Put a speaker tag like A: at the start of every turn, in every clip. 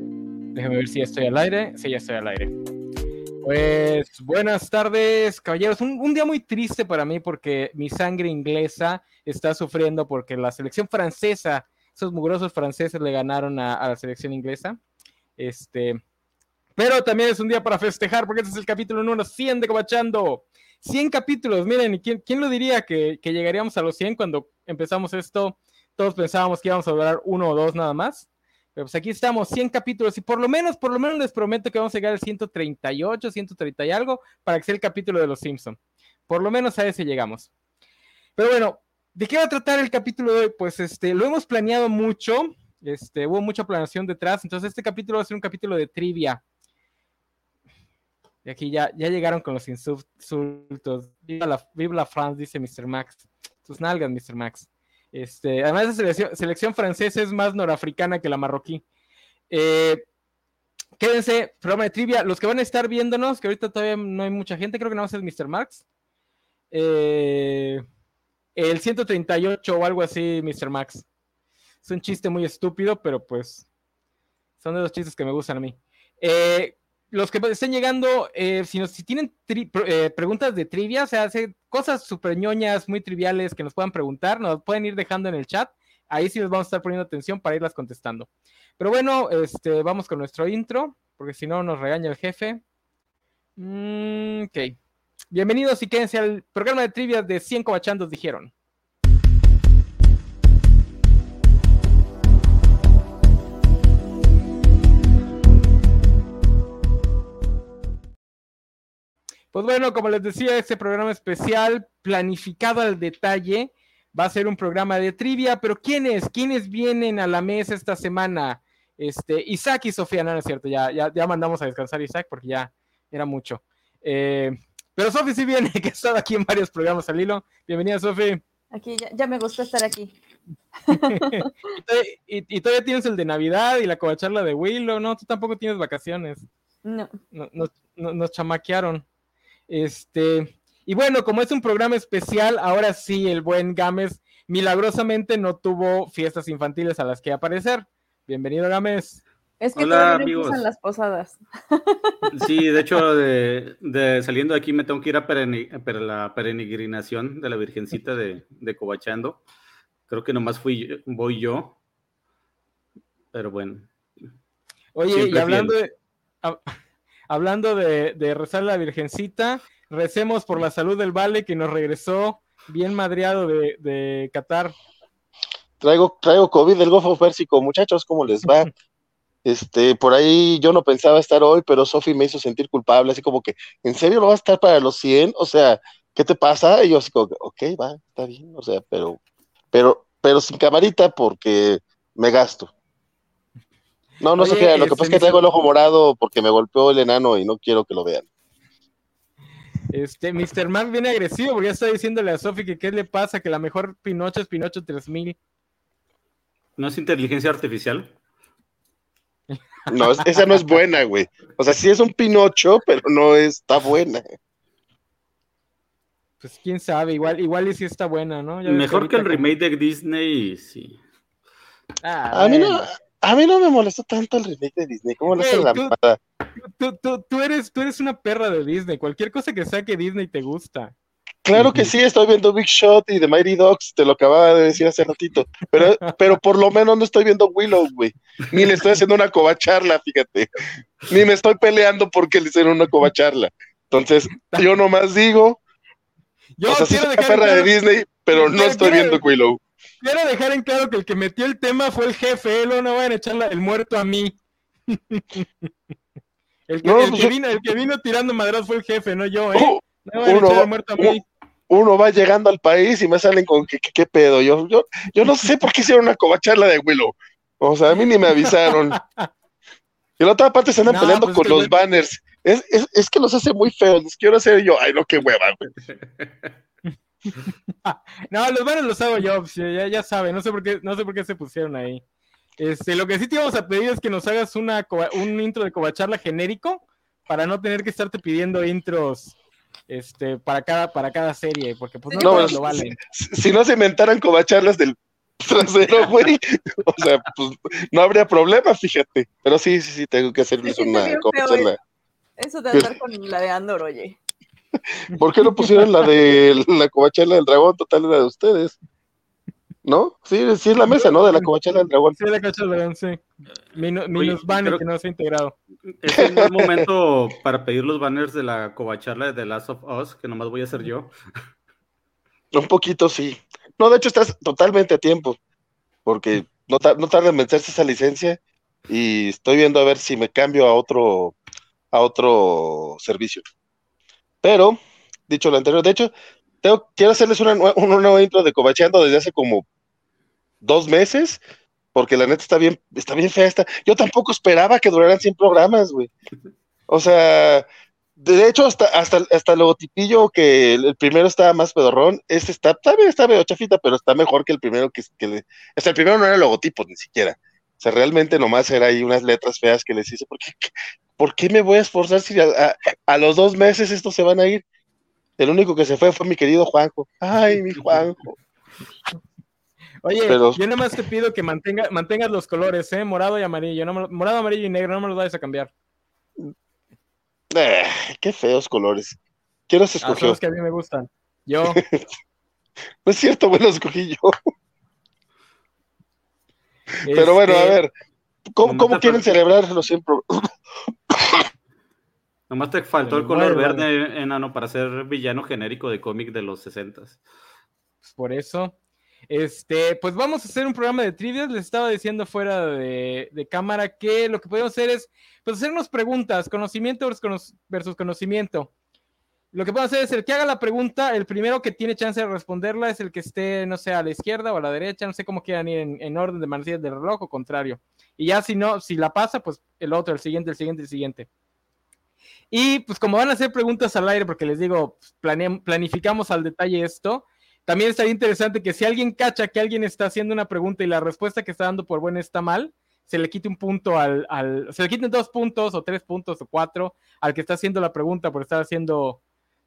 A: Déjame ver si ya estoy al aire. Sí, ya estoy al aire. Pues buenas tardes, caballeros. Un, un día muy triste para mí porque mi sangre inglesa está sufriendo porque la selección francesa, esos mugrosos franceses le ganaron a, a la selección inglesa. Este, pero también es un día para festejar porque este es el capítulo número 100 de Cobachando. 100 capítulos, miren, ¿y ¿quién, quién lo diría que, que llegaríamos a los 100 cuando empezamos esto? Todos pensábamos que íbamos a durar uno o dos nada más. Pero pues aquí estamos, 100 capítulos, y por lo menos, por lo menos les prometo que vamos a llegar al 138, 130 y algo, para que sea el capítulo de los Simpson. Por lo menos a ese llegamos. Pero bueno, ¿de qué va a tratar el capítulo de hoy? Pues este, lo hemos planeado mucho, este, hubo mucha planeación detrás, entonces este capítulo va a ser un capítulo de trivia. Y aquí ya, ya llegaron con los insultos. Viva la, viva la France, dice Mr. Max. Tus nalgas, Mr. Max. Este, además, la selección, selección, francesa es más norafricana que la marroquí. Eh, quédense, programa de trivia. Los que van a estar viéndonos, que ahorita todavía no hay mucha gente, creo que no más es Mr. Max. Eh, el 138 o algo así, Mr. Max. Es un chiste muy estúpido, pero pues son de los chistes que me gustan a mí. Eh, los que estén llegando, eh, si, nos, si, tienen tri, eh, preguntas de trivia, o sea, hace cosas súper ñoñas, muy triviales que nos puedan preguntar, nos pueden ir dejando en el chat. Ahí sí les vamos a estar poniendo atención para irlas contestando. Pero bueno, este, vamos con nuestro intro, porque si no nos regaña el jefe. Mm, ok. Bienvenidos y quédense al programa de trivias de 100 cobachandos, dijeron. Pues bueno, como les decía, este programa especial, planificado al detalle, va a ser un programa de trivia, pero ¿quiénes? ¿Quiénes vienen a la mesa esta semana? Este, Isaac y Sofía, no, no es cierto, ya, ya, ya mandamos a descansar a Isaac porque ya era mucho. Eh, pero Sofía sí viene, que ha estado aquí en varios programas al hilo. Bienvenida, Sofía.
B: Aquí, ya, ya, me gusta estar aquí.
A: y, y, y, todavía tienes el de Navidad y la covacharla de Willow, ¿no? Tú tampoco tienes vacaciones.
B: No.
A: no, no, no nos chamaquearon. Este, y bueno, como es un programa especial, ahora sí el buen Gámez milagrosamente no tuvo fiestas infantiles a las que aparecer. Bienvenido, Gámez.
B: Es que Hola, amigos. No las posadas.
C: Sí, de hecho, de, de, saliendo de aquí me tengo que ir a, pereni, a la peregrinación de la Virgencita de, de Cobachando. Creo que nomás fui, voy yo. Pero bueno.
A: Oye, y hablando fiel. de. A hablando de, de, rezar a la Virgencita, recemos por la salud del Vale que nos regresó bien madreado de, de Qatar.
D: Traigo, traigo COVID del Golfo Pérsico, muchachos, ¿cómo les va? Este, por ahí yo no pensaba estar hoy, pero Sofi me hizo sentir culpable, así como que, ¿en serio no vas a estar para los 100? O sea, ¿qué te pasa? Y yo así como, ok, va, está bien, o sea, pero, pero, pero sin camarita porque me gasto. No, no Oye, se crean. Lo que pasa es que traigo el ojo morado porque me golpeó el enano y no quiero que lo vean.
A: Este, Mr. Max viene agresivo porque ya está diciéndole a Sofi que qué le pasa, que la mejor Pinocho es Pinocho 3000.
C: ¿No es inteligencia artificial?
D: No, esa no es buena, güey. O sea, sí es un Pinocho, pero no está buena.
A: Pues quién sabe, igual, igual y sí está buena, ¿no?
C: Ya mejor que el remake como... de Disney, sí.
D: Ah, a mí no, a mí no me molestó tanto el remake de Disney, como no hey, la
A: tú, tú, tú, tú, eres, tú eres una perra de Disney, cualquier cosa que saque Disney te gusta.
D: Claro que sí, estoy viendo Big Shot y The Mighty Dogs, te lo acababa de decir hace ratito, pero, pero por lo menos no estoy viendo Willow, güey, ni le estoy haciendo una covacharla, fíjate, ni me estoy peleando porque le hicieron una covacharla. Entonces, yo nomás digo, yo o sea, sí soy una perra de Disney, pero no estoy viendo Willow
A: quiero dejar en claro que el que metió el tema fue el jefe, él no van a echar el muerto a mí. el, que,
D: pues
A: no, el, que vino, el, que, vino, tirando madras fue el jefe, no yo, ¿eh? No van a echar el muerto a mí.
D: Uh, Uno va llegando al país y me salen con que qué pedo. Yo, yo, yo no sé por qué hicieron una covacharla de Willow. O sea, a mí ni me avisaron. Y la otra parte se andan no, peleando pues con los me... banners. Es, es, es, que los hace muy feos. Los quiero hacer yo. Ay, no, qué hueva, güey.
A: no, los vanos los hago yo, ya, ya saben, no sé por qué, no sé por qué se pusieron ahí. Este, lo que sí te íbamos a pedir es que nos hagas una un intro de Covacharla genérico para no tener que estarte pidiendo intros este, para cada, para cada serie, porque pues no,
D: no lo valen. Si, si, no se inventaran Covacharlas del trasero, güey. O sea, pues no habría problema, fíjate. Pero sí, sí, sí, tengo que hacerles
B: Sí, sí,
D: una
B: sí,
D: ¿cómo
B: creo,
D: se llama?
B: Eso de andar con la de Andor, oye.
D: ¿Por qué no pusieron la de la covachela del dragón? Total era de ustedes. ¿No? Sí, sí es la mesa, ¿no? De la covachela del dragón.
A: Sí, la cacha del dragón, sí. Minu- minus Bunny,
C: creo-
A: que no se ha integrado.
C: Es el buen momento para pedir los banners de la covacharla de The Last of Us, que nomás voy a hacer yo.
D: Un poquito sí. No, de hecho estás totalmente a tiempo, porque no, ta- no tarda en vencerse esa licencia y estoy viendo a ver si me cambio a otro, a otro servicio. Pero, dicho lo anterior, de hecho, tengo- quiero hacerles una, nue- una nueva intro de Cobacheando desde hace como dos meses, porque la neta está bien, está bien fea esta. Yo tampoco esperaba que duraran 100 programas, güey. O sea, de hecho, hasta, hasta, hasta el logotipillo que el, el primero estaba más pedorrón, este está, también está medio chafita, pero está mejor que el primero que, que le- o sea, el primero no era logotipo ni siquiera. O sea, realmente nomás era ahí unas letras feas que les hice, porque ¿por qué me voy a esforzar si a, a- a los dos meses estos se van a ir? El único que se fue fue mi querido Juanjo. Ay, mi Juanjo.
A: Oye,
D: Pero-
A: yo nada más te pido que mantenga, mantengas los colores, ¿eh? Morado y amarillo. no me lo- morado, amarillo y negro, no me los vayas a cambiar.
D: Eh, qué feos colores. ¿Quién los
A: Ah, son
D: escogió?
A: los que a mí me gustan. Yo,
D: No es cierto, güey, los escogí yo. Pero bueno, a
A: este,
D: ver. ¿Cómo,
C: Nomás
D: cómo
C: te
D: quieren
C: falta-
D: celebrar los 100 pro-
C: Nomás te faltó el
A: Pero
C: color
A: bueno,
C: verde, enano, para ser villano genérico de cómic de los 60
A: pues, por eso. Este, pues vamos a hacer un programa de trivias. Les estaba diciendo fuera de, de cámara que lo que podemos hacer es pues, hacernos preguntas, conocimiento versus cono- versus conocimiento. Lo que podemos hacer es el que haga la pregunta, el primero que tiene chance de responderla es el que esté, no sé, a la izquierda o a la derecha, no sé cómo quieran ir en, en orden de manecillas del reloj o contrario. Y ya si no, si la pasa, pues el otro, el siguiente, el siguiente, el siguiente. Y pues como van a hacer preguntas al aire, porque les digo, pues, planeam- planificamos al detalle esto, también estaría interesante que si alguien cacha que alguien está haciendo una pregunta y la respuesta que está dando por buena está mal, se le quite un punto al, al- se le quiten dos puntos o tres puntos o cuatro al que está haciendo la pregunta por estar haciendo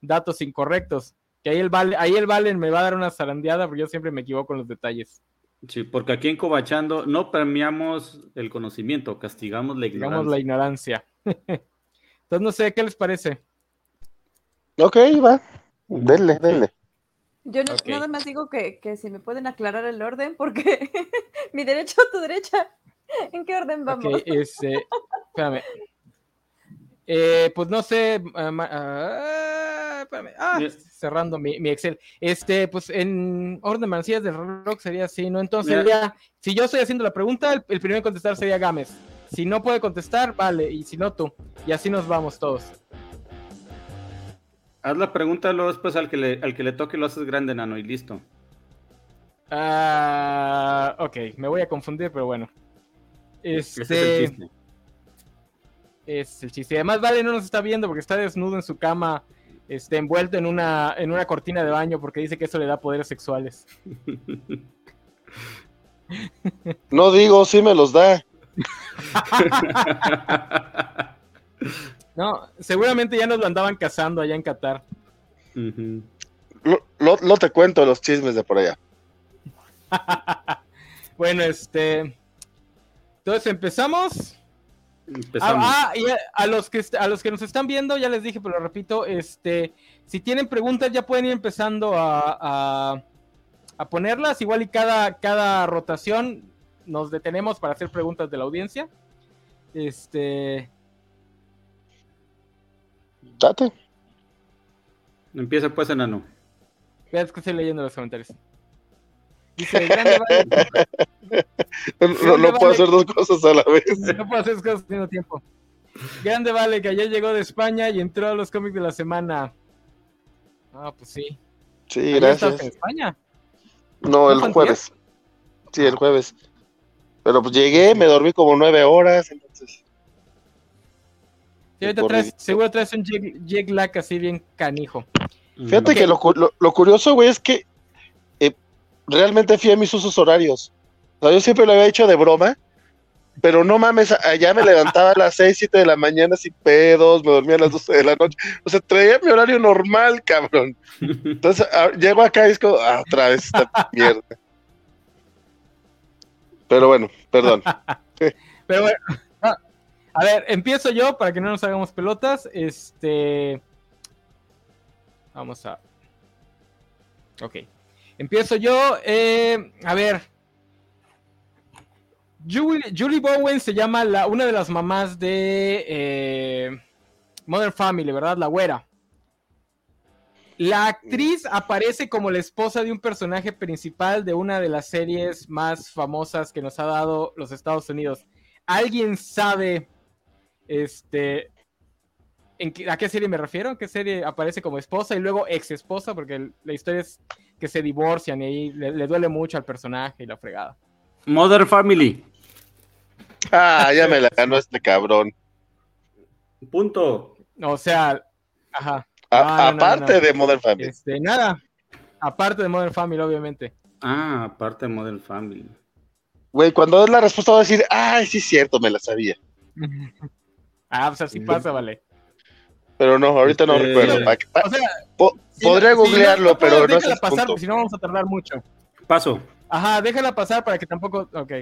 A: datos incorrectos. Que ahí el vale, ahí el valen me va a dar una zarandeada porque yo siempre me equivoco en los detalles.
C: Sí, porque aquí en Covachando no premiamos el conocimiento, castigamos la ignorancia.
A: Digamos la ignorancia. Entonces no sé, ¿qué les parece?
D: Ok, va. Denle, denle.
B: Yo no-
A: Ok.
B: nada más digo que, que si me pueden aclarar el orden, porque mi derecha o tu derecha. ¿En qué orden
A: Ok,
B: vamos?
A: este, espérame. Eh, pues no sé, ah, ma- ah, espérame. Ah,
C: Mira.
A: cerrando mi, mi Excel. Este, pues en orden de manecillas del reloj sería así, ¿no? Entonces
C: Mira.
A: sería, si yo estoy haciendo la pregunta, el, el primero en contestar sería Gámez. Si no puede contestar, vale, y si no tú. Y así nos vamos todos.
C: Haz la pregunta, luego después al que le, al que le toque lo haces grande, enano, y listo.
A: Ah, ok, me voy a confundir, pero bueno. Este,
C: Ese es el chiste.
A: es el chiste. Y Este, además, Vale no nos está viendo porque está desnudo en su cama, este, envuelto en una, en una cortina de baño porque dice que eso le da poderes sexuales.
D: No digo, sí me los da.
A: No, seguramente ya nos lo andaban cazando allá en Qatar.
C: Ujú.
D: Lo, lo- lo te cuento los chismes de por allá.
A: Bueno, este. Entonces empezamos.
C: Empezamos.
A: Ah, ah, y a, a los que est- a los que nos están viendo, ya les dije, pero lo repito, este, si tienen preguntas, ya pueden ir empezando a, a- a ponerlas. Igual y cada, cada rotación nos detenemos para hacer preguntas de la audiencia. Este.
D: Date.
C: Empieza pues, enano.
A: Vean, es que estoy leyendo los comentarios. Dice, grande Vale,
D: No, no
A: Vale,
D: puedo
A: vale.
D: hacer dos cosas a la vez.
A: no puedo hacer esas cosas al mismo tiempo. Grande Vale, que ayer llegó de España y entró a los cómics de la semana. Ah, pues sí.
D: Sí,
A: Ayer estabas en
D: gracias.
A: España.
D: No,
A: ¿No fue
D: el jueves. Sí, el jueves. Pero pues llegué, me dormí como nueve horas. Entonces,
A: Sí, ahorita
D: Por
A: traes-
D: ridículo.
A: seguro traes un jet, jet lag así bien canijo.
D: fíjate
A: Ok.
D: que lo, cu- lo- lo curioso, güey, es que eh, realmente fui a mis usos horarios. O sea, yo siempre lo había hecho de broma, pero no mames, allá me levantaba a las seis, siete de la mañana sin pedos, me dormía a las 12 de la noche. O sea, traía mi horario normal, cabrón. Entonces ah, llego acá y es como, ah, otra vez esta mierda. Pero bueno, perdón.
A: Pero bueno, ah, a ver, empiezo yo para que no nos hagamos pelotas. Este. Vamos a. Ok. Empiezo yo. eh, a ver. Julie, Julie Bowen se llama la, una de las mamás de eh, Modern Family, ¿verdad? La güera. La actriz aparece como la esposa de un personaje principal de una de las series más famosas que nos ha dado los Estados Unidos. ¿Alguien sabe este, en qué- a qué serie me refiero? ¿En qué serie aparece como esposa y luego ex esposa? Porque el- la historia es que se divorcian y ahí le, le duele mucho al personaje y la fregada.
C: Mother Family.
D: Ah, ya me la ganó este cabrón.
C: Punto.
A: O sea, ajá.
D: A-
A: Ah, no, no, no,
D: aparte
A: no.
D: de Modern Family.
A: Este, nada. Aparte de Modern Family, obviamente.
C: Ah, aparte de Mother Family.
D: Güey, cuando des la respuesta voy a decir, ay, sí es cierto, me la sabía.
A: Ah, pues así pasa, vale.
D: Pero no, ahorita no
C: Este,
D: recuerdo. Pa- pa-
A: O sea,
D: Ah, po-
A: si
D: podría
A: no- si
D: googlearlo,
A: no- no
D: pero
A: puedes,
D: no es
A: déjala
D: el
A: pasar,
D: punto.
A: porque si no vamos a tardar mucho.
C: Paso.
A: Ajá, déjala pasar para que tampoco. Ok.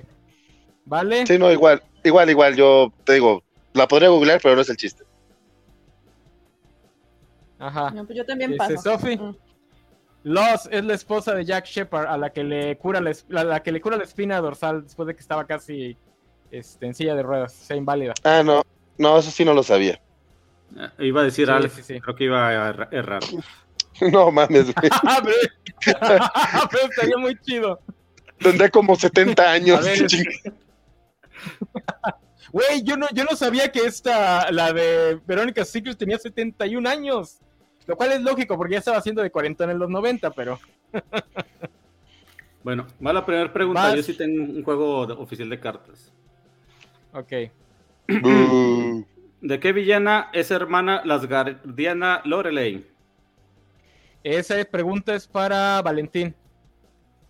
A: Vale.
D: Sí, no, igual, igual, igual, yo te digo, la podría googlear, pero no es el chiste.
A: Ajá.
B: No, pues yo también
A: Dice
B: paso.
A: Sophie.
B: Mm.
A: Loz es la esposa de Jack Shepard, a la que le cura la, es- la- la que le cura la espina dorsal después de que estaba casi este, en silla de ruedas, o sea inválida.
D: Ah, no, no, eso sí no lo sabía.
C: Eh, Iba a decir
A: Sí,
C: Alf.
A: sí, sí.
C: Creo que iba a erra- errar.
D: No mames, güey.
A: Ah, pero, pero estaría muy chido.
D: Tendré como 70 años.
A: A ver, Güey, yo no, yo no sabía que esta, la de Verónica Secret tenía 71 años. Lo cual es lógico, porque ya estaba haciendo de 40 en los 90, pero.
C: Bueno, va la primera pregunta.
A: Vas.
C: Yo sí tengo un juego de- oficial de cartas.
A: Ok. este,
D: Mm,
C: ¿De qué villana es hermana las guardiana Lorelei?
A: Esa pregunta es para Valentín.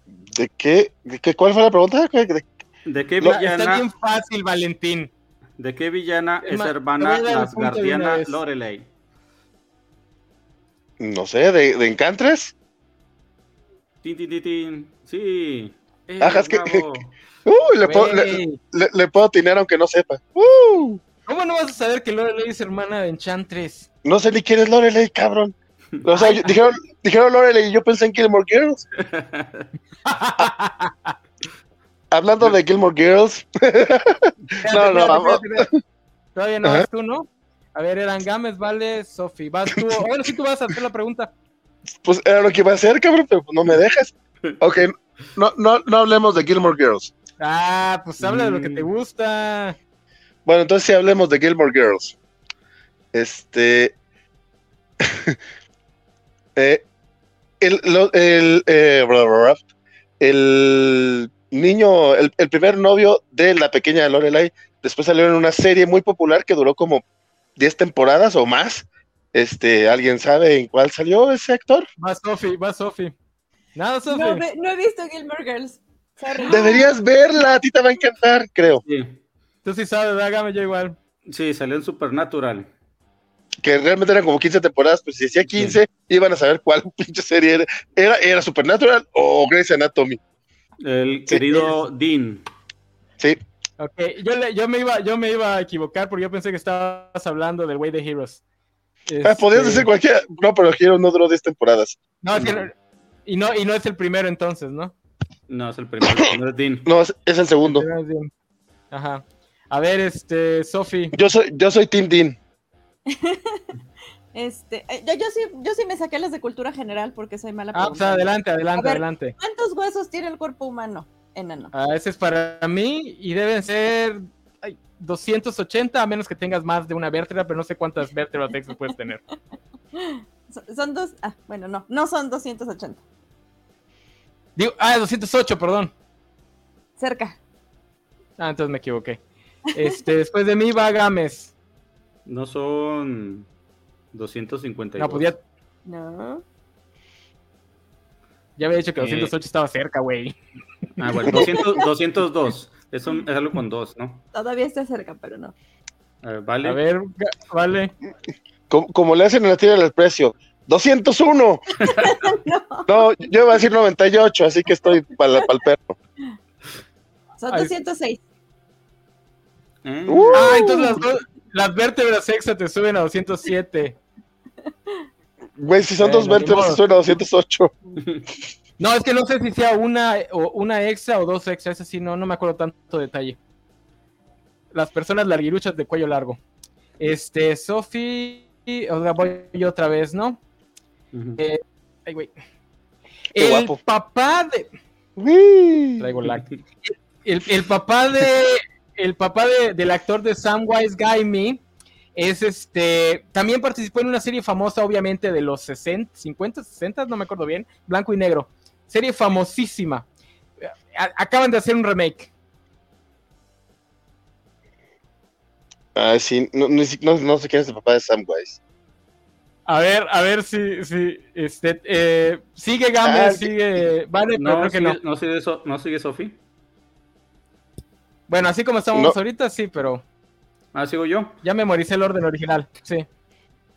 D: ¿De qué? ¿De qué? ¿Cuál fue la pregunta? ¿De- de-
C: ¿De qué
D: No,
A: Está
C: villana,
A: bien fácil, Valentín.
C: ¿de qué villana
A: Es
C: es
A: más,
C: hermana
A: te voy a dar el
C: las
A: punto de una
C: guardiana
A: vez.
C: Lorelei?
D: no sé, ¿de, de Encantres?
C: Tin, tin, tin, tin. Sí. Eh,
D: Ajá, es que-
C: bravo.
D: Uy, le puedo, le,
A: Güey,
D: le- le puedo atinar aunque no sepa. Uh,
A: ¿Cómo no vas a saber que Lorelei es hermana de Enchantress?
D: no sé ni quién es Lorelei, cabrón. O sea, yo- dijeron, dijeron Lorelei y yo pensé en Gilmore Girls. Hablando de Gilmore Girls,
A: Espérate,
D: No, no,
A: espérate,
D: vamos.
A: espérate, espérate. Todavía no
D: Ajá.
A: vas tú, ¿no? A ver, Eran Gámez, vale, Sofi. Vas tú. Ahora sí tú vas a hacer la pregunta.
D: pues era lo que iba a hacer, cabrón, pero pues no me dejas. Ok, no, no, no hablemos de Gilmore Girls.
A: Ah, pues habla de lo que
C: Mm.
A: te gusta.
D: Bueno, entonces sí hablemos de Gilmore Girls. Este. eh, el, lo- el, eh, bla, bla, bla. el niño, el, el primer novio de la pequeña Lorelai, después salió en una serie muy popular que duró como 10 temporadas o más. Este, ¿alguien sabe en cuál salió ese actor?
A: Va Sofi, va Sofi. Nada, Sofi.
B: No, ve- no he visto Gilmore Girls. Sorry.
D: Deberías verla, a ti te va a encantar, creo.
C: Sí.
A: Tú sí sabes, ¿verdad? Gámez? yo igual.
C: Sí, salió en Supernatural.
D: Que realmente eran como 15 temporadas, pues si decía 15, iban a saber cuál pinche serie era. ¿Era, era Supernatural o Grey's Anatomy?
C: El querido Dean.
D: Sí,
A: Ok, yo, le- yo, me iba, yo me iba a equivocar porque yo pensé que estabas hablando del Way de Heroes.
D: Ah, podías
A: Este,
D: decir cualquiera. No, pero Hero no duró 10 temporadas.
A: No, es que no- y, no, y no es el primero entonces, ¿no?
C: No, es el primero. el primero es Dean.
D: No, es, es el segundo.
A: Primero es Dean. Ajá. A ver, este, Sofi.
D: Yo soy, yo soy Tim Dean.
B: Este, eh, yo, yo sí, yo sí me saqué las de cultura general porque soy mala
A: Ah, pues
B: preguntando.
A: adelante, adelante,
B: A ver.
A: adelante.
B: ¿Cuántos huesos tiene el cuerpo humano, enano?
A: Ah, ese es para mí y deben ser ay, 280, a menos que tengas más de una vértebra, pero no sé cuántas vértebras extra puedes tener.
B: So- Son dos, ah, bueno, no, no son 280.
A: Digo, ah, 208, perdón.
B: Cerca.
A: Ah, entonces me equivoqué. Este, después de mí va Gámez.
C: No son 252.
A: No, pues ya,
B: No.
A: ya había dicho que
C: Eh.
A: 208 estaba cerca, güey.
C: Ah, bueno, 200 202. Es, un- es algo con dos, ¿no?
B: Todavía está cerca, pero no.
C: A ver, vale.
A: A ver, Ga- vale.
D: Como, como le hacen en la tira del precio. 201.
B: No.
D: No, yo iba a decir 98, así que estoy para el perro.
B: Son
A: Ay.
B: 206.
C: Eh,
D: Uh.
A: Ah, entonces las, dos- las vértebras sexta te suben a 207.
D: Güey, si son dos
A: Bueno, ni
D: vértebras,
A: modo.
D: suena 208.
A: No, es que no sé si sea una, o una extra o dos extra, ese sí, no, no me acuerdo tanto detalle. Las personas larguiruchas de cuello largo. Este, Sofi, o sea, voy yo otra vez, ¿no?
C: ujú.
A: Eh, Ay, güey.
D: Qué
A: El
D: guapo.
A: papá de.
D: Uy.
A: Traigo lag. El, el papá de. El papá de- del actor de Samwise Gaimi es este. También participó en una serie famosa, obviamente, de los 60, 50, 60, no me acuerdo bien. Blanco y negro. Serie famosísima. A- acaban de hacer un remake.
D: Ah, sí, no, ni si- no, no sé quién es el papá de Samwise.
A: A ver, a ver si. si este, eh, sigue Gamer,
D: Ah, sí.
A: sigue. Vale, pero
C: No,
A: creo que
C: sigue,
A: no.
C: no sigue eso, no sigue Sofi.
A: Bueno, así como estamos
D: No.
A: ahorita, sí, pero
C: Ah, sigo yo.
A: ya memoricé el orden original. Sí.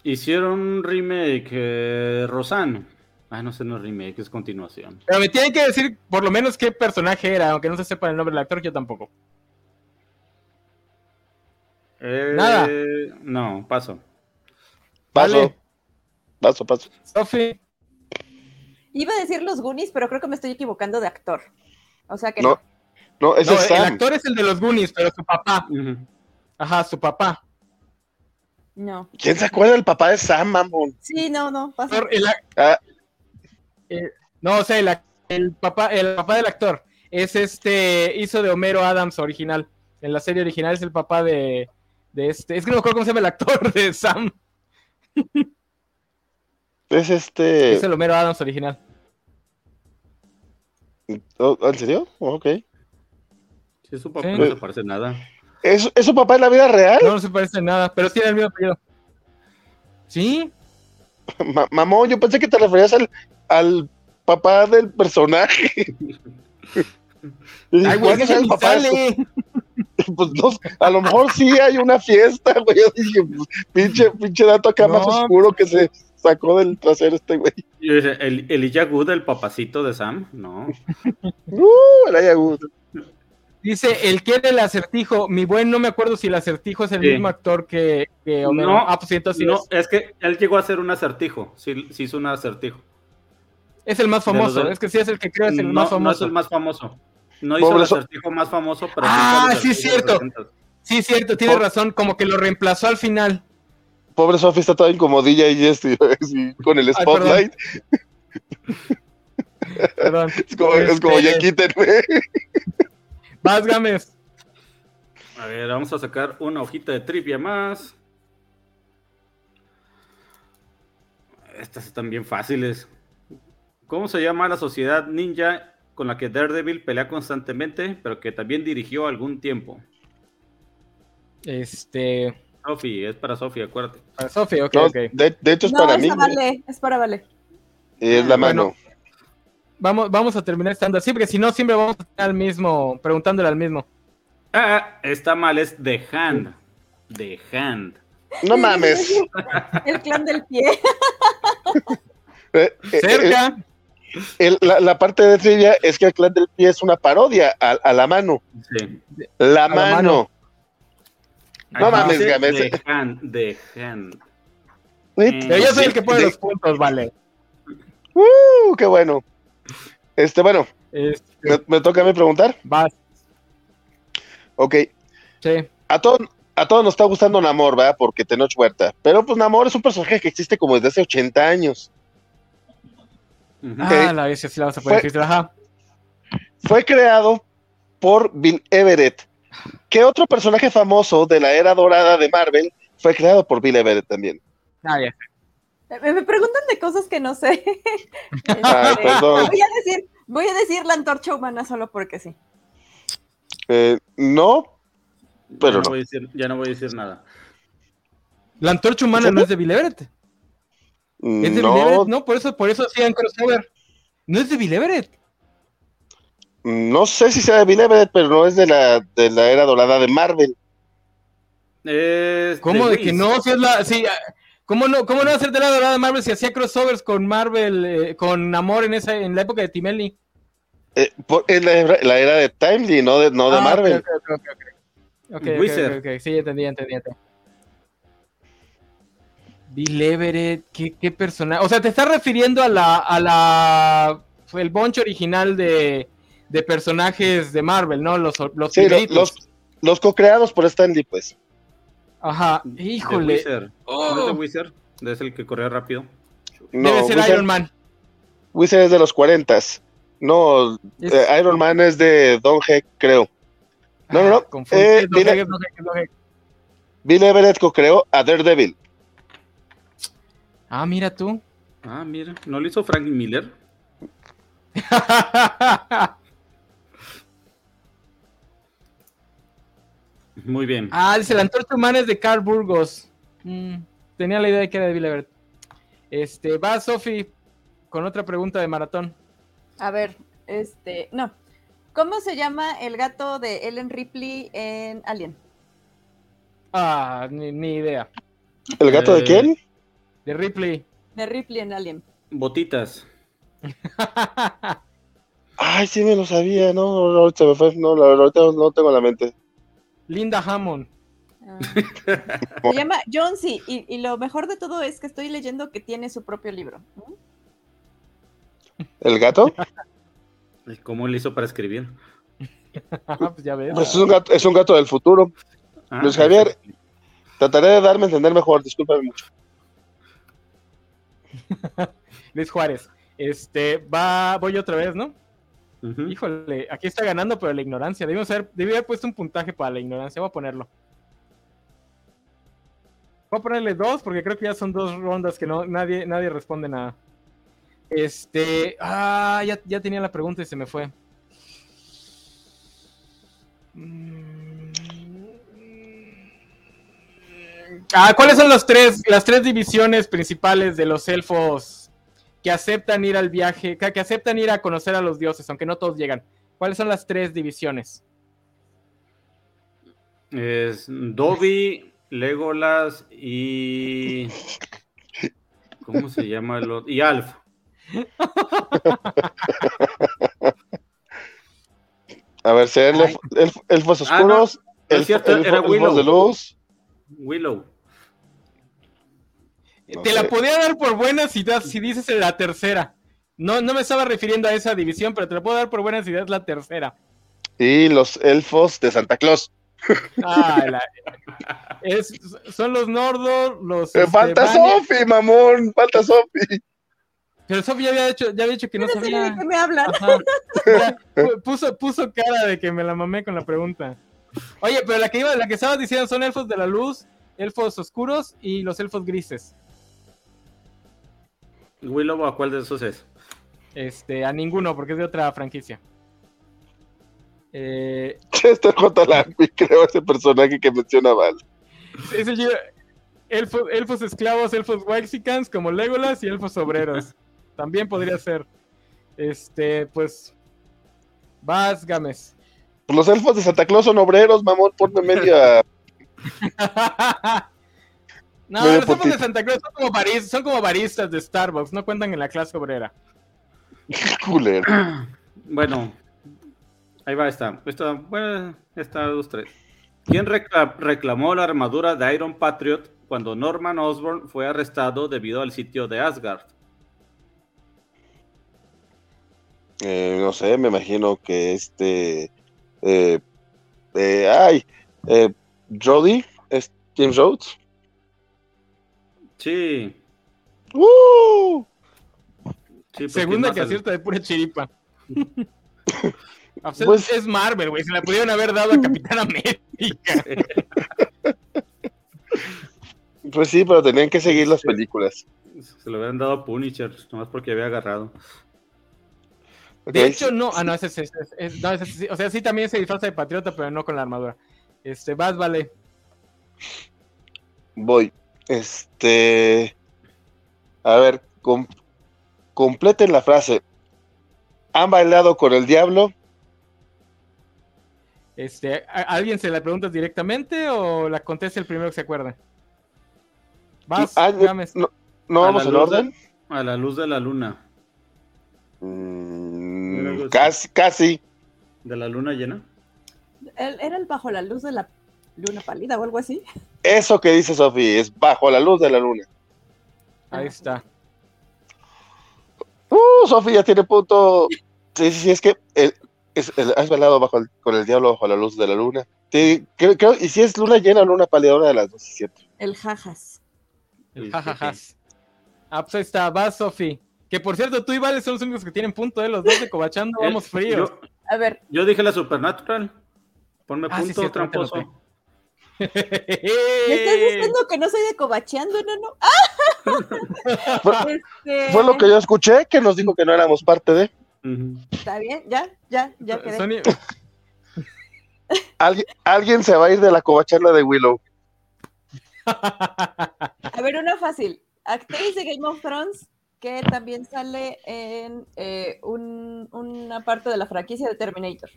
C: Hicieron un remake, eh, Rosanne. Ah, no sé, no es remake, es continuación.
A: Pero me tienen que decir por lo menos qué personaje era, aunque no se sepa el nombre del actor, yo tampoco.
C: Eh,
A: Nada.
C: No, paso.
D: Paso,
A: Vale.
D: paso, paso.
A: Sofi,
B: Iba a decir los Goonies, pero creo que me estoy equivocando de actor. O sea que
D: No,
B: no.
D: No, ese
A: no,
D: es
A: el
D: Sam.
A: actor es el de los Goonies, pero su papá.
C: Ujú.
A: Ajá, su papá.
B: No.
D: ¿Quién se acuerda del papá de Sam, mamón?
B: Sí, no, no. Pasa.
A: Actor, el ac-
D: Ah.
A: Eh, no, o sea, el, ac- el papá, el papá del actor es este, hizo de Homero Adams original. En la serie original es el papá de, de este. Es que no me acuerdo cómo se llama el actor de Sam.
D: Es este.
A: Es el Homero Adams original.
D: Oh, ¿En serio? Ok.
C: Sí, su papá
A: Sí.
C: no se parece en nada.
D: ¿Es, ¿Es su papá en la vida real?
A: No, no se parece en nada, pero tiene el mismo apellido. ¿Sí?
D: Ma- mamón, yo pensé que te referías al, al papá del personaje. Y dije,
A: Ay, güey,
D: ¿cuál
A: es
D: es
A: que
D: el
A: ni
D: papá de
A: sale.
D: su- pues, no, a lo mejor sí hay una fiesta, güey. Yo dije, pues, pinche, pinche dato acá
A: No.
D: más oscuro que se sacó del trasero este güey.
C: Yo dije, el, Elijah Wood, el papacito de Sam, no.
D: Uh, el Ayahu.
A: Dice el que era el acertijo. Mi buen, no me acuerdo si el acertijo es el
C: Sí.
A: mismo actor que, que Homero.
C: No,
A: ah, pues sí, entonces sí
C: no,
A: es,
C: es que él llegó a hacer un acertijo. Sí, sí hizo un acertijo.
A: Es el más famoso.
C: De los dos.
A: Es que sí es el que creo es el
C: no,
A: más
C: no es
A: famoso.
C: el más famoso. No hizo
D: Pobre
C: el
D: so-
C: acertijo más famoso, pero
A: Ah,
C: hizo el
A: sí,
C: acertijo
A: cierto.
C: de los 60.
A: Sí, cierto, tiene
D: Oh.
A: razón. Como que lo reemplazó al final.
D: Pobre Sofi está toda incomodilla y este, así, con el
A: perdón.
D: spotlight.
A: Perdón.
D: es, como, es como, ya
A: Este,
D: quítenme.
A: Vas, Gámez.
C: A ver, vamos a sacar una hojita de trivia más. Estas están bien fáciles. ¿Cómo se llama la sociedad ninja con la que Daredevil pelea constantemente, pero que también dirigió algún tiempo?
A: Este.
C: Sofi, es para Sofi, acuérdate.
A: Para Sofi, ok,
D: No,
A: ok.
D: de, de hecho, es
B: no,
D: para mí.
B: esa vale, es para vale.
D: Y es la mano.
A: Bueno. Vamos, vamos a terminar estando así, porque si no, siempre vamos a estar al mismo, preguntándole al mismo.
C: Ah, está mal, es The Hand. The Hand.
D: No mames.
B: El clan del pie.
D: Eh, eh, eh,
A: Cerca.
D: el- la, la parte de trivia es que el clan del pie es una parodia a, a la mano.
C: Sí.
D: La,
A: A la
D: mano. Eh,
A: mano.
D: No
C: Aquí
D: mames,
C: dice
D: Games.
C: The Hand, The Hand.
D: Uy,
A: Mm. Pero yo soy el que pone
D: de-
A: los puntos, vale.
D: uh, qué bueno. Este, bueno,
A: Este,
D: me, me toca a mí preguntar.
A: vas,
D: Ok.
A: sí.
D: A todos a todos nos está gustando Namor, ¿verdad? Porque Tenoch Huerta. Pero pues Namor es un personaje que existe como desde hace 80 años.
C: Ujú.
A: Ah, la vez sí la vas a poner
D: Fue-
A: difícil, ajá.
D: Fue creado por Bill Everett. ¿Qué otro personaje famoso de la era dorada de Marvel fue creado por Bill Everett también?
A: Ah, ya.
B: Me, me preguntan de cosas que no sé.
D: Ay,
B: Este,
D: perdón.
B: voy a decir, voy a decir la antorcha humana solo porque sí.
D: Eh, no,
C: ya,
D: pero
C: no
D: no.
C: voy a decir, ya no voy a decir nada.
A: La antorcha humana no es de Bill Everett. Es de Bill
D: No,
A: Everett, no, por eso, por eso hacían crossover. No es de Bill Everett.
D: no sé si sea de Bill Everett, pero no es de la, de la era dorada de Marvel.
C: Es
A: ¿Cómo
C: The
A: de que
C: Wiz.
A: no? Si es la, si, ah, ¿cómo no, cómo no hacer de la dorada de Marvel si hacía crossovers con Marvel, eh, con Amor en esa, en la época de Timelli?
D: Eh, por- es la, era- la era de Timely, no de, no de
A: Ah, ok,
D: Marvel.
A: ok, ok, ok, ok. Ok, ok,
C: Wizard.
A: ok, ok, sí, ya entendí, ya entendí. ya entendí. Bill Everett, qué, qué personaje. O sea, te estás refiriendo a la. A la el bonche original de, de personajes de Marvel, ¿no? Los, los
D: Sí, lo-
A: primeritos.
D: los, los co-creados por Stanley, pues.
A: Ajá,
C: The
A: híjole.
C: Wizard. ¿No es
A: Oh,
C: The Wizard? Es el que corría rápido.
D: No,
A: debe ser
D: Wizard,
A: Iron Man.
D: Wizard es de los 40. No,
A: Es-
D: eh, Iron Man es de Don Heck, creo. no, no, no.
A: Ah, confundí, es
D: Eh,
A: Don
D: dile-
A: Heck, es Don Heck, es Don Heck.
D: Bill Everett co-creó a Daredevil.
A: Ah, mira tú.
C: Ah, mira. ¿No lo hizo Frank Miller? Muy bien.
A: Ah, dice, la antorcha humana es de Carl Burgos. Mm, tenía la idea de que era de Bill Everett. Este, va Sofi con otra pregunta de maratón.
B: A ver, este, no. ¿Cómo se llama el gato de Ellen Ripley en Alien?
A: Ah, ni, ni idea.
D: ¿El gato
C: Eh,
D: de quién?
A: De Ripley.
B: De Ripley en Alien.
C: Botitas.
D: Ay, sí me lo sabía, no, ahorita me fue, no, la verdad, ahorita no tengo en la mente.
A: Linda Hammond.
B: Ah. Se llama Jonesy y, y lo mejor de todo es que estoy leyendo que tiene su propio libro. ¿Mm?
D: ¿El gato?
C: Ay, ¿Cómo le hizo para escribir?
A: Ajá, pues ya ves.
D: Pues es un gato, es un gato del futuro.
C: Ah,
D: Luis Javier. Trataré de darme a entender mejor, discúlpame mucho.
A: Luis Juárez. Este, va, voy otra vez, ¿no?
C: Ujú.
A: Híjole, aquí está ganando, pero la ignorancia. Debimos haber, debí haber puesto un puntaje para la ignorancia. Voy a ponerlo. Voy a ponerle dos, porque creo que ya son dos rondas que no, nadie, nadie responde nada. Este. Ah, ya, ya tenía la pregunta y se me fue. Mm. Ah, ¿cuáles son los tres, las tres divisiones principales de los elfos que aceptan ir al viaje, que, que aceptan ir a conocer a los dioses, aunque no todos llegan. ¿Cuáles son las tres divisiones?
C: Es Dobby, Legolas y. ¿Cómo se llama el otro? Y Alf.
D: A ver, sean
A: Ay.
D: elf- elf- elfos
C: Ah, no,
D: oscuros,
C: es
D: elf-
C: cierto,
D: elfo-
C: era Willow.
D: elfos de luz.
C: Willow.
D: No
A: Te la
D: sé.
A: podría dar por buena si, das- si dices la tercera. No, no me estaba refiriendo a esa división, pero te la puedo dar por buena si das la tercera.
D: Y los elfos de Santa Claus.
A: Ah, la- es- son los nordos, los...
D: Eh,
A: este,
D: falta
A: Vanya-
D: Sofi, mamón, falta Sofi.
A: Pero Sofi ya había dicho, ya había dicho que no
B: Yo no sé ni de
A: sabía.
B: qué me hablan.
A: Ajá. Ya, pu- puso, puso cara de que me la mamé con la pregunta. Oye, pero la que iba, la que estabas diciendo son elfos de la luz, elfos oscuros y los elfos grises.
C: ¿Willow a cuál de esos es?
A: Este, a ninguno, porque es de otra franquicia. Eh,
D: Chester J. Lampi, creo, ese personaje que menciona Val.
A: es el- elfo- elfos esclavos, elfos waxicans como Legolas y elfos obreros. También podría ser. Este, pues. Vas, Gámez.
D: Pues Los elfos de Santa Claus son obreros, mamón, ponme media.
A: no,
D: Medio
A: los elfos de
D: potito.
A: Santa Cruz son como, baris- son como baristas de Starbucks, no cuentan en la clase obrera.
D: culero.
C: Bueno, ahí va esta. Esta, bueno, esta dos, tres. ¿Quién recla- reclamó la armadura de Iron Patriot cuando Norman Osborn fue arrestado debido al sitio de Asgard?
D: Eh, no sé, me imagino que este. eh, eh, ay, eh, Jody, es Tim Rhodes.
C: Sí,
D: ¡Uh!
C: sí. pues, ¿quién
A: Segunda
C: más
A: que
C: al-
A: acierta de pura chiripa. O sea,
D: Pues-
A: es Marvel, güey. Se la pudieron haber dado a Capitán América.
D: Pues sí, pero tenían que seguir
A: Este,
D: las películas.
C: Se lo hubieran dado a Punisher, nomás porque había agarrado.
D: Ok,
A: De hecho,
D: sí,
A: no. Ah, no, ese, ese- ese- ese- no, ese sí. O sea, sí también se disfraza de patriota, pero no con la armadura. Este, vas, vale.
D: Voy. Este. A ver, com- completen la frase. ¿Han bailado con el diablo?
A: Este, ¿a- ¿alguien se la preguntas directamente o la contesta el primero que se acuerda? Vas,
D: Ah, no-
A: Gámez.
D: no, no
C: A la
D: vamos en
C: luz de-
D: orden.
C: A la luz de la luna.
D: Mm,
C: algo así.
D: Casi, casi.
C: ¿De la luna llena?
B: Él- Era el bajo la luz de la luna pálida o algo así.
D: Eso que dice Sofi es bajo la luz de la luna.
A: Ahí está.
D: Uh, Sofi ya tiene punto. Sí, sí, sí, es que el- es- el- has velado bajo el- con el diablo bajo la luz de la luna. Sí, creo, creo- y si es luna llena o luna pálida, una de las dos, es cierto.
B: El jajas.
C: Sí,
A: Jajajas.
C: Este, sí, sí.
A: Ah, pues ahí está, va Sofi. Que por cierto, tú y Vale son los únicos que tienen punto, ¿eh? Los dos de Cobachando
C: Eh,
A: vamos fríos.
C: Yo,
B: A ver,
C: yo dije la Supernatural. Ponme
A: Ah, sí,
C: punto,
A: cierto,
C: tramposo.
A: ahorita
B: ¿me
A: Eh.
B: estás diciendo que no soy de cobacheando, no, no? ¡Ah! Este,
D: Fue lo que yo escuché que nos dijo que no éramos parte de.
C: Ujú.
B: Está bien, ya, ya, ya quedé.
A: Sony-
D: Alguien, alguien se va a ir de la covacharla de Willow.
B: A ver, una fácil. Actriz de Game of Thrones que también sale en eh, un- una parte de la franquicia de Terminator.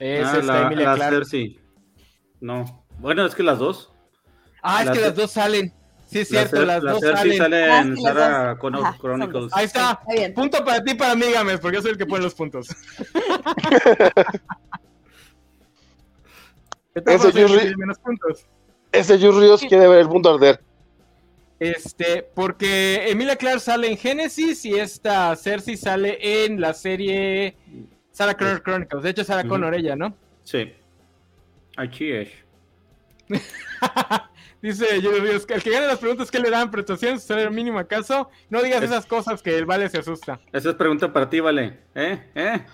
A: Esa
C: Ah,
A: es
C: la,
A: Emilia
C: la
A: Clarke.
C: Cersei. No. Bueno, es que las dos.
A: Ah, es
C: la
A: que
C: Cer-
A: las dos salen. Sí, es
C: La
A: cierto,
C: Cer-
A: las
C: la
A: dos
C: Cersei
A: salen.
C: sale
B: Ah,
C: en
B: sí, las
C: Sarah Connor
B: Ajá,
C: Chronicles.
A: Ahí está.
B: Está bien.
A: Punto para ti, para mí, Gámez, porque yo soy el que pone los puntos.
D: Eso,
A: Soy el que
D: Yuri.
A: tiene menos puntos.
D: Ese Jus Ríos quiere ver el mundo arder.
A: Este, porque Emilia Clarke sale en Genesis y esta Cersei sale en la serie Sarah Connor Chronicles. De hecho, Sarah
C: Ujú.
A: Connor, ella, ¿no?
C: Sí. Aquí es.
A: Dice Yuri Ríos, el que gane las preguntas que le dan prestaciones, salario mínimo acaso, no digas
C: Es-
A: esas cosas que el vale se asusta.
C: Esa es pregunta para ti, vale. ¿Eh? ¿Eh?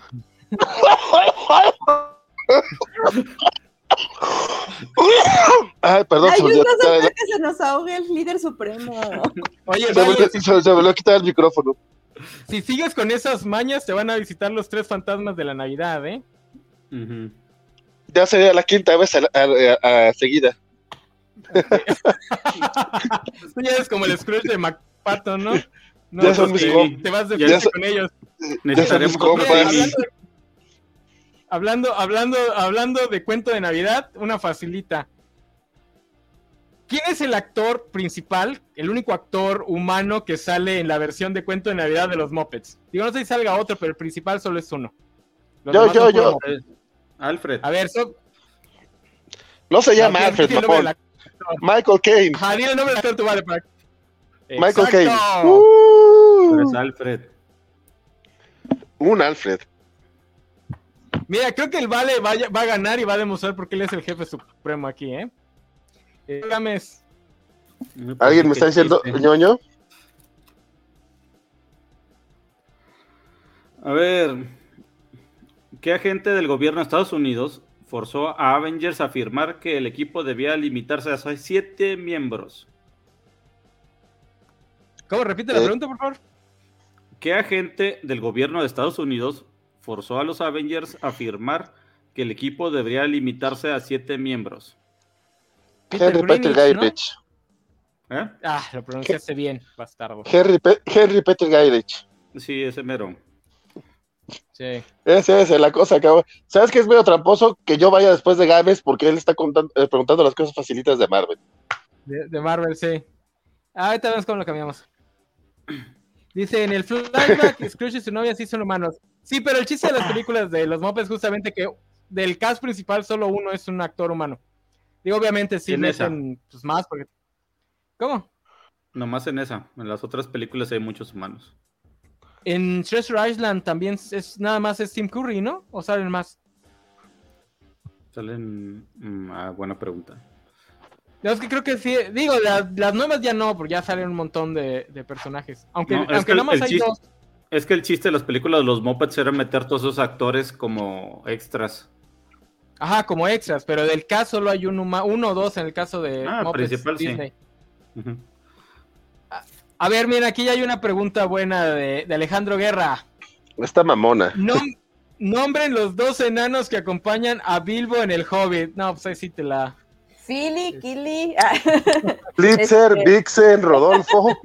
D: Ay, perdón, se me olvidó
B: Ayúdanos
D: quitar
B: a
D: el-
B: que se nos ahogue el líder supremo.
A: Oye,
D: se me
A: Vale,
D: olvidó- se- se me olvidó quitar el micrófono.
A: si sigues con esas mañas, te van a visitar los tres fantasmas de la Navidad, ¿eh?
C: Ujú.
D: Ya sería la quinta vez a la- a- a- a seguida.
A: Tú ya eres como el Scrooge de McPato, ¿no? No,
D: Ya son
A: pues,
D: mis
A: que
D: com-
A: te vas de
D: ya
A: fiesta
D: son-
A: con ellos.
C: Necesitaremos
D: Ya son mis
A: Oye,
D: compas.
A: hablando, hablando, hablando, hablando de cuento de Navidad, una facilita. ¿Quién es el actor principal, el único actor humano que sale en la versión de cuento de Navidad de los Muppets? Digo, no sé si salga otro, pero el principal solo es uno. Los
D: Yo,
A: demás
D: yo,
A: son puro
D: yo.
A: Muppet.
C: Alfred.
A: A ver, so-
D: No se llama
A: ¿quién-
D: Alfred,
A: quién nombre
D: mamón.
A: del actor?
D: Michael Caine.
A: Ajá, dile el nombre del actor, tú vale. para-
D: Michael Caine.
A: ¡Exacto!
D: Uh,
C: Pero es Pues, Alfred.
D: un Alfred.
A: Mira, creo que el Vale va, a- va a ganar y va a demostrar por qué él es el jefe supremo aquí, ¿eh? Eh, Gámez,
D: ¿Alguien me está diciendo
C: Chiste.
D: ñoño?
C: A ver. ¿Qué agente del gobierno de Estados Unidos forzó a Avengers a afirmar que el equipo debía limitarse a siete miembros?
A: ¿cómo repite la
D: Eh.
A: pregunta, por favor?
C: ¿Qué agente del gobierno de Estados Unidos forzó a los Avengers a afirmar que el equipo debería limitarse a siete miembros?
A: Peter
D: Henry Peter
A: Greenwich, ¿no?
D: Gyrich.
C: ¿Eh?
A: Ah, lo pronunciaste bien, bastardo.
D: Henry, Pe- Henry Peter Gyrich.
C: Sí, ese mero.
A: Sí.
D: Esa es la cosa que... ¿Sabes qué es medio tramposo? Que yo vaya después de Gámez porque él está contando- eh, preguntando las cosas facilitas de Marvel.
A: De, de Marvel, sí. Ah, Ahorita vemos cómo lo cambiamos. Dice, en el flashback, Scrooge y su novia sí son humanos. Sí, pero el chiste de las películas de los Muppets justamente que del cast principal solo uno es un actor humano. Digo, obviamente sí
C: En esa.
A: meten pues, más porque... ¿Cómo?
C: Nomás en esa. En las otras películas hay muchos humanos.
A: En Treasure Island también es nada más es Tim Curry, ¿no? ¿O salen más?
C: Salen. mm, ah, buena pregunta.
A: No, es que creo que sí. Digo, la- las nuevas ya no, porque ya salen un montón de, de personajes. Aunque,
C: No, es
A: aunque
C: que el-
A: nada más
C: el
A: hay
C: chiste-
A: dos.
C: Es que el chiste de las películas de los Muppets era meter todos esos actores como extras.
A: Ajá, como extras, pero del caso solo hay un huma- uno o dos en el caso de
C: Ah, principal, sí.
A: Disney.
C: Ujú.
A: A ver, mira, aquí ya hay una pregunta buena de, de Alejandro Guerra.
D: Está mamona.
A: Nom- nombren los dos enanos que acompañan a Bilbo en el Hobbit. No, pues ahí sí te la.
B: Philly, Kili, Ah,
D: Blitzer,
B: Este-
D: Vixen, Rodolfo,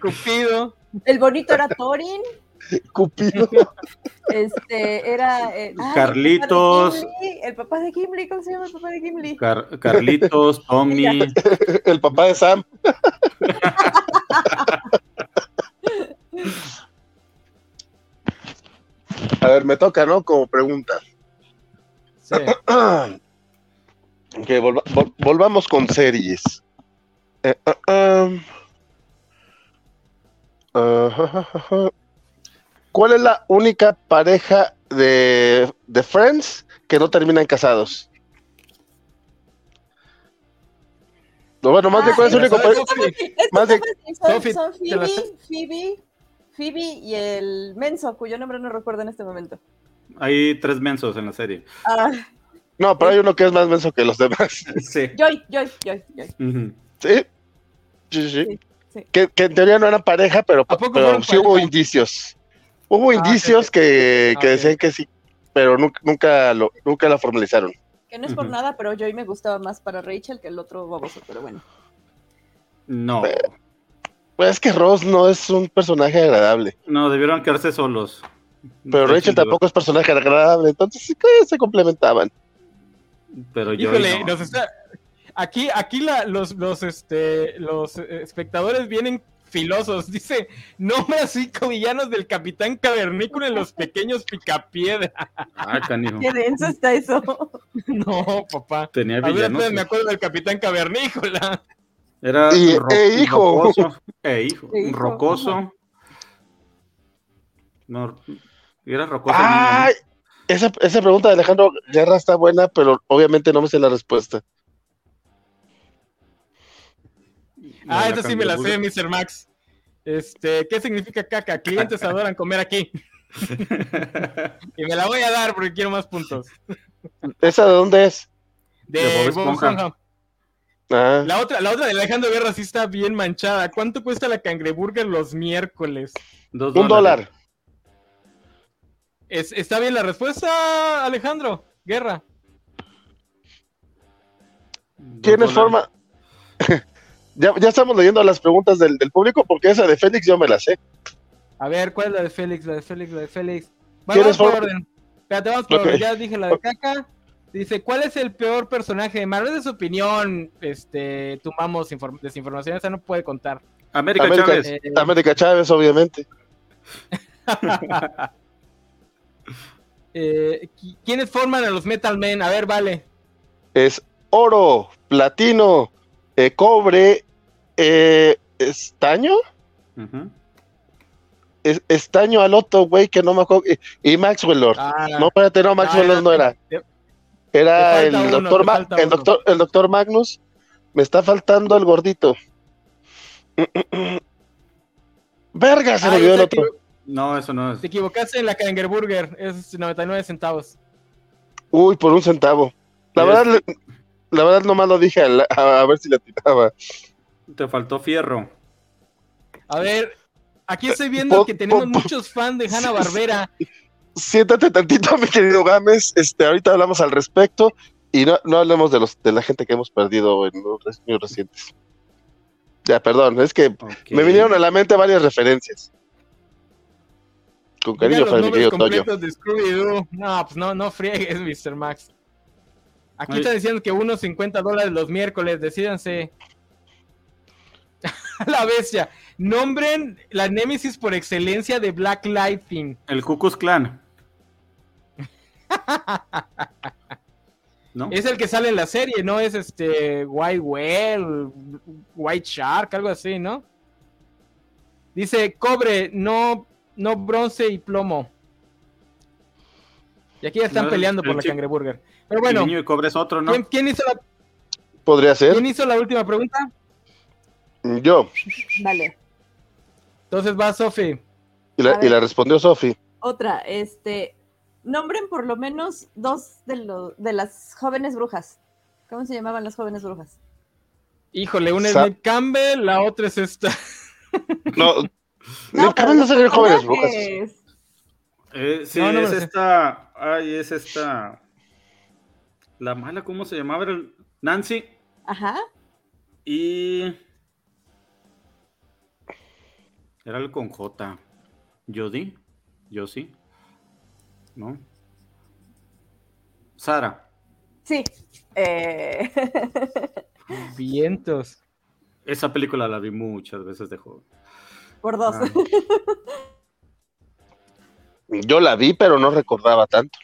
A: Cupido.
B: el bonito era Thorin,
D: Cupido.
B: este, era... eh, ay,
C: Carlitos.
B: El papá, de Gimli, el papá de Gimli, ¿cómo se llama el papá de Gimli?
C: Car- Carlitos, Tommy.
D: El papá de Sam. A ver, me toca, ¿no? Como pregunta.
A: Sí.
D: Ok, volva- vol- volvamos con series. Eh, ah, ah. Ah, ja, ja, ja, ja. ¿Cuál es la única pareja de, de Friends que no terminan casados? No, bueno, más bien, ¿cuál es el
A: Ah,
D: único
A: eso-
D: pare-
A: eso-
D: más de-
A: Sophie,
B: Sophie, son
A: te la sé.
B: Phoebe, Phoebe, Phoebe y el menso, cuyo nombre no recuerdo en este momento.
C: Hay tres mensos en la serie.
B: Ah,
D: No, pero hay uno que es más menso que los demás.
C: Sí.
B: Joy, Joy, Joy, Joy.
C: Ujú.
D: ¿Sí? Sí, sí, sí.
B: Sí, sí.
D: Que, que en teoría no eran pareja, pero,
A: ¿A poco
D: pero
A: fueron
D: sí hubo
A: pareja?
D: indicios. Hubo
A: Ah,
D: indicios
A: ok, Ah,
D: que,
A: ok.
D: que decían que sí, pero nunca, nunca, lo, nunca la formalizaron.
B: Que no es por
C: Ujú.
B: nada, pero Joy me gustaba más para Rachel que el otro baboso, pero bueno.
C: No.
D: Pues es que Ross no es un personaje agradable,
C: No, debieron quedarse solos.
D: pero Rachel tampoco es personaje agradable, entonces sí que se complementaban.
C: Pero yo.
A: Híjole,
C: no.
A: nos está- Aquí, aquí la- los, los, este, los eh, espectadores vienen filosos. Dice, nombra cinco villanos del Capitán Cavernícola en los pequeños picapiedra.
C: Ah, canijo.
B: Qué denso está eso.
A: No, papá.
C: Tenía
A: A ver,
C: villanos. eh.
A: espérate, me acuerdo del Capitán Cavernícola.
C: Era
D: Y-
C: ro-
D: ¡eh, hijo!
C: rocoso. Eh, hijo.
B: Eh, hijo.
C: Rocoso. No, era
A: Pues
C: rocoso. el niño, ¿no?
D: ¡Ay! Esa, esa pregunta de Alejandro Guerra está buena, pero obviamente no me sé la respuesta.
A: Ah,
C: Era
A: esa sí me la sé,
C: cangreburgo.
A: Mr. Max. Este, ¿qué significa caca? Clientes adoran comer aquí. Y me la voy a dar porque quiero más puntos.
D: ¿Esa de dónde es?
A: De,
C: De Bob
A: Bob
C: Esponja.
A: Esponja.
D: Ah,
A: La otra, la otra de Alejandro Guerra sí está bien manchada. ¿Cuánto cuesta la cangreburger los miércoles?
C: Dos
D: un
C: dólares.
D: dólar.
A: Es- ¿Está bien la respuesta, Alejandro? Guerra.
C: Dos
D: ¿Tienes
C: dólares.
D: forma? ya, ya estamos leyendo las preguntas del, del público porque esa de Félix yo me la sé.
A: A ver, ¿cuál es la de Félix? La de Félix, la de Félix. Va-
D: ¿Quieres
A: Vamos por
D: forma?
A: orden. Espérate, vamos por
D: Ok.
A: orden. Ya dije la de caca. Dice, ¿cuál es el peor personaje de Marvel? De su opinión, este, tomamos inform- desinformación, esa no puede contar.
C: América,
D: América-
C: Chávez.
A: Eh,
D: América Chávez, obviamente.
A: eh, ¿qui- ¿Quiénes forman a los Metal Men? A ver, vale.
D: Es oro, platino, eh, cobre, eh, estaño,
C: Ujú.
D: es- estaño al otro, güey, que no me acuerdo. Y, y Maxwell Lord.
A: Ah,
D: no, espérate, no, Maxwell
A: era-
D: Lord no era.
A: te-
D: Era
A: te
D: el
A: falta uno,
D: doctor,
A: te
D: Ma-
A: falta
D: el,
A: uno.
D: doctor, el doctor Magnus. Me está faltando el gordito. Verga, se me
A: ah,
D: olvidó el
A: ese
D: otro.
A: que-
C: No, eso no es.
A: Te equivocaste en la Kangerburger, es 99 centavos.
D: Uy, por un centavo. La
C: Es-
D: verdad, le- la verdad nomás lo dije al- a, a ver si la tiraba.
C: Te faltó fierro.
A: A ver, aquí estoy viendo
D: Pon-
A: que tenemos
D: pon-
A: muchos fans de Hanna Barbera.
D: Siéntate tantito, mi querido Gámez. Este, ahorita hablamos al respecto y no, no hablemos de los de la gente que hemos perdido en los res- años recientes. Ya, perdón, es que
C: Ok.
D: me vinieron a la mente varias referencias. Con
A: Diga
D: cariño
A: los
D: para mi
A: nombres
D: querido Toño.
A: completos de Scooby-Doo. No, pues no, no friegues, Mr. Max. Aquí
C: Ay.
A: está diciendo que unos 50 dólares los miércoles, decídanse. la bestia. Nombren la némesis por excelencia de Black Lightning.
C: El Cucus Clan. ¿No?
A: Es el que sale en la serie, ¿no? Es este White Whale, White Shark, algo así, ¿no? Dice cobre, no, no bronce y plomo. Y aquí ya están
C: No,
A: peleando
C: el
A: por la
C: chi-
A: cangreburger. Pero
C: El
A: bueno,
C: niño de cobre es otro, ¿no?
A: ¿quién, quién hizo la,
D: ¿Podría ser? Mm,
A: quién hizo la última pregunta?
D: Yo.
B: Vale.
A: Entonces va Sofi.
D: Y
B: A
D: la,
B: ver.
D: y la respondió Sofi.
B: Otra, este, nombren por lo menos dos de, lo- de las jóvenes brujas. ¿Cómo se llamaban las jóvenes brujas?
A: Híjole, una es
D: Sa-
A: Nick Campbell, la otra es esta.
B: No,
D: No, no,
B: pero
D: Carmen no
B: los
D: salió en jóvenes brujas.
B: personajes.
C: Eh, sí,
A: No, no me
C: es
A: lo sé.
C: esta. Ay, es esta. La mala, ¿cómo se llamaba? Era el- Nancy
B: Ajá.
C: y. Era el con J. Jody. Josie. ¿No? Sara.
B: Sí. Eh,
A: Vientos.
C: Esa película la
D: Ah.
C: vi muchas veces de joven.
B: por dos.
C: Ah.
D: Yo la vi, pero no recordaba tanto.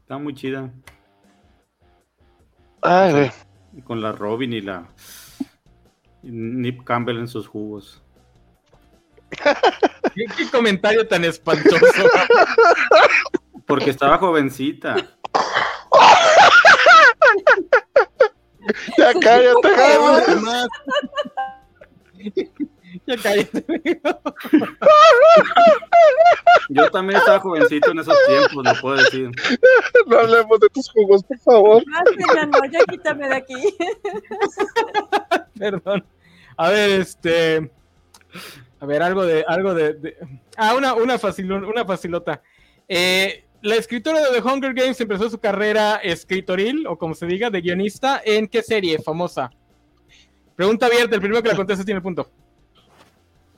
C: Está muy chida.
D: Ay, güey.
C: Con la Robin y la. y Nip Campbell en sus jugos.
A: ¿Qué, qué comentario tan espantoso.
C: Porque estaba jovencita.
D: Ya
A: Pues,
D: cállate,
B: peor.
D: Javi.
A: Además. Ya cállate.
C: Yo también estaba jovencito en esos tiempos, lo puedo decir.
D: No hablemos de tus jugos, por favor.
B: Más enano, ya quítame de aquí.
A: Perdón. A ver, este. A ver, algo de. Algo de, de- Ah, una, una, facil- una facilota. Eh, la escritora de The Hunger Games empezó su carrera escritoril, o como se diga, de guionista, ¿en qué serie famosa? Pregunta abierta, el primero que la conteste tiene punto.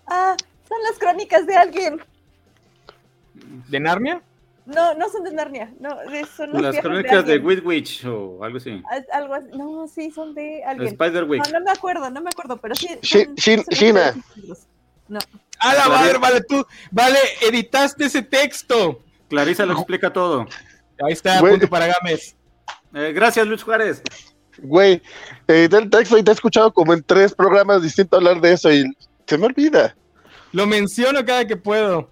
B: Ah, son las crónicas de alguien.
A: ¿De Narnia?
B: No, no son de Narnia. No, de- son las,
C: Las
B: piernas
C: crónicas de
B: alguien.
C: Whitwitch o algo así.
B: Al- Algo así. No, sí, son de alguien.
C: Spiderwick.
B: No, no me acuerdo, no me acuerdo, pero sí.
D: Shi-
B: son-
D: Shin-
B: son de
D: Shina.
B: libros.
A: ¡A la
C: Claro.
A: madre! Vale, tú. Vale, editaste ese texto.
C: Clarisa lo explica todo.
A: Ahí está,
D: Güey.
A: punto para Gámez.
C: Eh, gracias, Luis Juárez.
D: Güey, eh, del texto y te he escuchado como en tres programas distintos hablar de eso y se me olvida.
A: Lo menciono cada que puedo.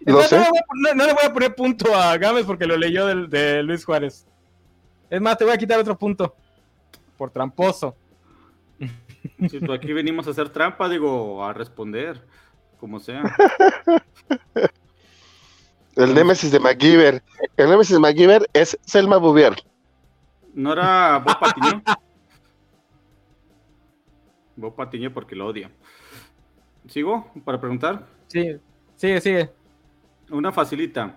D: Lo
A: Es más,
D: sé.
A: No, le voy a poner- no le voy a poner punto a Gámez porque lo leyó del- de, Luis Juárez. Es más, te voy a quitar otro punto. Por tramposo.
C: Si tú pues, aquí venimos a hacer trampa, digo, a responder, como sea.
D: El Némesis de MacGyver. El Némesis de MacGyver es Selma Bouvier.
C: ¿No era Bob Patiño? Bob Patiño porque lo odia. ¿Sigo para preguntar?
A: Sí. Sigue, sigue.
C: Una facilita.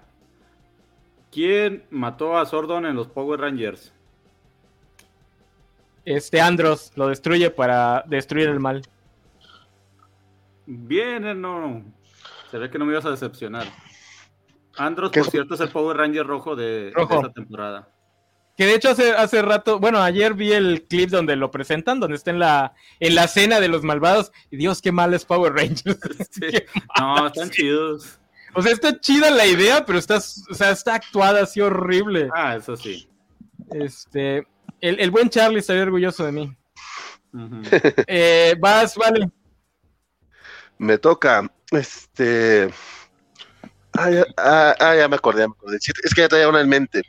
C: ¿Quién mató a Sordon en los Power Rangers?
A: Este Andros lo destruye para destruir el mal.
C: Bien, eh, no. Se ve que no me ibas a decepcionar. Andros,
D: ¿Qué
C: por
D: es?
C: cierto, es el Power Ranger rojo de, de
A: Rojo.
C: esta temporada.
A: Que de hecho hace, hace rato, bueno, ayer vi el clip donde lo presentan, donde está en la, en la cena de los malvados. Y Dios, qué mal es Power Rangers.
C: Sí. No, están chidos.
A: O sea, está chida la idea, pero está, o sea, está actuada así horrible.
C: Ah, eso sí.
A: Este, el, el buen Charlie estaría orgulloso de mí.
C: Ujú.
A: Eh, vas, vale.
D: Me toca. Este. Ah, ya, ah, ah, ya me acordé, ya me acordé. Sí, Es que ya traía una en mente.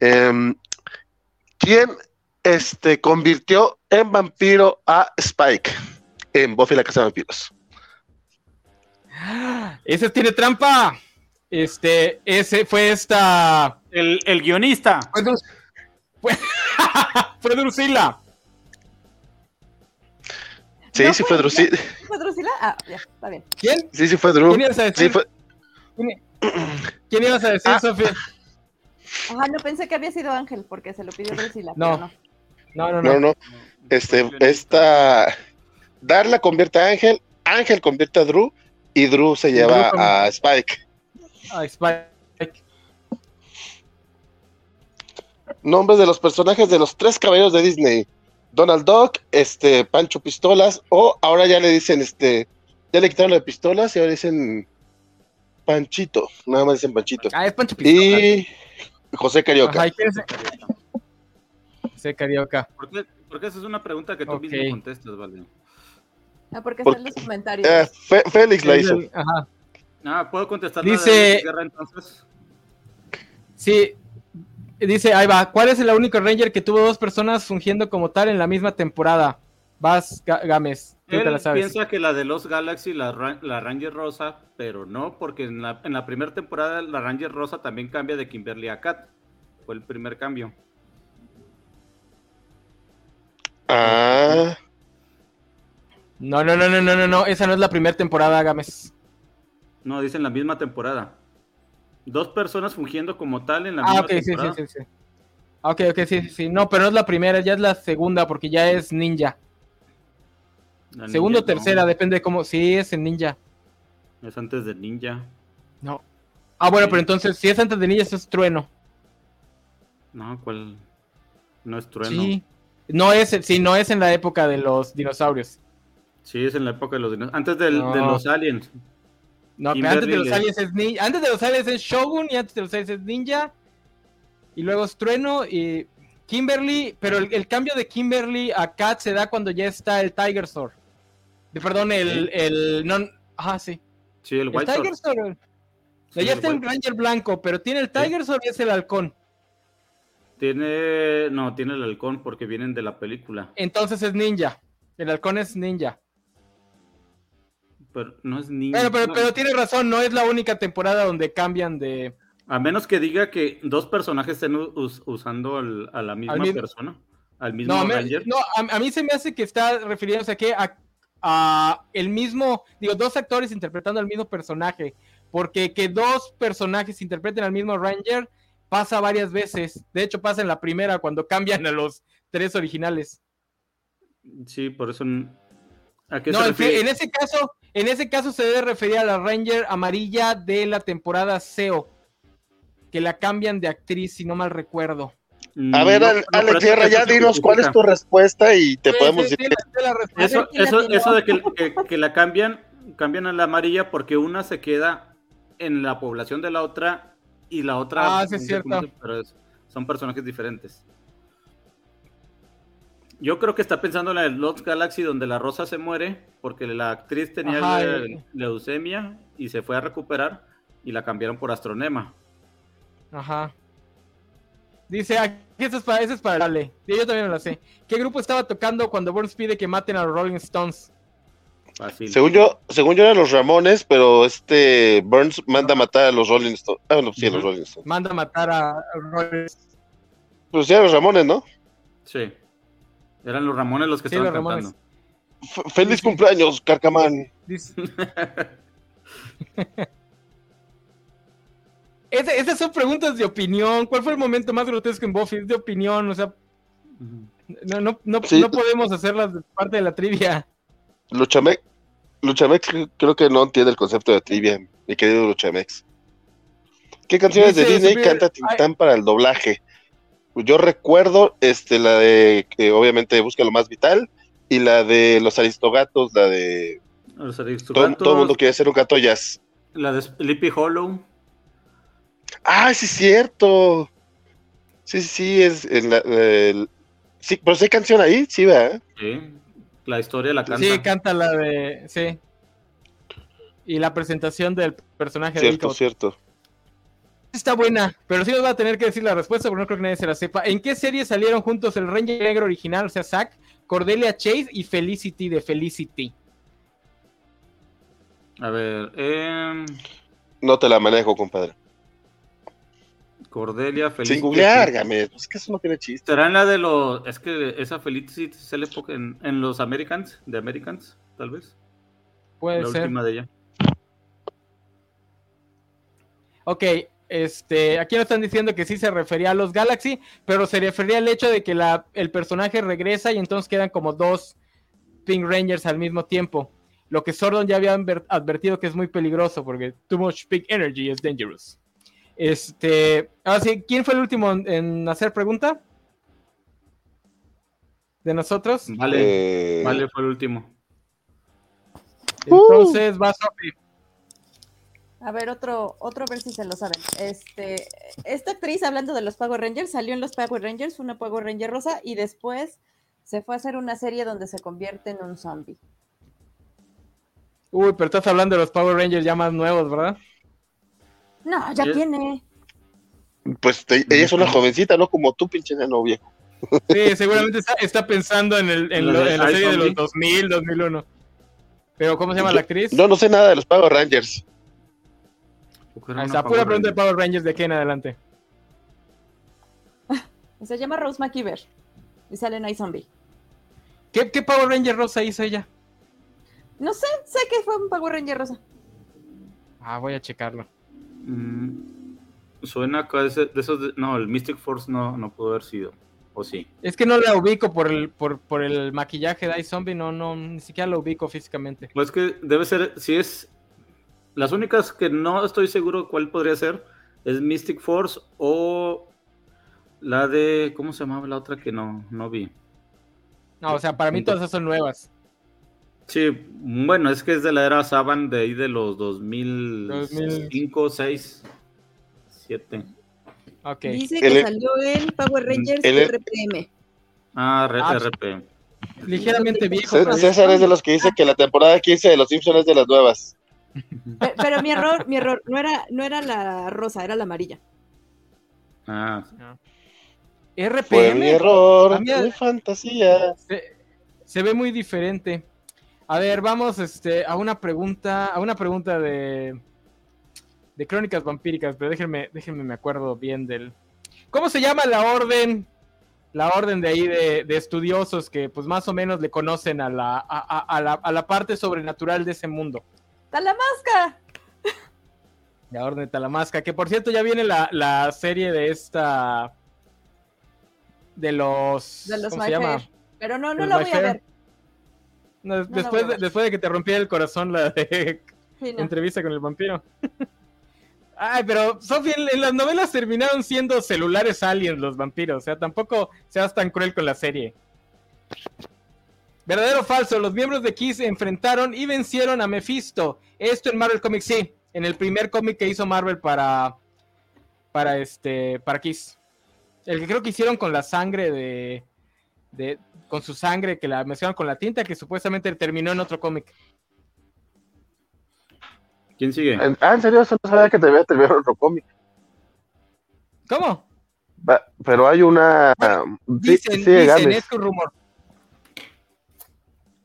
D: Em, ¿Quién este, convirtió en vampiro a Spike en Buffy la Casa de Vampiros?
A: Ese tiene trampa. Este, ese fue esta.
C: El, el guionista.
A: Fue Drusila.
D: Sí,
B: No
D: sí
B: fue
D: fue Drew. Sí,
B: ¿Fue Drusila? Ah, ya, está bien.
A: ¿Quién?
D: sí, sí fue Drew.
A: ¿Quién ibas a
D: Sí
A: decir?
D: fue,
A: ¿Quién ibas a decir,
D: Ah.
A: Sofía?
B: Ajá, no pensé que había sido Ángel porque se lo pidió Drusila.
A: No.
B: pero no.
A: No, no, no.
D: no, no. Este, esta. Darla convierte a Ángel, Ángel convierte a Drew y Drew se lleva
A: Drew
D: a Spike.
A: Ay, Ah, Spike.
D: nombres de los personajes de los tres caballeros de Disney. Donald Duck, este, Pancho Pistolas, o ahora ya le dicen, este, ya le quitaron las pistolas y ahora dicen Panchito, nada más dicen Panchito.
A: Ah, es Pancho Pistola.
D: Y José Carioca.
A: Ajá, ¿y quién es ese carioca?
C: ¿Por qué, porque esa es una pregunta que tú
A: Ok.
C: mismo contestas, vale.
B: Ah, porque
D: Por-
B: están los comentarios.
D: Eh, Fe- Félix la hizo.
A: Ajá.
C: Ah, ¿puedo contestar
A: Dice-
C: Guerra entonces?
A: Sí. Dice, ahí va. ¿Cuál es el único Ranger que tuvo dos personas fungiendo como tal en la misma temporada? Vas, Ga- Gámez. Tú te
C: Él
A: la sabes.
C: piensa que la de los Galaxy, la, Ra- la Ranger Rosa, pero no, porque en la, en la primera temporada la Ranger Rosa también cambia de Kimberly a Kat. Fue el primer cambio.
D: Ah,
A: No, no, no, no, no, no, no. Esa no es la primera temporada, Gámez.
C: No, dicen la misma temporada. Dos personas fungiendo como tal en la
A: Ah,
C: misma
A: ok, sí, sí,
C: temporada.
A: sí, sí. Ah, Ok, ok, sí, sí, sí. No, pero no es la primera, ya es la segunda, porque ya es ninja.
C: La
A: Segunda o
C: ninja, no,
A: tercera, depende de cómo. Sí, es en ninja.
C: Es antes de Ninja.
A: No. Ah, bueno,
C: Sí.
A: pero entonces, si es antes de ninja, eso es trueno.
C: No, ¿cuál? No es trueno.
A: Sí. No es, sí, no es en la época de los dinosaurios.
C: Sí, es en la época de los dinosaurios. Antes del-
A: No.
C: de los aliens.
A: No, pero antes de los aliens es ninja. Antes de los aliens es Shogun y antes de los aliens es ninja. Y luego es Trueno y Kimberly. Pero el, el cambio de Kimberly a Kat se da cuando ya está el Tiger Sword. De- Perdón, el. el non... Ajá, sí.
C: Sí, el
A: El
C: White
A: Tiger
C: Sword.
A: Sword. No,
C: Sí,
A: ya
C: el
A: está el
C: White-
A: Ranger blanco, pero tiene el Tiger Sword y es el halcón.
C: Tiene. No, tiene el halcón porque vienen de la película.
A: Entonces es ninja. El halcón es ninja.
C: Pero no es ninja.
A: Pero, pero, pero tiene razón, no es la única temporada donde cambian de.
C: A menos que diga que dos personajes estén u- us- usando al- a la misma
A: mismo-
C: persona. Al mismo
A: No, a mí,
C: Ranger.
A: no, a- a mí se me hace que está refiriéndose a que a, a el mismo, digo, dos actores interpretando al mismo personaje, porque que dos personajes interpreten al mismo Ranger pasa varias veces. De hecho, pasa en la primera cuando cambian a los tres originales.
C: Sí, por eso. n- ¿A qué
A: No,
C: se
A: en,
C: refiere?
A: en ese caso, en ese caso se debe referir a la Ranger amarilla de la temporada SEO, que la cambian de actriz, si no mal recuerdo.
D: A
C: No,
D: ver,
C: no,
D: Al-
C: pero
D: Alex
C: eso-
D: Guerra,
C: eso
D: ya
C: se
D: dinos cuál es
C: justifica.
D: tu respuesta y te
A: Sí,
D: podemos
A: sí, sí,
D: decir.
A: la- sí, la respuesta.
C: Eso,
B: quién la
C: eso,
B: atinó.
C: eso de que, que- que la cambian, cambian a la amarilla porque una se queda en la población de la otra y la otra.
A: Ah, sí, es
C: no sé cómo
A: cierto.
C: se- Pero es- son personajes diferentes. Yo creo que está pensando en la de Lost Galaxy donde la rosa se muere porque la actriz tenía
A: Ajá,
C: le-
A: eh.
C: leucemia y se fue a recuperar y la cambiaron por astronema.
A: Ajá. Dice, ah, eso es para, eso es para Ale. Sí, yo también me la sé. ¿Qué grupo estaba tocando cuando Burns pide que maten a los Rolling Stones?
C: Fácil.
D: Según yo, según yo eran los Ramones, pero este Burns manda a matar a los Rolling Stones. Ah, bueno, sí, a los
C: Ujú.
D: Rolling Stones.
A: Manda a matar a Rolling Stones.
D: Pues sí, a los Ramones, ¿no?
C: Sí. Eran los Ramones los que
A: Sí, los
C: estaban
A: Ramones.
C: cantando.
D: F- feliz cumpleaños, Carcamán.
A: Dice- Ese- esas son preguntas de opinión. ¿Cuál fue el momento más grotesco en Buffy? Es de opinión, o sea,
C: Ujú.
A: no, no, no,
D: Sí.
A: no podemos hacerlas de parte de la trivia.
D: Luchamex, Luchamex creo que no entiende el concepto de trivia, mi querido Luchamex. ¿Qué canciones de
A: Dice,
D: Disney
A: Super-
D: canta Tintán para el doblaje? Pues Yo recuerdo este, la de, que obviamente, Busca lo más vital, y la de Los Aristogatos, la de
C: Los
D: todo, todo el mundo
C: Aristogatos,
D: quiere ser un gato jazz.
C: la de Sleepy Hollow.
D: Ah, sí, es cierto. Sí, sí, sí, es en la- el- sí, pero sí hay canción ahí, sí, ¿verdad?
C: Sí, la historia la canta.
A: Sí, canta la de. Sí. Y la presentación del personaje de
D: Cierto,
A: Ichabod.
D: cierto.
A: Está buena, pero sí nos va a tener que decir la respuesta porque no creo que nadie se la sepa. ¿En qué serie salieron juntos el Ranger Negro original, o sea, Zack, Cordelia Chase y Felicity de Felicity?
C: A ver, em,
D: No te la manejo, compadre.
C: Cordelia, Felicity.
D: Sin googlear, Gamet, pues que eso no tiene chiste.
C: ¿Será en la de los. Es que esa Felicity sale po- en, en los Americans, de Americans, tal vez.
A: Puede
C: la
A: ser.
C: última de ella.
A: Ok, este, aquí nos están diciendo que sí se refería a los Galaxy, pero se refería al hecho de que la, el personaje regresa y entonces quedan como dos Pink Rangers al mismo tiempo. Lo que Sordon ya había adver- advertido que es muy peligroso porque too much Pink Energy is dangerous. Este, ahora sí, ¿quién fue el último en, en hacer pregunta? ¿De nosotros?
C: Vale,
D: Eh,
C: vale, fue el último.
A: Entonces, va Sofi.
B: A ver, otro, otro a ver si se lo saben. Este, esta actriz, hablando de los Power Rangers, salió en los Power Rangers, una Power Ranger rosa, y después se fue a hacer una serie donde se convierte en un zombie.
A: Uy, pero estás hablando de los Power Rangers ya más nuevos, ¿verdad?
B: No, ya
C: Yo-
B: tiene.
D: Pues te- ella es una jovencita, ¿no? Como tú, pinche nano viejo.
A: Sí, seguramente está, está pensando en, el, en,
C: La
A: lo-
C: de
A: en la serie de
C: iZombie.
A: los 2000, 2001. Pero, ¿cómo se llama la actriz?
D: No, no sé nada de los Power Rangers.
A: Ahí está, Ah, pura pregunta de Power Rangers de aquí en adelante.
B: Se llama Rose McIver y sale en iZombie.
A: ¿Qué, qué Power Ranger rosa hizo ella?
B: No sé, sé que fue un Power Ranger rosa.
A: Ah, voy a checarlo.
C: Mm, suena que ese- de esos. de- no, el Mystic Force no, no pudo haber sido. O sí.
A: Es que no la ubico por el, por, por el maquillaje de iZombie, no, no, ni siquiera la ubico físicamente.
C: Pues que debe ser, si es. Las únicas que no estoy seguro cuál podría ser es Mystic Force o la de. ¿Cómo se llamaba la otra que no, no vi?
A: No, o sea, para mí todas esas son nuevas.
C: Sí, bueno, es que es de la era Saban de ahí de los 2005, 6, 7.
A: Ok.
B: Dice
D: El- e- Mm,
B: que salió en Power Rangers
D: El- e-
B: y RPM.
C: Ah, re-
A: Ah,
C: RP.
A: Ligeramente viejo.
D: C-
A: pero-
D: César es de los que dice que la temporada 15 de Los Simpsons es de las nuevas.
B: Pe- Pero mi error, mi error, no era, no era la rosa, era la amarilla.
C: Ah,
D: Fue
A: RPM.
D: mi error,
A: A mí-
D: mi fantasía.
A: Se, se ve muy diferente. A ver, vamos este, a una pregunta, a una pregunta de, de crónicas vampíricas, pero déjenme, déjenme me acuerdo bien del. ¿Cómo se llama la orden? La orden de ahí de, de estudiosos que pues más o menos le conocen a la, a, a- a la, a la parte sobrenatural de ese mundo.
B: ¡Talamasca!
A: La orden de Talamasca, que por cierto ya viene la, la serie de esta... De los...
B: De los
A: ¿Cómo
B: My
A: se llama?
B: Fair. Pero no, no
A: Los
B: la
A: My
B: voy a
A: Fair.
B: ver.
A: Pues No,
B: la
A: después,
B: voy a
A: de,
B: ver.
A: después de que te rompiera el corazón la de
B: Sí, no.
A: entrevista con el vampiro. Ay, pero Sofía, en, en las novelas terminaron siendo celulares aliens los vampiros. O sea, tampoco seas tan cruel con la serie. Verdadero o falso, los miembros de Kiss enfrentaron y vencieron a Mephisto. Esto en Marvel Comics, sí. En el primer cómic que hizo Marvel para. Para este. Para Kiss. El que creo que hicieron con la sangre de. de con su sangre, que la mezclaron con la tinta, que supuestamente terminó en otro cómic.
C: ¿Quién sigue?
D: Ah, en serio, eso no sabía que te había terminado otro cómic.
A: ¿Cómo?
D: Va- Pero hay una. sí,
A: Dicen,
D: sigue
A: dicen,
D: Gámez.
A: es un rumor.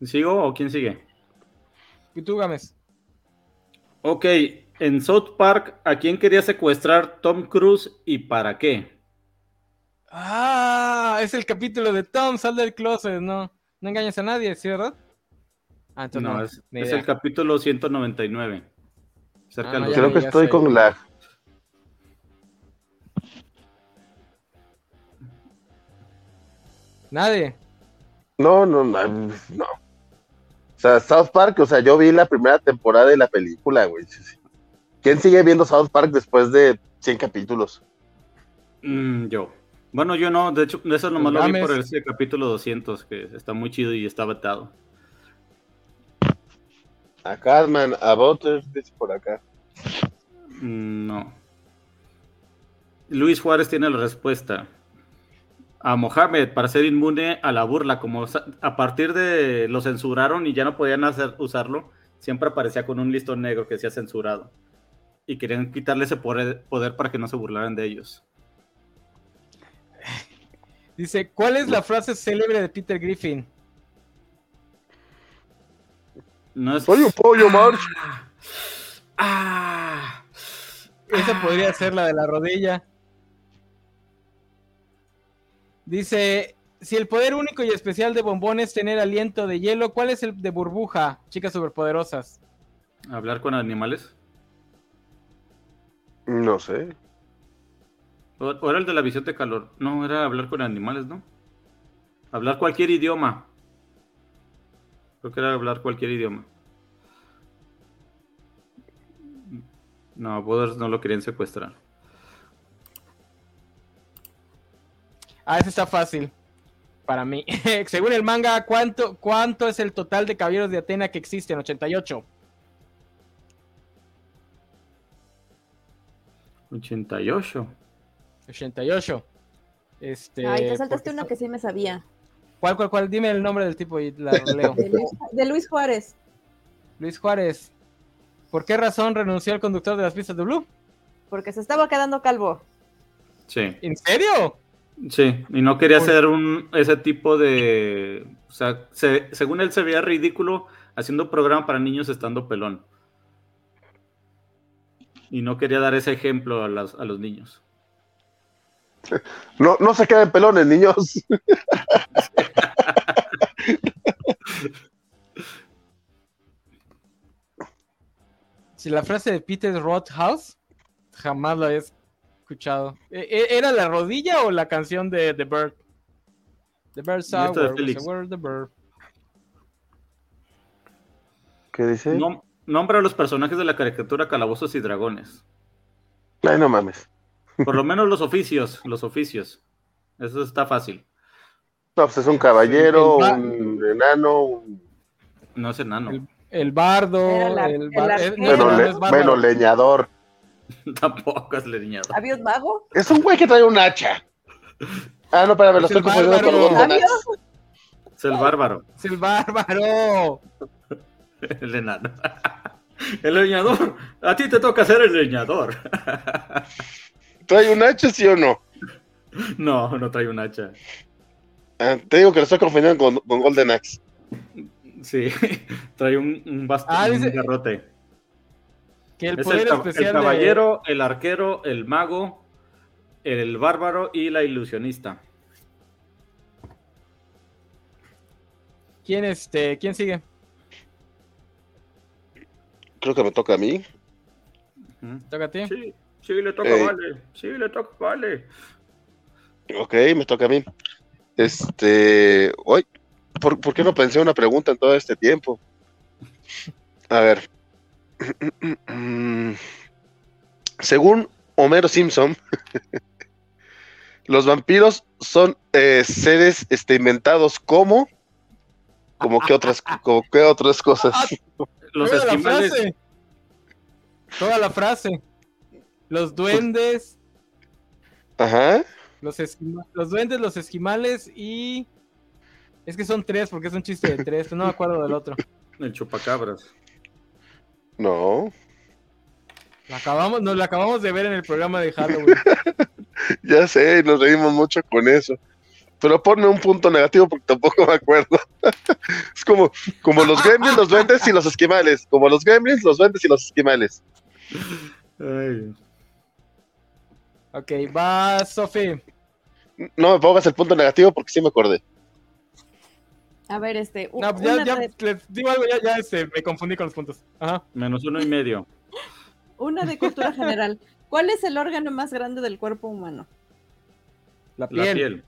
C: ¿Sigo o quién sigue?
A: ¿Y tú, Gámez?
C: Ok, en South Park, ¿a quién quería secuestrar Tom Cruise y para qué?
A: Ah, es el capítulo de Tom, sal del closet, no. No engañes a nadie, ¿sí, verdad? Ah, entonces
C: No,
A: no,
C: es,
A: ni
C: es
A: idea.
C: el capítulo 199. Cerca
A: Ah,
C: de
A: no,
C: los-
A: ya
D: Creo que
A: ya
D: estoy
A: sé.
D: con la.
A: Nadie.
D: No, no, no, no. O sea, South Park, o sea, yo vi la primera temporada de la película, güey. sí, sí. ¿Quién sigue viendo South Park después de 100 capítulos?
C: Mm, yo. Bueno, yo no, de hecho, eso nomás lo vi
A: Mames.
C: por el ese capítulo 200, que está muy chido y está vetado.
D: A Cartman, a Butter, dice por acá.
C: Mm, No. Luis Juárez tiene la respuesta. A Mohamed para ser inmune a la burla, como sa- a partir de lo censuraron y ya no podían hacer, usarlo, siempre aparecía con un listón negro que decía censurado. Y querían quitarle ese poder, poder para que no se burlaran de ellos.
A: Dice, ¿cuál es la frase célebre de Peter Griffin?
C: No es...
D: Soy un pollo, March.
C: ¡Ah!
A: Esa podría ser la de la rodilla. Dice, si el poder único y especial de Bombón es tener aliento de hielo, ¿cuál es el de burbuja? Chicas superpoderosas.
C: ¿Hablar con animales?
D: No sé.
C: ¿O, o era el de la visión de calor? No, era hablar con animales, ¿no? Hablar cualquier idioma. Creo que era hablar cualquier idioma. No, Butters no lo querían secuestrar.
A: Ah, ese está fácil. Para mí. Según el manga, ¿cuánto, ¿cuánto es el total de caballeros de Atena que existen? 88.
C: 88.
A: 88. Este,
B: Ay, te
A: porque-
B: saltaste una que sí me sabía.
A: ¿Cuál, cuál, cuál? Dime el nombre del tipo y la leo.
B: De Luis, de Luis Juárez.
A: Luis Juárez. ¿Por qué razón renunció el conductor de las pistas de Blue?
B: Porque se estaba quedando calvo.
C: Sí.
A: ¿En serio?
C: Sí, y no quería
A: Por-
C: hacer un, ese tipo de... O sea, se- según él se veía ridículo haciendo programa para niños estando pelón. Y no quería dar ese ejemplo a, las- a los niños.
D: No, no se queden pelones, niños.
A: Si la frase de Peter Rothhouse, jamás la he escuchado. E- e- ¿Era la rodilla o la canción de The Bird? The Bird's
C: Esta de
A: Hour,
C: Félix.
A: the Bird.
D: ¿Qué dice? No.
C: Nom- nombra a los personajes de la caricatura Calabozos y Dragones.
D: Ay, no mames.
C: Por lo menos los oficios, los oficios. Eso está fácil.
D: No, pues es un caballero,
A: El ba-
D: un enano, un
C: No es enano.
A: El- El bardo,
B: Era la-
A: el
B: el
A: bardo.
B: arquero.
D: Bueno,
B: no
D: le-
B: es
D: bueno, leñador.
C: Tampoco es leñado.
B: ¿Había un mago?
D: Es un güey que trae un hacha. Ah, no, espérame, lo
A: Es el
D: estoy confundiendo con
A: bárbaro.
D: Golgonax.
B: ¿Sabio?
C: Es el bárbaro.
A: Es el bárbaro.
C: El enano. El leñador. A ti te toca ser el leñador.
D: ¿Trae un hacha, sí o no?
C: No, no trae un hacha.
D: Ah, te digo que lo estoy confundiendo con, con Golden Axe.
C: Sí, trae un, un bastón,
A: Ah, dice-
C: un garrote.
A: Que el
C: Es
A: poder
C: el, cab- el
A: especial. de-
C: caballero, el arquero, el mago, el bárbaro y la ilusionista.
A: ¿Quién, este, ¿Quién sigue?
D: Creo que me toca a mí.
C: Ujú.
A: Toca a ti.
C: Mm. Sí, sí, le toca
D: Ey.
C: vale. Sí, le toca vale.
D: Ok, me toca a mí. Este. Hoy, ¿por, por qué no pensé una pregunta en todo este tiempo? A ver. Según Homero Simpson, los vampiros son eh, seres este, inventados como. Como que otras, como que otras cosas.
C: Los
A: Toda la
C: esquimales.
A: frase. Toda la frase.
C: Pues
A: Los duendes,
D: Ajá.
A: los, esquima- los duendes, los esquimales y... Es que son tres, porque es un chiste de tres, no me acuerdo del otro.
C: El chupacabras.
D: No.
A: Lo acabamos, nos lo acabamos de ver en el programa de Halloween.
D: Ya sé, nos reímos mucho con eso. Pero ponme un punto negativo porque tampoco me acuerdo. es como, como los gremlins, los duendes y los esquimales. Como los gremlins, los duendes y los esquimales.
C: Ay.
A: Ok, va Sofi.
D: No me pongas el punto negativo porque sí me acordé.
B: A ver, este. u-
A: No, ya,
B: una
A: ya,
B: de-
A: les digo algo, ya, ya este, me confundí con los puntos. Ajá.
C: Menos uno y medio.
B: Una de cultura general. ¿Cuál es el órgano más grande del cuerpo humano?
A: La
C: La
A: piel.
C: piel.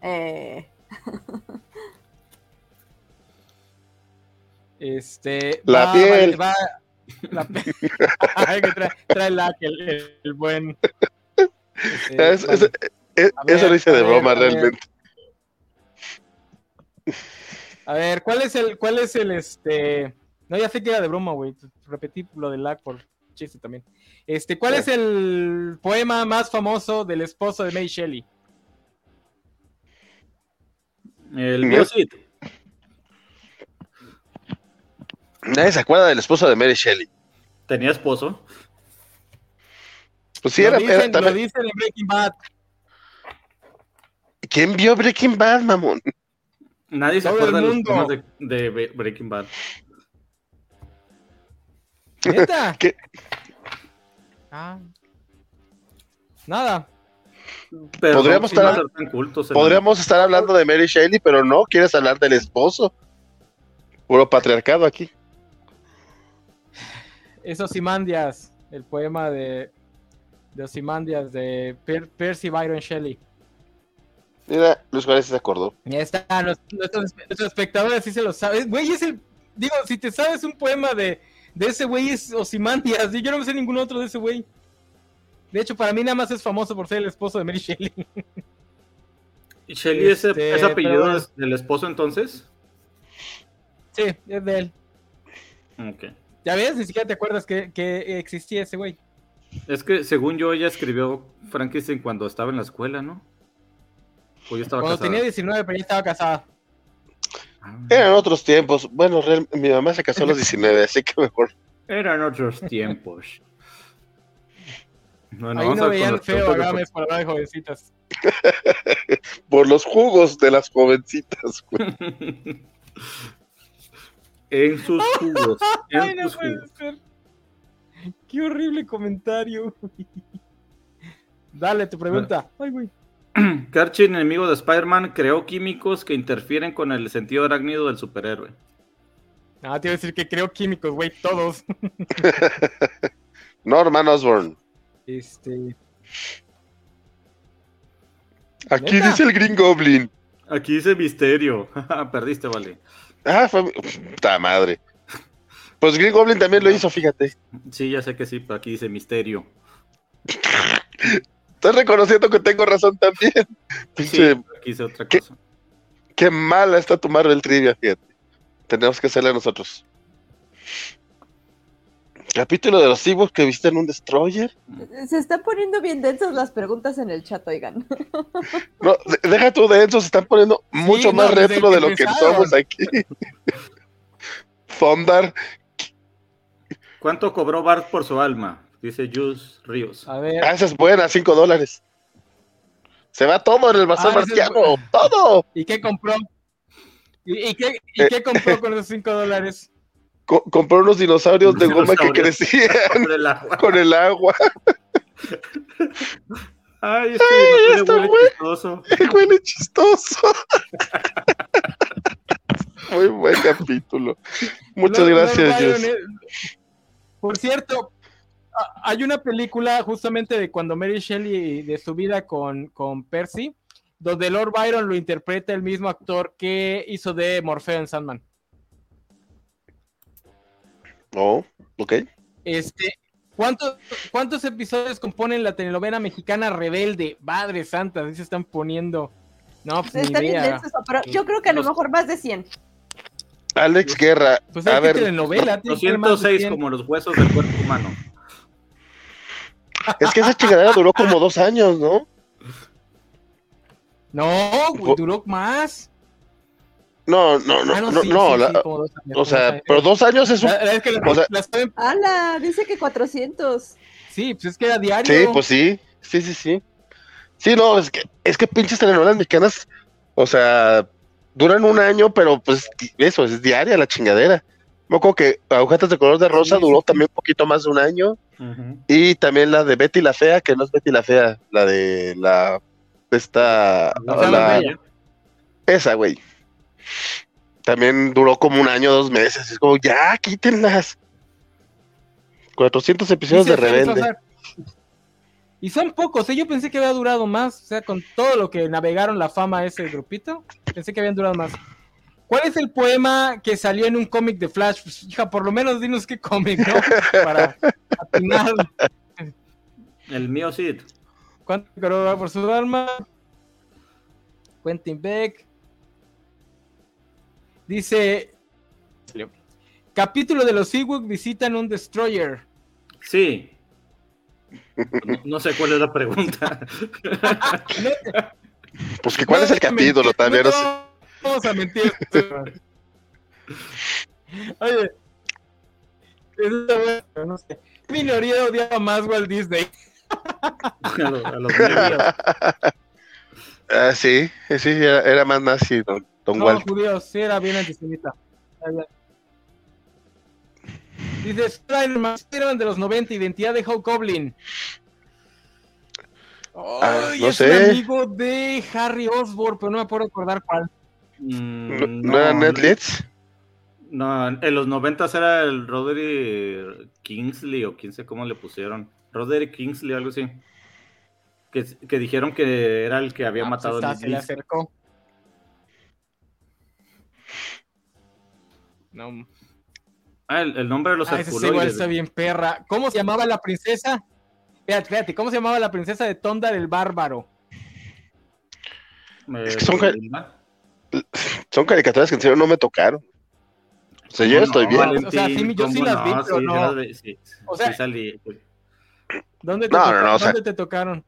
B: Eh,
A: Este,
D: La
A: va-
D: piel.
A: va- la piel. Ay, que trae, trae la- el, el- el buen. Este,
D: Es- es- es-
A: A
D: eso
A: ver,
D: lo hice
A: a
D: de
A: ver,
D: broma
A: a ver.
D: realmente.
A: A ver, ¿cuál es el, cuál es el, este... No, ya sé que era de broma, güey. Repetí lo de lag por chiste también. Este, ¿cuál
D: Ah.
A: es el poema más famoso del esposo de May Shelley?
C: El
D: ¿No?
C: Biosit.
D: Nadie se acuerda del esposo de Mary Shelley.
C: Tenía esposo.
D: Pues sí,
A: lo,
D: era,
A: dicen,
D: era
A: lo
D: también-
A: dicen en Breaking Bad.
D: ¿Quién vio Breaking Bad, mamón?
C: Nadie se
A: Todo el
C: acuerda de los
A: mundo.
C: temas de, de Be- Breaking Bad.
A: ¿Neta?
D: ¿Qué?
A: Ah. Nada.
C: Pero
D: Podríamos
C: no, sí, no
D: estar-
C: ser tan cultos en-
D: Podríamos estar hablando de Mary Shelley, pero no, quieres hablar del esposo. Puro patriarcado aquí.
A: Es Osimandias, el poema de, de Osimandias de Per- Percy Byron Shelley.
D: Mira, Luis Juárez se acordó.
A: Ya está, los- nuestros, nuestros espectadores sí se lo saben. Güey, es el. Digo, si te sabes un poema de, de ese güey, es Osimandias. Y yo no me sé ningún otro de ese güey. De hecho, para mí nada más es famoso por ser el esposo de Mary Shelley.
C: Shelley, ese,
A: Este,
C: ese apellido
A: pero bueno.
C: es del esposo entonces.
A: Sí, es de él.
C: Ok.
A: Ya ves, ni siquiera te acuerdas que, que existía ese güey.
C: Es que según yo, ella escribió Frankenstein cuando estaba en la escuela, ¿no? O yo estaba
A: Cuando
C: casada.
A: tenía 19, pero ya estaba casada.
C: Ah.
D: Eran otros tiempos. Bueno, real- mi mamá se casó a los 19, así que mejor.
C: Eran otros tiempos. Bueno,
A: Ahí
C: vamos
A: no
C: a ver
A: veían
C: con
A: feo
C: los-
A: a Gámez por hablar de jovencitas.
D: Por los jugos de las jovencitas, güey.
C: En sus jugos. En
A: Ay, no
C: sus
A: puede
C: jugos.
A: ser. Qué horrible comentario. güey. Dale tu pregunta. Ay, güey.
C: ¿Qué archienemigo de Spider-Man creó químicos que interfieren con el sentido arácnido del superhéroe?
A: Ah, te iba a decir que creo químicos, güey, todos.
D: Norman Osborn.
A: Este.
D: Aquí
A: ¿Neta?
D: dice el Green Goblin.
C: Aquí dice misterio. Perdiste, vale.
D: Ah, fue. Puta madre. Pues Green Goblin también lo hizo, fíjate.
C: Sí, ya sé que sí, pero aquí dice misterio.
D: Estás reconociendo que tengo razón también.
C: Sí,
D: Pinche,
C: aquí dice otra
D: ¿Qué?
C: cosa.
D: qué mala está tu Marvel Trivia, fíjate. Tenemos que hacerle a nosotros. Capítulo de los Ewoks que visitan un destroyer.
B: Se están poniendo bien densas las preguntas en el chat, oigan.
D: No, de- deja tú de eso, se están poniendo mucho
A: no,
D: más
A: desde
D: retro
A: que
D: de lo que
A: empezaron.
D: somos aquí. Zondar,
C: ¿Cuánto cobró Bart por su alma? Dice Jus Ríos.
A: A ver,
D: ah, esa es buena, 5 dólares. Se va todo en el bazar
A: Ah, esa es
D: marciano, todo.
A: ¿y qué compró? ¿Y, y qué, y
D: Eh.
A: qué compró con esos 5 dólares?
D: Co- compró unos dinosaurios de goma que
C: Dinosaurios.
D: crecían
C: Por el agua.
D: con el agua.
C: Ay, este dinosauro huele
D: este güey.
C: chistoso.
D: Huele chistoso. Muy buen capítulo. Muchas
A: Lord-
D: gracias,
A: Lord
D: Jess.
A: Byron es- Por cierto, a- hay una película justamente de cuando Mary Shelley de su vida con, con Percy, donde Lord Byron lo interpreta el mismo actor que hizo de Morfeo en Sandman.
D: Oh, ok.
A: Este, ¿cuántos, ¿Cuántos episodios componen la telenovela mexicana Rebelde? Madre santa, así se están poniendo. No, pues
B: Se
A: ni
B: está bien
A: idea.
B: denso eso, pero yo creo que a lo
C: Los-
B: mejor más de 100.
D: Alex Guerra.
A: Pues hay
D: a
A: que
D: ver,
A: telenovela. tiene que ser más de
C: 206
A: 100.
C: como los huesos del cuerpo humano.
D: es que esa chingadera duró como dos años, ¿no?
A: No,
D: Oh.
A: güey, duró más.
D: No, no, no,
A: Ah,
D: no,
A: sí,
D: no,
A: sí,
D: la-
A: sí, como Ah, dos años,
D: o sea,
A: como
D: pero
A: dos años.
D: dos años es un...
A: La, la verdad es que la-
D: o sea-
A: la saben-
B: ¡Hala! Dice que 400.
A: Sí, pues es que era diario.
D: Sí, pues sí, sí, sí, sí. Sí, no, es que, es que pinches telenovelas mexicanas, o sea, duran un año, pero pues di- eso, es diaria la chingadera. Me acuerdo que Agujetas de color de rosa
A: Sí, sí,
D: duró
A: sí.
D: también un poquito más de un año, y también la de Betty la Fea, que no es Betty la Fea, la de la... esta...
A: O sea,
D: la-
A: la-
D: Esa, güey. También duró como un año, dos meses. Es como, ya, quítenlas. 400 episodios
A: Dice
D: de
A: Félix
D: Rebelde.
A: Salazar. Y son pocos, ¿eh? yo pensé que había durado más, o sea, con todo lo que navegaron la fama ese grupito, pensé que habían durado más. ¿Cuál es el poema que salió en un cómic de Flash? Pues, hija, por lo menos dinos qué cómic, ¿no? Para atinar
C: El mío sí.
A: cuánto querrá dar por su alma. Quentin Beck. Dice, capítulo de los Ewok visitan un destroyer.
C: Sí. No, no sé cuál es la pregunta.
A: No,
D: Pues que cuál es el
A: No,
D: capítulo
A: mentira,
D: también.
A: no
D: o sea,
A: Vamos a mentir. Oye. eso, bueno, no sé. Minoría odiaba más Walt Disney.
C: A lo- a los medios.
D: ah, sí, sí, era, era más nazi, don, don
A: No,
D: Walt.
A: judíos, sí era bien antisemita. Dice Spider-Man Spider-Man de los 90, identidad de Hobgoblin.
D: Ah,
A: Ay,
D: no
A: es
D: sé.
A: un amigo de Harry Osborn, pero no me puedo acordar cuál.
C: Mm,
D: ¿No, no era Netflix?
C: No, en los noventas era el Roderick Kingsley o quién sé cómo le pusieron. Roderick Kingsley, algo así. Que, que dijeron que era el que había
A: Ah, pues
C: matado
A: está,
C: a
A: se le
C: Nick Fury.
A: acercó. No.
C: Ah, el, el nombre de los
A: Ah, ese igual
C: herculoides.
A: está bien perra. ¿Cómo se llamaba la princesa? Espérate, espérate, ¿cómo se llamaba la princesa de Tonda del Bárbaro?
C: Eh,
D: Es que son-
C: Belinda.
D: Son caricaturas que en serio no me tocaron. O sea, yo
C: ¿Cómo
D: estoy
C: no,
D: bien.
A: Vale. O sea, sí,
C: Valentín?
A: yo sí
C: ¿Cómo
A: las vi,
C: no?
A: pero
C: Sí,
A: no.
C: sí las vi, sí.
A: O sea-
C: Sí salí.
A: ¿Dónde te,
D: No, no,
A: toca-
D: no, o sea-
A: dónde te tocaron?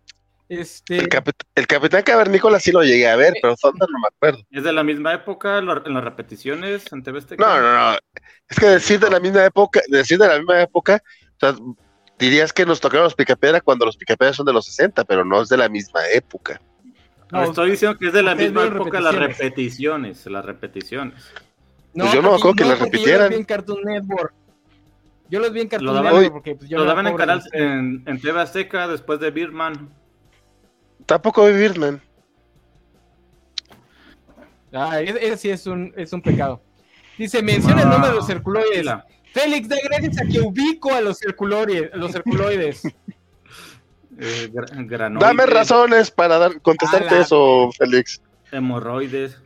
A: Este,
D: El, capit- el Capitán Cavernícola sí lo llegué a ver, pero Thunder no me acuerdo.
C: Es de la misma época, lo- en las repeticiones en TV Azteca.
D: No, no, no. Es que decir de la misma época, decir de la misma época, o sea, dirías que nos tocaron los Picapiedra cuando los Picapiedra son de los 60, pero no es de la misma época. pues,
A: no,
C: Estoy diciendo que es de la
A: Ustedes
C: misma
A: vieron
C: época las repeticiones, las repeticiones.
D: pues yo no me acuerdo que
A: porque
D: las
A: yo los
D: repitieran.
A: vi en Cartoon Network. Yo los vi en Cartoon
C: daban-
A: Network porque pues, yo
C: Lo
A: era
C: daban en
A: pobre,
C: canal
A: no sé.
C: en, en TV Azteca después de Birdman.
D: Tampoco vi Birdman.
A: Ah, ese, ese sí es un, es un pecado. Dice,
C: ah,
A: menciona el nombre de los
C: Sí,
A: circuloides.
C: la-
A: Félix, da gracias a que ubico a los circuloides. a los circuloides.
C: eh, gra- granoides,
D: Dame razones para dar,
A: A
D: contestarte
A: la-
D: eso, Félix.
C: Hemorroides.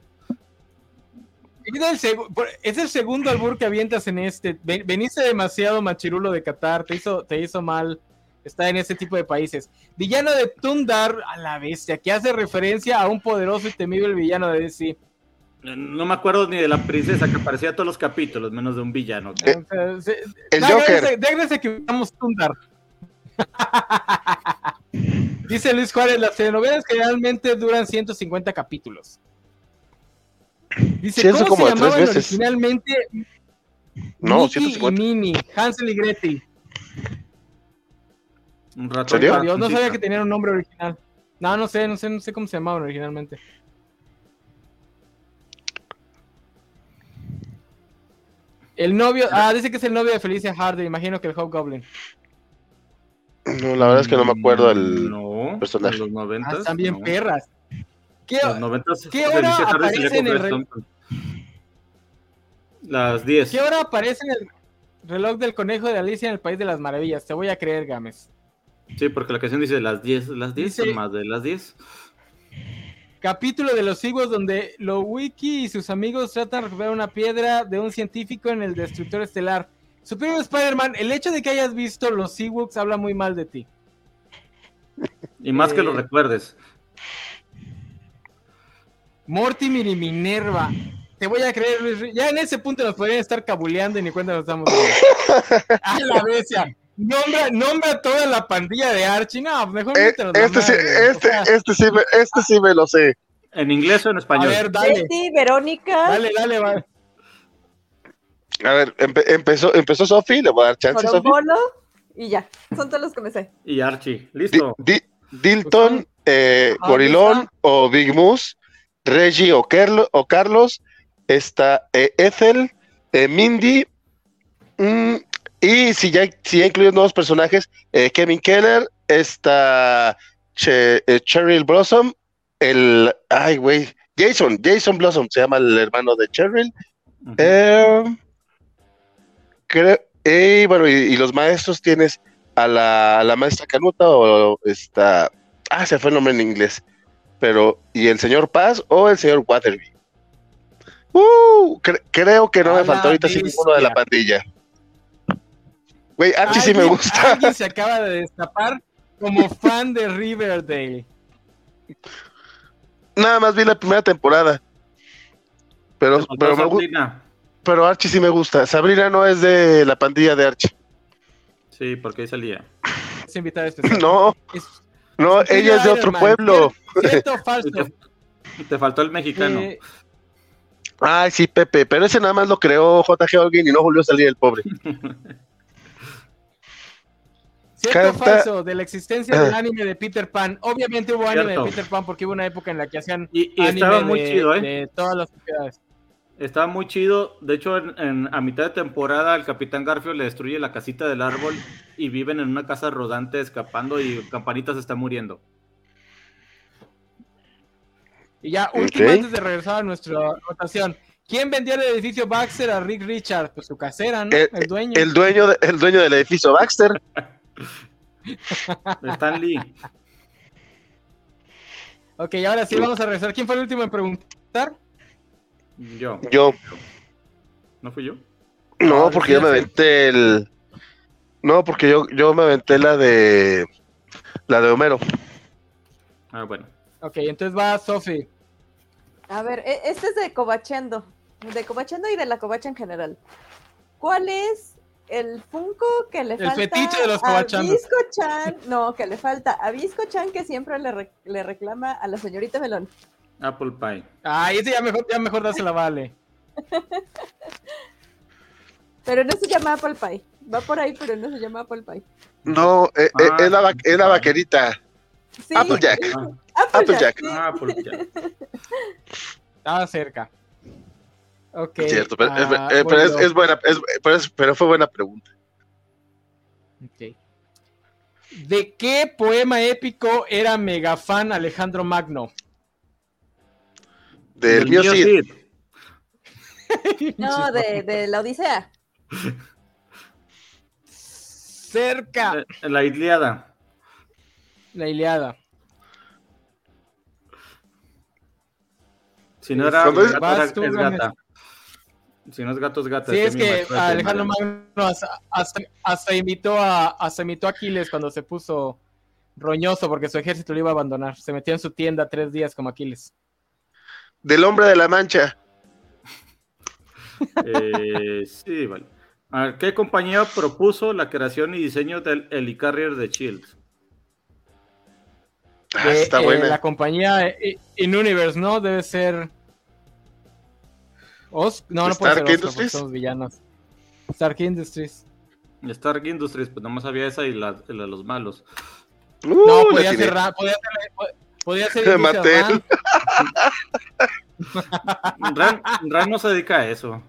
A: Es el, segu- por- es el segundo albur que avientas en este. Ven- Veniste demasiado machirulo de Qatar, te hizo, te hizo mal estar en ese tipo de países. Villano de Tundar, a la bestia, que hace referencia a un poderoso y temible villano de DC.
C: Eh, No me acuerdo ni de la princesa que aparecía todos los capítulos, menos de un villano.
D: Eh,
A: O sea, se-
D: el
A: Dagger
D: Joker.
A: se- Dagger se equivocamos Tundar. Dice Luis Juárez, las telenovelas generalmente duran 150 capítulos. Dice,
D: Sí, eso
A: ¿cómo
D: como
A: se
D: tres
A: llamaban
D: veces.
A: originalmente
D: No,
A: Mickey
D: 150.
A: y Minnie, Hansel y Gretel?
C: Un
D: ¿En
C: ratón.
D: serio?
A: Por Dios, no sabía que
C: te...
A: tenían un nombre original. No, no sé, no sé, no sé cómo se llamaban originalmente. El novio, ah, dice que es el novio de Felicia Hardy, imagino que el Hobgoblin. Ah,
D: No, la verdad es que no me acuerdo
C: Mm,
D: el.
C: no,
D: personaje.
C: En los
A: Ah,
C: noventas.
A: están bien
C: no.
A: perras. ¿Qué,
C: Los noventas.
A: ¿Qué
C: Felicia
A: hora
C: Harris
A: aparece
C: salía con
A: en el
C: Fred
A: reloj?
C: Thompson. Las 10.
A: qué hora aparece en el reloj del conejo de Alicia en el País de las Maravillas? Te voy a creer, Gámez.
C: Sí, porque la canción dice las 10, las 10
A: Dice-
C: o más de las 10.
A: Capítulo de los siglos donde Lowiki y sus amigos tratan de recuperar una piedra de un científico en el Destructor Estelar. Superior Spider-Man, el hecho de que hayas visto los Ewoks habla muy mal de ti.
C: Y más que lo
A: Eh.
C: recuerdes.
A: Mortimer y Minerva. Te voy a creer, Luis. Ri- Ya en ese punto nos podrían estar cabuleando y ni cuenta nos estamos dando. A la bestia. Nombra, nombra a toda la pandilla de Archie. No, mejor
D: Eh,
A: mételos la
D: este, sí,
A: madre, o
D: este,
A: sea,
D: este, sí me, este sí me lo sé.
C: ¿En inglés o en
A: A
C: español?
A: ver, dale.
B: Betty, Verónica,
A: Dale, dale, va.
D: A ver, empe- empezó, empezó Sofi, le voy a dar chance, Sofi.
B: Chorobolo y ya. Son todos los que me sé.
C: Y Archie,
D: Di-
C: listo.
D: Di- Dilton, eh,
A: Ah,
D: Gorilón
A: ¿dónde
D: o Big Moose, Reggie o, Kerlo- o Carlos, está eh, Ethel, eh, Mindy, mm, y si ya, si ya incluyen nuevos personajes, eh, Kevin Keller, está Che- eh, Cheryl Blossom, el, ay güey, Jason, Jason Blossom se llama el hermano de Cheryl,
C: Ujú.
D: eh, creo, eh, bueno, y, y los maestros tienes a la, a la maestra Canuta o está. Ah, se fue el nombre en inglés. Pero, ¿y el señor Paz o el señor Waterby? Uh, cre- creo que no
A: A
D: me faltó
A: la
D: ahorita sí ninguno de la
A: bestia.
D: pandilla. Güey, Archie sí me
A: Alguien-
D: gusta.
A: Alguien se acaba de destapar como fan de Riverdale.
D: Nada más vi la primera temporada. Pero,
C: Faltó
D: pero, me gu-
C: Sabrina.
D: pero Archie sí me gusta. Sabrina no es de la pandilla de Archie.
C: Sí, porque ahí salía.
A: Es invitada especial.
D: No,
A: Es-
D: no,
A: Sabrina
D: ella es de
A: Iron
D: otro
A: Man.
D: pueblo.
A: ¿Cierto o falso?
C: Y te, y te faltó el mexicano.
A: Eh,
D: Ay, sí, Pepe, pero ese nada más lo creó JG Holguín y no volvió a salir el pobre.
A: ¿Cierto o
D: Canta-
A: falso de la existencia del
D: Ah.
A: anime de Peter Pan? Obviamente hubo anime
C: Cierto.
A: de Peter Pan porque hubo una época en la que hacían
C: Y, y
A: anime
C: estaba muy
A: de,
C: chido, ¿eh?
A: de todas las sociedades.
C: Estaba muy chido. De hecho, en, en- a mitad de temporada, el Capitán Garfio le destruye la casita del árbol y viven en una casa rodante escapando y Campanita se está muriendo.
A: Y ya, último,
D: Ok.
A: antes de regresar a nuestra votación. ¿Quién vendió el edificio Baxter a Rick Richard? Pues su casera, ¿no?
D: El-
A: El, dueño.
D: El dueño, de- el dueño del edificio Baxter,
C: Stan Lee.
A: Ok, ahora sí vamos a regresar. ¿Quién fue el último en preguntar?
C: Yo.
D: yo,
C: ¿No fui yo?
D: no,
A: Ah,
D: porque yo me
A: sí.
D: aventé el. No, porque yo, yo me aventé la de. La de Homero.
C: Ah, bueno.
A: Ok, entonces va Sofi.
B: A ver, e- este es de Covachendo. De Covachendo y de la Covacha en general. ¿Cuál es el Funko que le
A: El
B: falta
A: fetiche de los
B: a
A: Covachando.
B: Visco-chan? No, que le falta a Visco-chan que siempre le, re- le reclama a la señorita Melón.
C: Apple Pie.
A: Ay, ese ya mejor, ya mejor dásela, vale.
B: Pero no se llama Apple Pie. Va por ahí, pero no se llama Apple Pie.
D: No, eh, eh,
C: Ah,
D: es, la, va- es la
C: ah.
D: vaquerita.
B: Sí,
D: Applejack.
C: Ah,
B: Applejack.
D: Applejack.
B: sí.
C: Apple Pie.
A: Estaba cerca. Ok.
D: Cierto, pero, es-
A: ah,
D: eh, pero
A: voy
D: es,
A: yo.
D: es buena, es- pero, es- pero fue buena pregunta.
A: Ok. ¿De qué poema épico era mega fan Alejandro Magno?
D: Del
C: Del
D: mío
C: mío
D: sí.
C: Cid.
B: No, de, de la Odisea.
A: Cerca.
C: Eh, La Iliada.
A: La Iliada.
C: Si no era
D: Cuando es-
C: gato, era-
A: Vas tú,
C: es
A: Gámez.
C: gata. Si no es gato, es gata.
A: Sí,
C: Ese
A: es
C: mi
A: que
C: maestro de
A: Alejandro
C: primaria.
A: Magno hasta, hasta- hasta invitó a, hasta invitó a Aquiles cuando se puso roñoso porque su ejército lo iba a abandonar. Se metió en su tienda tres días como Aquiles.
D: Del hombre de la mancha.
C: Eh, sí, vale. A ver, ¿qué compañía propuso la creación y diseño del Helicarrier de Shield?
D: Ah,
A: De,
D: está
A: eh,
D: buena.
A: La compañía eh, In Universe, ¿no? Debe ser. Os... No, no puede
D: ¿Stark
A: ser Oscar, porque
D: Industries?
A: somos villanos. Stark Industries.
C: Stark Industries, pues nomás había esa y la, y la de los malos.
D: Uh,
A: No,
D: la
A: podía
D: tiene.
A: ser, Ra- podía ser, podía ser
D: De
A: Industrias
D: Mattel.
A: Ram.
C: Ran, Ran no se dedica a eso.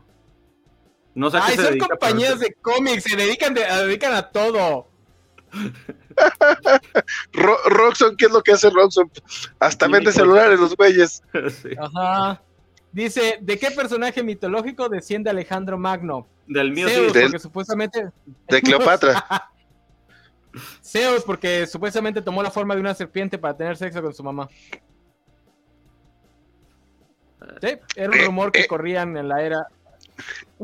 C: No sé a qué
A: Ay,
C: se
A: son
C: dedica, pero-
A: compañías de cómics, se dedican, de- se dedican a todo.
D: Ro- Roxxon, ¿qué es lo que hace Roxxon? Hasta
C: Sí,
D: vende
C: pues.
D: celulares los güeyes.
C: Sí.
A: Ajá. Dice, ¿de qué personaje mitológico desciende Alejandro Magno?
C: Del mío sí.
A: Zeus,
D: Del-
A: porque supuestamente...
D: De Cleopatra.
A: Zeus, porque supuestamente tomó la forma de una serpiente para tener sexo con su mamá. Sí, era un
D: Eh,
A: rumor que
D: eh.
A: corrían en la era.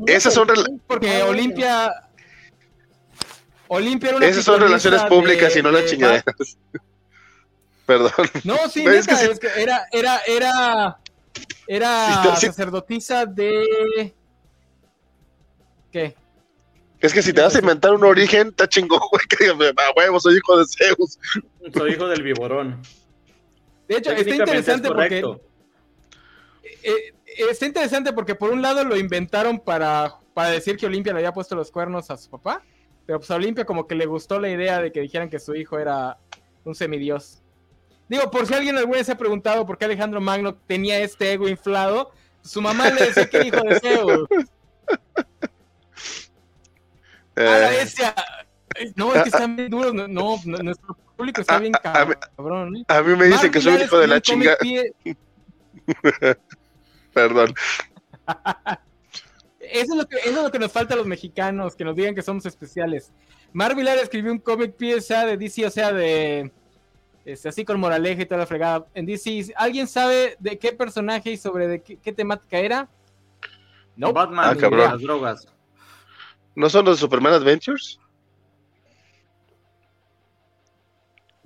D: Esas son rela-
B: Ah,
A: Porque Olimpia... Olimpia era una
D: Esas son relaciones
A: figurista
D: públicas
A: de-
D: y no las
A: de-
D: chingaderas. Perdón.
A: No, sí,
D: No, es
A: neta,
D: que sí.
A: es que era, era, era, era
D: Sí, sí.
A: sacerdotisa de. ¿Qué?
D: Es que si te vas a inventar un origen, está chingón, güey. Que digas, a huevo, soy hijo de Zeus.
C: Soy hijo del Viborón.
A: De hecho, está
C: Técnicamente
A: interesante
C: es
A: porque.
C: correcto.
A: eh, eh, está interesante porque por un lado lo inventaron para, para decir que Olimpia le había puesto los cuernos a su papá. Pero pues a Olimpia como que le gustó la idea de que dijeran que su hijo era un semidios. Digo, por si alguien alguna vez se ha preguntado por qué Alejandro Magno tenía este ego inflado, su mamá le decía que era hijo de Zeus. A la
D: Eh,
A: bestia. Ay, No, es que están bien duros. No, no, n- nuestro público
D: Ah,
A: está bien
D: a- a ver.
A: cabrón. ¿eh?
D: a mí me dicen
A: Mark
D: que soy un
A: Millar
D: hijo de la
A: escribió el
D: chingada.
A: cómic pie-
D: Perdón.
A: Eso es, lo que, eso es lo que nos falta a los mexicanos, que nos digan que somos especiales. Mark Millar escribió un cómic pieza de DC, o sea, de. este, así con moraleja y toda la fregada. En DC, ¿alguien sabe de qué personaje y sobre de qué, qué temática era? No.
C: Batman,
D: Ah,
C: y
D: cabrón.
C: las drogas.
D: ¿No son los Superman Adventures?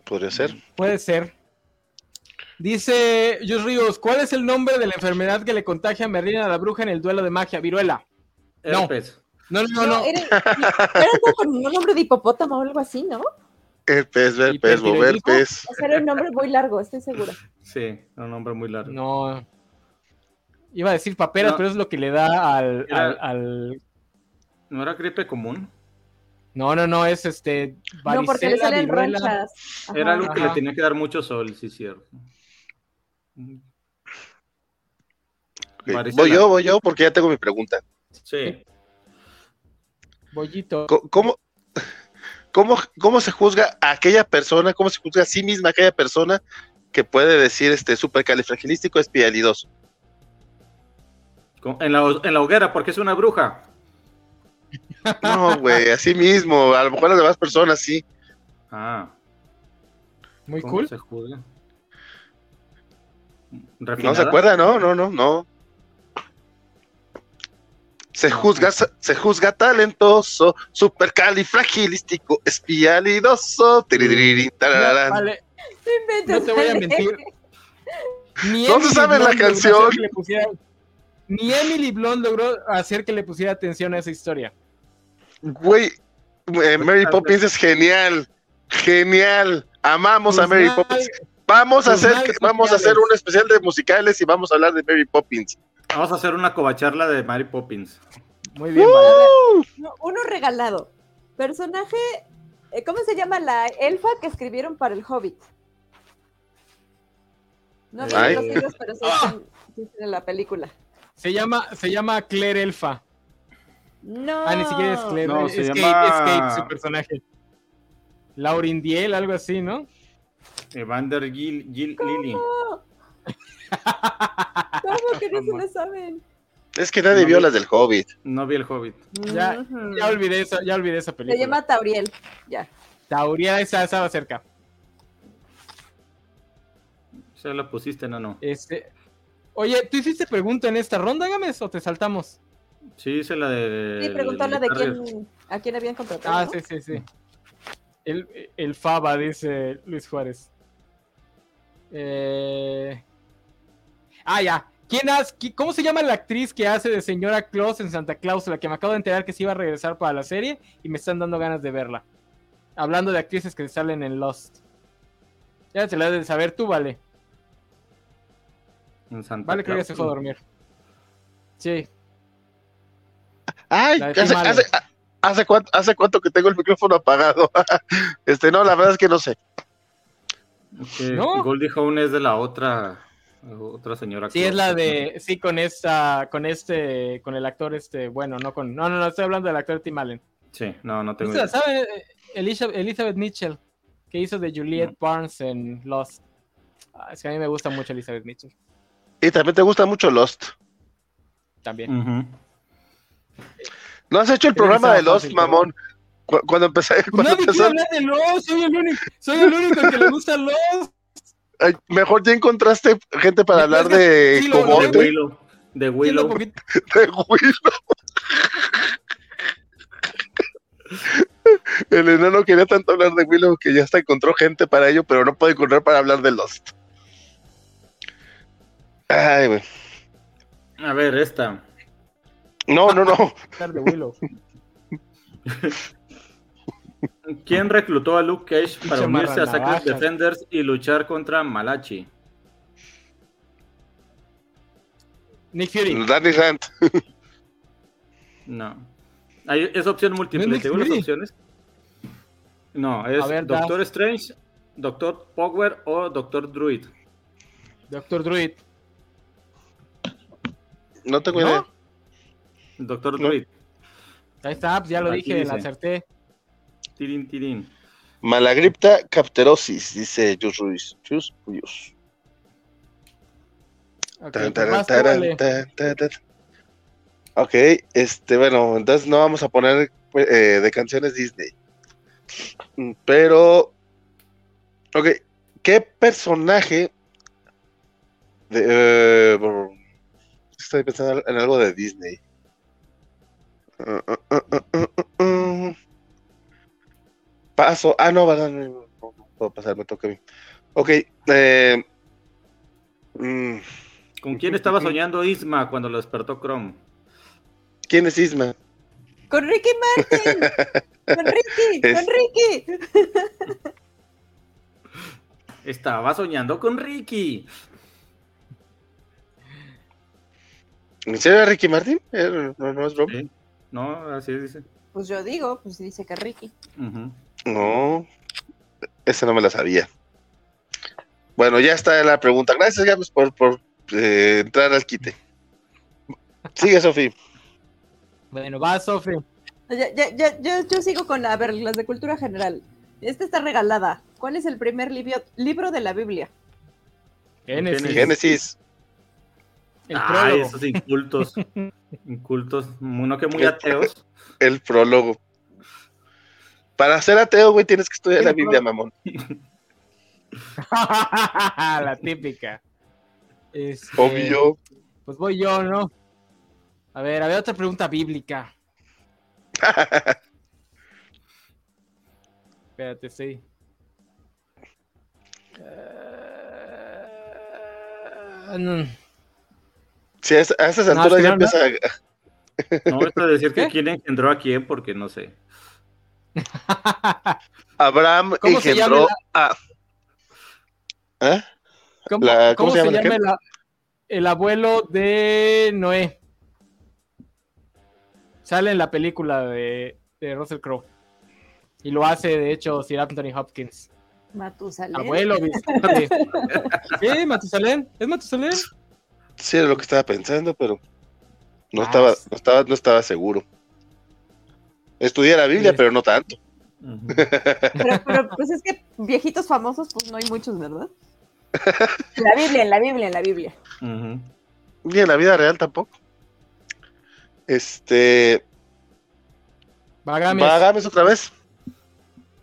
D: Podría ser.
A: Puede ser. Dice Jus Ríos, ¿cuál es el nombre de la enfermedad que le contagia a Merlina la bruja en el duelo de magia? Viruela. No.
C: Herpes.
A: No, no, no. no.
B: Era, era algo con un nombre de hipopótamo o algo así, ¿no?
D: El Eh, pez, ver
A: Y
D: pez, mover
A: hipertiroidismo.
D: pez.
B: O sea, era un nombre muy largo, estoy segura.
C: Sí, era un nombre muy largo.
A: No. Iba a decir paperas,
C: No.
A: pero es lo que le da al,
C: Era-
A: al- al-
C: ¿No era gripe común?
A: No, no, no, es este...
B: No, porque le
A: varicela,
B: salen
A: viruela.
B: ronchas. Ajá.
C: Era algo que
A: Ajá.
C: le tenía que dar mucho sol, sí, cierto. Sí.
D: Ok,
C: Varicela.
D: Voy yo, voy yo, porque ya tengo mi pregunta.
A: Bollito.
D: Co- ¿Cómo, cómo, cómo se juzga a aquella persona, cómo se juzga a sí misma aquella persona que puede decir este supercalifragilístico espialidoso?
C: Con- En la, en la hoguera, porque es una bruja.
D: No, güey, a sí mismo, a lo mejor a las demás personas sí.
C: Ah,
A: Muy
C: ¿cómo
A: cool.
C: se juzga?
D: No se
C: ¿Refinada?
D: acuerda, no, no, no, no. Se juzga,
A: pues.
D: se juzga talentoso, supercalifragilístico, espialidoso. tiririririn, tarararán.
A: Vale,
B: No inventes,
A: no te voy a
B: Ale.
A: mentir. Ni
D: No se
A: Emily
D: sabe la
A: Blunt logró hacer
D: canción.
A: que le pusiera- Ni Emily Blunt logró hacer que le pusiera atención a esa historia.
D: Güey,
A: Pues,
D: eh, Mary Poppins es genial, genial. Amamos a
A: Pues
D: Mary
A: mal,
D: Poppins. Vamos a
A: pues
D: hacer,
A: mal
D: que- vamos a hacer
A: sociales.
D: un especial de musicales y vamos a hablar de Mary Poppins.
C: Vamos a hacer una covacharla de Mary Poppins.
A: Muy bien,
D: ¡Uh!
A: vale.
B: No, uno regalado. Personaje, eh, ¿cómo se llama la elfa que escribieron para el Hobbit? No me
D: Ay.
B: los libros, pero sí
A: Ah.
B: están, sí están en la película.
A: Se llama, se llama Claire Elfa.
B: No.
A: Ah, ni siquiera es Claire.
C: No,
A: es
C: se
A: Kate,
C: llama-
A: es Kate, su personaje. Laurindiel, algo así, ¿no?
C: Evander Gil, Gil Lily.
B: No. ¿Cómo que no se lo saben?
D: Es que nadie
C: No,
D: vio
C: no.
D: las del Hobbit.
C: No vi el Hobbit.
A: Ya,
B: Ujú.
A: Ya olvidé esa, ya olvidé esa película.
B: Se llama Tauriel. Ya.
A: Tauría, esa estaba cerca.
C: Se la pusiste, no, no.
A: Este... Oye, ¿tú hiciste pregunta en esta ronda, Gámez, o te saltamos?
C: Sí, hice la de.
B: Sí, preguntó la de quién, a quién habían contratado.
A: Ah,
B: ¿no?
A: sí, sí, sí. El, el Faba, dice Luis Juárez. Eh, Ah, ya. ¿Quién hace, ¿Cómo se llama la actriz que hace de señora Claus en Santa Claus? La que me acabo de enterar que se iba a regresar para la serie y me están dando ganas de verla. Hablando de actrices que salen en Lost. Ya te la debes saber tú, vale.
C: En Santa
A: Vale, creo que
C: Claus.
A: ya se fue a dormir. Sí,
D: Ay,
A: La de
D: hace,
A: Tim Allen.
D: hace- ha- hace cuánto, hace cuánto que tengo el micrófono apagado. este, no, la verdad es que no sé.
C: Ok,
A: ¿No?
C: Goldie Hawn es de la otra, otra señora.
A: Sí,
C: Claus,
A: es la
C: ¿no?
A: de. Sí, con esta. Con este. Con el actor este. Bueno, no con. No, no, no, estoy hablando del actor Tim Allen.
C: Sí, no, no tengo.
A: ¿Usted la
C: idea.
A: sabe? Eh, Elisha- Elizabeth Mitchell, que hizo de Juliet
C: Mm.
A: Barnes en Lost. Ah, es que a mí me gusta mucho Elizabeth Mitchell
D: Y también te gusta mucho Lost.
A: también.
C: Ujú.
D: No has hecho
A: Creo
D: el
A: que
D: programa
A: estaba
D: de Lost,
A: fácil, pero-
D: mamón. Cu- Cuando empecé, cuando
A: Pues
C: Pues,
A: Nadie quiere
D: empezó,
A: hablar de Lost, soy el único, soy el único que le gusta Lost.
D: ay, mejor ya encontraste gente para
A: Después
D: hablar
A: que-
D: de
A: sí, lo- lo
D: cogote,
C: De
A: Ponte.
C: Willow. De
A: Siento
C: Willow.
A: poquito-
D: de Willow. El enano quería tanto hablar de Willow que ya hasta encontró gente para ello, pero no puede encontrar para hablar de Lost. Ay, güey.
C: A ver, esta.
D: No, no, no.
A: hablar de Willow.
C: ¿Quién reclutó a Luke Cage para
A: Pinche
C: unirse a
A: marranavajas.
C: Sacred Defenders y luchar contra Malachi?
A: Nick
C: Mm.
A: Fury.
D: Danny Rand.
C: No. Hay- es opción
A: ¿No
C: múltiple.
A: es
C: ¿Te digo las
A: Nick Fury?
C: opciones? No, es
A: A ver, das.
C: Doctor Strange, Doctor Power o Doctor Druid.
A: Doctor Druid.
D: No tengo
A: ¿No?
D: idea.
C: Doctor
D: No.
C: Druid.
A: Ahí está, pues ya lo
C: Aquí
A: dije, la
C: dice.
A: acerté.
C: Tirin, tirin.
D: Malagripta capterosis, dice Jus Ruiz. Jus Ruiz.
A: Ok,
D: Tan,
A: pues
D: taran,
A: vas tú,
D: taran,
A: vale.
D: tan, tan, tan. Ok, este, bueno, entonces no vamos a poner pues, eh, de canciones Disney. Mm, Pero, ok, ¿qué personaje de, eh, brr, estoy pensando en algo de Disney? Uh, uh, uh, uh, uh, uh. Paso, ah, no, va, no, no, no, no puedo pasar, me toca a mí. Ok, eh, mm,
C: ¿Con quién estaba soñando Isma cuando lo despertó Chrome?
D: ¿quién es Isma?
B: Con Ricky Martin. Con Ricky,
D: Es-
B: con Ricky.
C: Estaba soñando con Ricky.
D: ¿En serio era Ricky Martin? Eh, No, no es broma.
C: Sí. No, así dice.
B: Pues yo digo, pues dice que Ricky.
C: Ujú.
D: No, esa no me la sabía. Bueno, ya está la pregunta. Gracias, Gabs, por, por, eh, entrar al quite. Sigue, Sofi.
A: Bueno, va, Sofre.
B: Ya- ya- ya- yo, yo sigo con, a ver, las de cultura general. Esta está regalada. ¿Cuál es el primer libio- libro de la Biblia?
A: Génesis.
D: Génesis.
A: El
C: ah,
A: prólogo.
C: esos incultos. incultos. Uno que muy ateos.
D: El prólogo. Para ser ateo, güey, tienes que estudiar
A: Sí,
D: la
A: el
D: Biblia, mamón.
A: la típica. Este,
D: Obvio.
A: Pues voy yo, ¿no? A ver, había otra pregunta bíblica. Espérate, sí. Eh, no.
D: Si a, esa- a esas
A: No, es
D: alturas
A: que
D: ya
A: no, no.
D: empieza.
C: No, esto de decir que
A: ¿Qué?
C: quién engendró a quién, porque no sé.
D: Abraham
A: ¿Cómo se
D: engendró a. ¿Eh?
A: ¿Cómo,
D: La-
A: cómo
D: ¿cómo se
A: se,
D: llama la
A: llama el, el abuelo de Noé? Sale en la película de, de Russell Crowe. Y lo hace, de hecho, Sir Anthony Hopkins.
D: Ah,
B: Matusalén.
A: Abuelo, biscote. Sí, Matusalén. ¿Es Matusalén?
D: Sí, era lo que estaba pensando, pero no
A: Ah,
D: estaba,
A: sí.
D: no estaba, no estaba seguro. Estudié la Biblia,
A: Sí.
D: pero no tanto.
C: Ujú.
B: Pero, pero, pues es que viejitos famosos, pues no hay muchos, ¿verdad? En la Biblia, en la Biblia, en la Biblia.
C: Ujú.
D: Ni en la vida real tampoco. Este,
A: Vagames.
D: Vagames otra vez.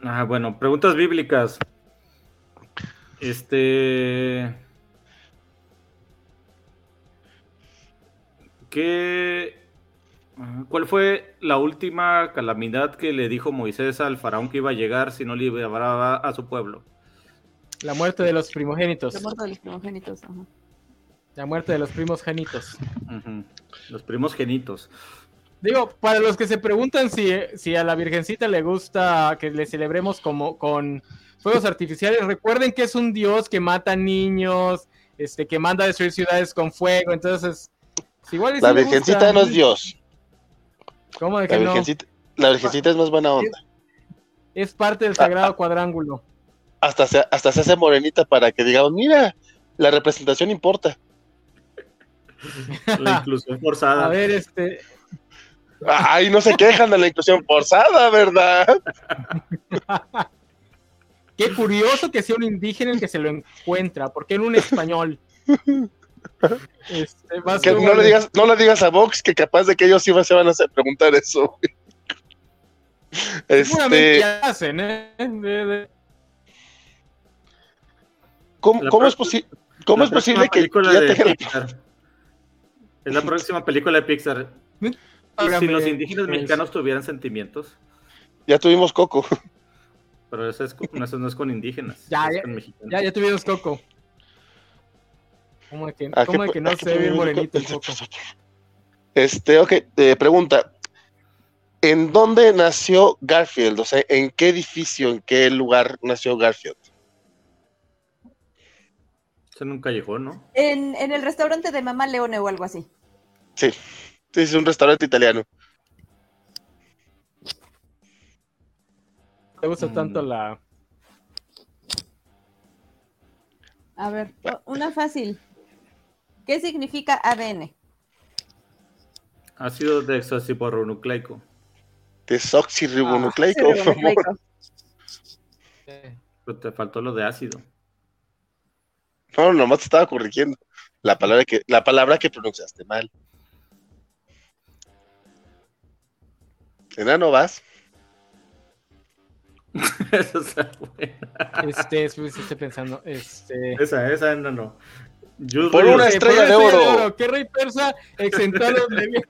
C: Ah, bueno, preguntas bíblicas. Este. ¿Qué. ah, ¿Cuál fue la última calamidad que le dijo Moisés al faraón que iba a llegar si no liberaba a su pueblo?
A: La muerte de los primogénitos.
B: La muerte de los primogénitos. ajá.
A: La muerte de los primos genitos.
C: Ujú. Los primos genitos.
A: Digo, para los que se preguntan si, si a la Virgencita le gusta que le celebremos como con fuegos artificiales, recuerden que es un dios que mata niños, este, que manda a destruir ciudades con fuego, entonces, si igual y
D: La
A: sí le
D: virgencita
A: gusta,
D: no es Dios.
A: ¿Cómo de
D: La
A: que no?
D: virgencita, la virgencita es más buena onda.
A: Es parte del sagrado cuadrángulo.
D: Hasta se, hasta se hace morenita para que digamos, mira, la representación importa.
C: La inclusión
A: A
C: forzada.
A: ver, este,
D: Ay, no se quejan de la inclusión forzada, ¿verdad?
A: qué curioso que sea un indígena el que se lo encuentra, porque era un español. Este, va a
D: Que
A: ser
D: no le
A: un-
D: digas, no le digas a Vox que capaz de que ellos sí se van a hacer preguntar eso.
A: Seguramente
D: Este,
A: ya hacen, ¿eh? De- de-
D: ¿cómo,
C: La
D: cómo es,
C: pro-
D: posi- cómo
C: La
D: es
C: próxima
D: posible que
C: película
D: ya
C: de
D: tengan-
C: Pixar. Es la próxima película de Pixar. Y si
A: Págame,
C: los indígenas
A: pues,
C: mexicanos tuvieran sentimientos,
D: ya tuvimos Coco?
C: pero eso, es, con- eso no es con indígenas.
A: Ya,
C: es con mexicanos.
A: Ya, ya tuvimos Coco. ¿Cómo de que,
D: ¿A qué
A: cómo de
D: po-
A: que
D: a
A: no
D: qué
A: se ve bien
D: público?
A: morenito el Coco?
D: Este, ok, eh, pregunta. ¿En dónde nació Garfield? O sea, ¿en qué edificio, en qué lugar nació Garfield?
C: Es en un callejón, ¿no?
B: En, en el restaurante de Mamá Leone o algo así.
D: Sí, es un restaurante italiano.
A: ¿Te gusta
C: Mm.
A: tanto la...
B: A ver, o-
D: Ah.
B: una fácil. ¿Qué significa ADN?
C: Ácido dexoxiborronucleico.
A: Ah,
D: Desoxirribonucleico. por favor.
C: Pero te faltó lo de ácido.
D: No, nomás te estaba corrigiendo. La palabra que, la palabra que pronunciaste mal. Enano vas.
C: Esa está buena.
A: Este, es- pues, estoy pensando, este...
C: Esa, esa no, no. Yo-
D: Por
C: yo-
D: una
A: Este,
D: estrella
A: por
D: de
A: una
D: oro.
A: ¿Qué rey persa exentó a los levitas?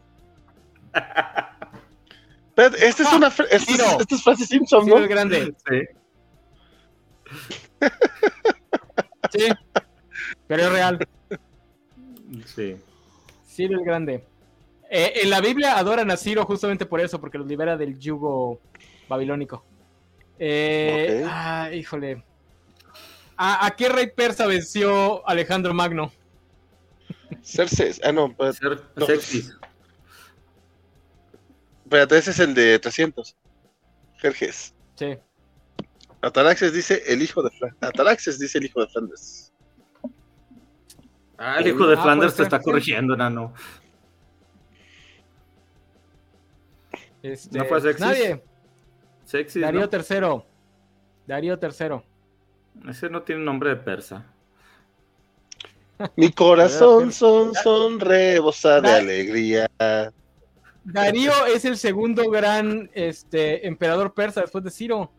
D: Pero esta este es una fra- esta es,
A: Ciro.
D: esta es frase Simpson,
A: Ciro el
D: ¿no?
A: Grande?
C: Sí.
A: Sí, pero es real.
C: Sí.
A: Ciro el Grande. Eh, en la Biblia adoran a Ciro justamente por eso, porque los libera del yugo babilónico. Eh,
D: Ok.
A: ah, híjole. ¿A, ¿A qué rey persa venció Alejandro Magno?
D: Cerces. Ah, no,
C: Ser
D: espérate, No.
C: sexys.
D: espérate, ese es el de 300. Jerjes.
A: Sí.
D: Ataraxes dice el hijo de Flan- Ataraxes dice el hijo de Flandes.
C: Ah, el hijo de
A: Ah,
C: Flanders
A: puede
C: te
A: ser,
C: está
A: sí.
C: corrigiendo, nano.
A: Este,
C: No fue Sexis.
A: Nadie.
C: Sexy.
A: Darío III. Darío III.
C: Ese no tiene nombre de persa.
D: Mi corazón
A: Espérate.
D: son, son rebosa de
A: Dale.
D: alegría.
A: Darío es el segundo gran este, emperador persa después de Ciro.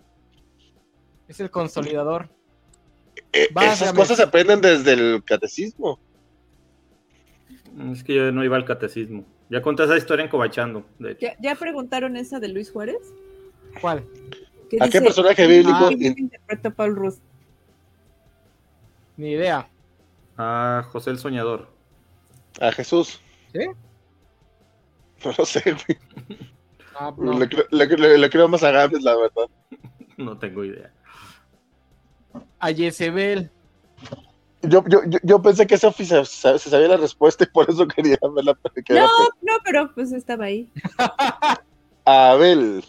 A: Es el consolidador.
D: Eh, esas
A: Válgame.
D: cosas se aprenden desde el catecismo.
C: Es que yo no iba al catecismo. Ya conté esa historia en Cobachando, de hecho.
B: ¿Ya, ya preguntaron esa de Luis Juárez?
A: ¿Cuál?
B: ¿Qué
D: ¿A qué personaje
A: Ah.
D: bíblico? in-
B: interpreta Paul Rust?
A: Ni idea.
C: Ah, José el Soñador.
D: A Jesús.
A: ¿Sí?
D: No lo sé, güey.
A: Ah, no.
D: Le, creo- le- le- le creo más a Gámez, la verdad.
C: No tengo idea.
A: A Jezebel.
D: Yo, yo, yo, yo pensé que esa ofi- se, se sabía la respuesta y por eso quería verla. que
B: No,
D: era-
B: no, pero pues estaba ahí.
D: Abel.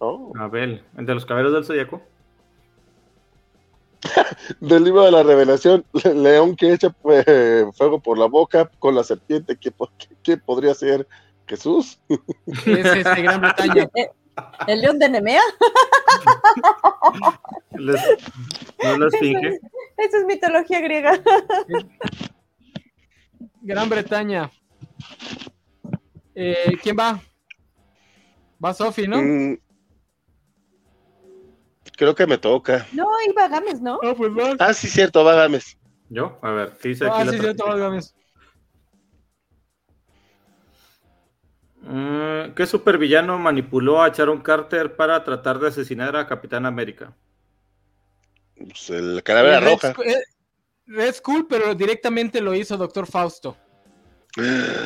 D: ¿no?
C: Abel, el de los caballeros del zodiaco.
D: Del libro de la revelación, le- león que echa eh, fuego por la boca con la serpiente, ¿qué, po- qué- qué podría ser Jesús?
A: Es este, Gran Bretaña.
B: ¿El león de Nemea?
C: Les- no les finge.
B: Esa es mitología griega.
A: Gran Bretaña. Eh, ¿Quién va? Va Sofi, ¿no?
D: Mm, creo que me toca.
B: No, iba Gámez, ¿no?
A: No, pues va.
D: Ah, sí, cierto, va Gámez.
C: Yo, a ver, ¿qué dice aquí
A: Ah,
C: la
A: sí,
C: tarjeta?
A: cierto, Gámez.
C: Mm, ¿Qué supervillano manipuló a Sharon Carter para tratar de asesinar a Capitán América?
D: Pues, el calavera
A: El Red
D: roja.
A: Squ- eh, Es cool, pero directamente lo hizo Doctor Fausto.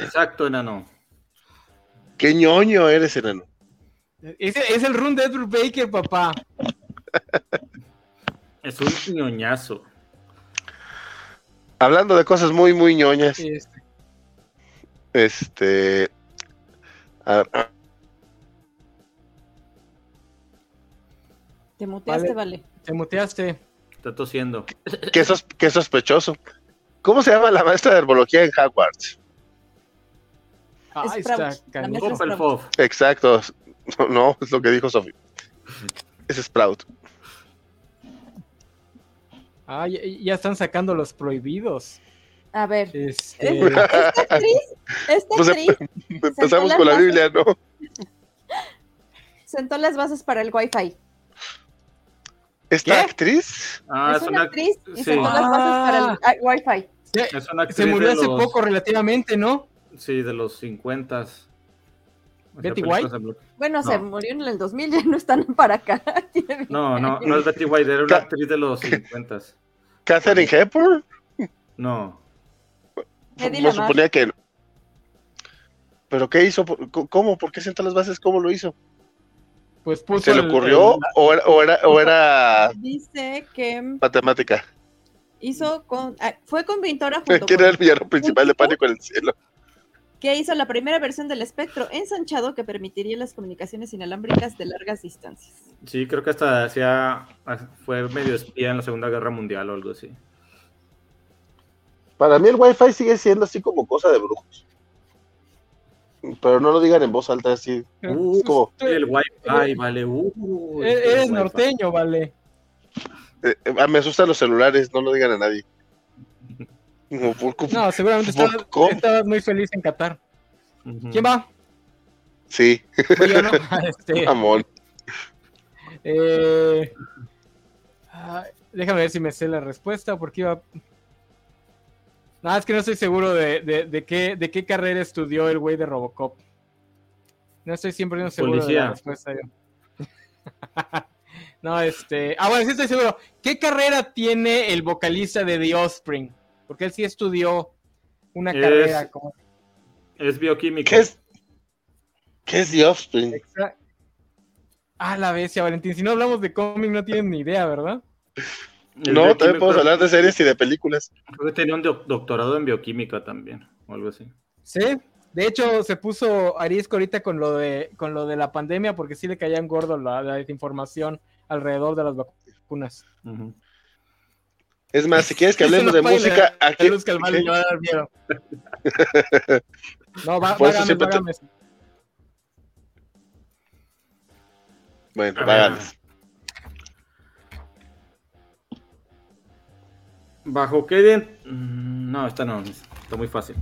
C: Exacto, enano.
D: Qué ñoño eres, enano.
A: Es, es el run de Edward Baker, papá.
C: Es un ñoñazo.
D: Hablando de cosas muy, muy ñoñas.
A: Este,
D: Este. a- a-
B: Te muteaste, vale.
A: te muteaste.
C: Está tosiendo.
D: qué, sos- qué sospechoso. ¿Cómo se llama la maestra de herbología en Hogwarts?
A: Ahí
B: Sprout,
A: está,
B: la
A: canijo.
B: mezcla
C: Hufflepuff.
D: Exacto. No, no, es lo que dijo Sophie. Es Sprout.
A: Ah, ya, ya están sacando los prohibidos.
B: A ver, ¿Eh?
A: Este,
B: esta actriz, esta
D: Pues,
B: actriz
D: Empezamos
B: las
D: con la
B: bases.
D: Biblia, ¿no?
B: sentó las bases para el Wi-Fi.
D: Esta
A: ¿Qué?
D: actriz.
C: Ah,
B: es una actriz y
C: sí.
B: sentó las bases para el ah, Wi-Fi.
A: se,
C: Es una
A: se
C: actriz
A: murió
C: de
A: hace
C: los-
A: poco relativamente, ¿no?
C: Sí, de los 50.
A: Betty
B: Bueno, se
C: No.
B: murió en el 2000, ya no están para acá. Tiene
C: No, no,
B: 20
C: no es Betty White, era una
D: Ca-
C: actriz de los 50.
D: Catherine Hepburn. Pues,
C: No,
B: Eddie
D: No
B: Lamar.
D: suponía que. ¿Pero qué hizo? ¿Por- co- ¿Cómo? ¿Por qué sentó las bases? ¿Cómo lo hizo?
A: Pues puso
D: ¿Se le
A: el-
D: ocurrió?
A: el-
D: ¿O era, o era, o era
B: Dice que
D: matemática?
B: hizo con. ah, fue con Vintora junto
D: ¿Quién
B: con-
D: era el villano principal de Pánico en el Cielo?
B: que hizo la primera versión del espectro ensanchado que permitiría las comunicaciones inalámbricas de largas distancias.
C: sí, creo que hasta hacía, fue medio espía en la Segunda Guerra Mundial o algo así.
D: Para mí el Wi-Fi sigue siendo así como cosa de brujos. Pero no lo digan en voz alta, así.
C: Uh,
D: como-
A: Tú-
C: El Wi-Fi, vale. Uh,
A: e-
C: el
A: Eh, eres
C: Wi-Fi.
A: norteño, vale.
D: Eh, eh, me asustan los celulares, no lo digan a nadie. Como Furcu-
A: No, seguramente
D: ¿Por
A: estabas,
D: cómo?
A: estabas muy feliz en Qatar.
C: Ujú.
A: ¿Quién va?
D: Sí,
A: Voy yo, ¿no?
C: Ah,
A: Este,
D: amor.
A: eh, ah, déjame ver si me sé la respuesta, porque iba. Nada, es que no estoy seguro de, de- de qué, de qué carrera estudió el güey de Robocop. No estoy siempre seguro de
C: Policía.
A: la respuesta. yo. no, este. Ah, bueno, sí estoy seguro. ¿Qué carrera tiene el vocalista de The Offspring? Porque él sí estudió una
C: Es-
A: carrera como.
C: Es bioquímico.
D: ¿Qué es? ¿Qué es The Offspring?
A: Exa- Ah, la bestia, Valentín. Si no hablamos de cómic, no tienen ni idea, ¿verdad?
C: Es
D: No,
C: bioquímico,
D: también podemos hablar de series y de películas.
C: Creo que tenía un doc- doctorado en bioquímica también, o algo así.
A: Sí. De hecho, se puso arisco ahorita con lo de, con lo de la pandemia, porque sí le caían gordo la, la información alrededor de las vacunas.
C: Ujú.
D: Es más, si quieres que hablemos
A: Eso
D: de
A: no fue
D: música,
A: la-
D: aquí.
A: la luz que al mal
D: sí.
A: le va a dar miedo. No, va,
D: Por eso
A: Vágames,
D: siempre te-
A: Vágames.
D: Bueno,
C: Ah.
D: váganos.
C: ¿Bajo qué den- Mm, No, esta no, está muy fácil.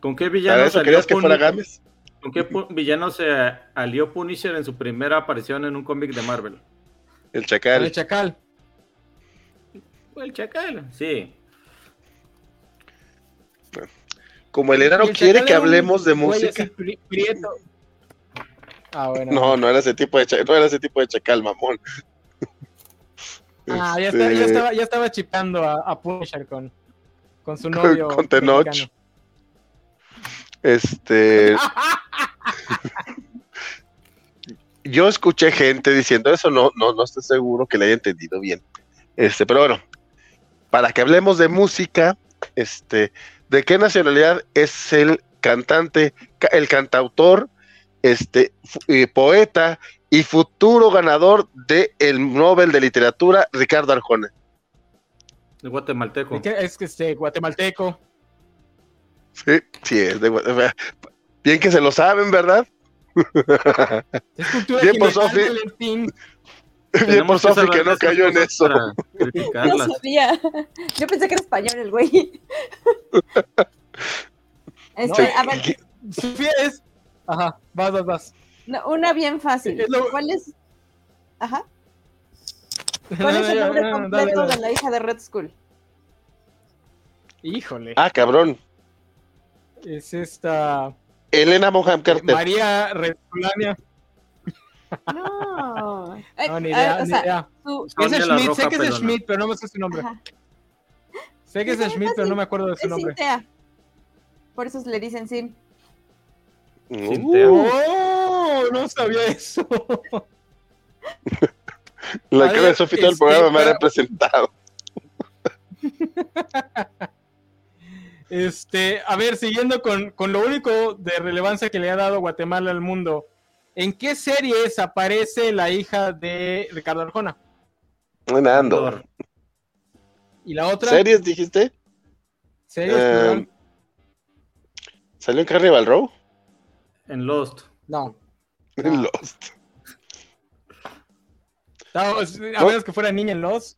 C: ¿Con qué
D: ¿Para
C: villano
D: eso
C: salió
D: querías que
C: Pun-
D: fuera Gámez?
C: ¿Con qué pu- villano se alió Punisher en su primera aparición en un cómic de Marvel?
D: El
A: Con El
D: chacal.
A: chacal.
C: El chacal, sí.
D: Como Pues, el enano
A: El
D: quiere
A: chacal
D: que
A: era un
D: hablemos de
A: güey así
D: música.
A: pri- prieto. Ah, bueno.
D: No, no era ese tipo de chacal, no era ese tipo de chacal, mamón.
A: Ah, ya, está- ya
D: Este,
A: estaba, ya estaba chipando a, a Punisher con, con su
D: Con-
A: novio.
D: con Tenoch.
A: mexicano.
D: Este. Yo escuché gente diciendo eso, no, no, no estoy seguro que le haya entendido bien. Este, pero bueno, para que hablemos de música, este, ¿de qué nacionalidad es el cantante, ca- el cantautor, este, fu- eh, poeta y futuro ganador del Nobel de Literatura, Ricardo Arjona?
C: El guatemalteco.
A: ¿De qué? Es que este guatemalteco.
D: Sí, sí, es de Guadalajara. Bien que se lo saben, ¿verdad?
A: Es cultura
D: Bien por
A: general,
D: Sofi.
A: Valentín.
D: Bien por
C: Tenemos
D: Sofi
C: saber
D: que no
C: esas
D: cayó en
C: cosas
D: eso.
C: para
B: No
C: criticarlas.
B: sabía. Yo pensé que era español el güey. Este,
A: No,
B: a ver,
A: Sofía es. Ajá, vas, vas, vas.
B: no, una bien fácil.
A: Es lo-
B: ¿Cuál es? Ajá. ¿Cuál es el
A: No, no, no,
B: nombre
A: no, dale,
B: completo de
A: dale.
B: la hija de Red School?
A: Híjole.
D: Ah, cabrón.
A: Es esta.
D: Elena Monham Carter.
A: María Redulania.
B: No. No, Eh,
A: No, ni
B: eh,
A: idea,
B: o
A: ni
B: sea,
A: idea.
B: su-
A: Es
C: Sonia la
A: Schmidt, sé
C: Roja
A: que es
C: Pelona.
A: Schmidt, pero no me sé su nombre.
B: ajá,
A: Sé que es
B: Sí,
A: Schmidt, pero no me acuerdo de su
B: es
A: nombre.
B: Cintea. Por eso le dicen Sin.
C: Cintia.
D: Uh,
A: ¡Oh! No sabía eso.
D: la
A: Vale,
D: cara de Sofi todo el
A: este,
D: programa me ha
A: pero-
D: representado.
A: Este, a ver, siguiendo con, con lo único de relevancia que le ha dado Guatemala al mundo. ¿En qué series aparece la hija de Ricardo Arjona?
D: En Andor.
A: ¿Y la otra?
D: ¿Series dijiste?
A: ¿Series?
D: Eh,
A: perdón.
D: ¿Salió en Carnival Row?
C: En Lost.
A: No. Ah.
D: En Lost.
A: No, es- A menos que fuera niña en Los.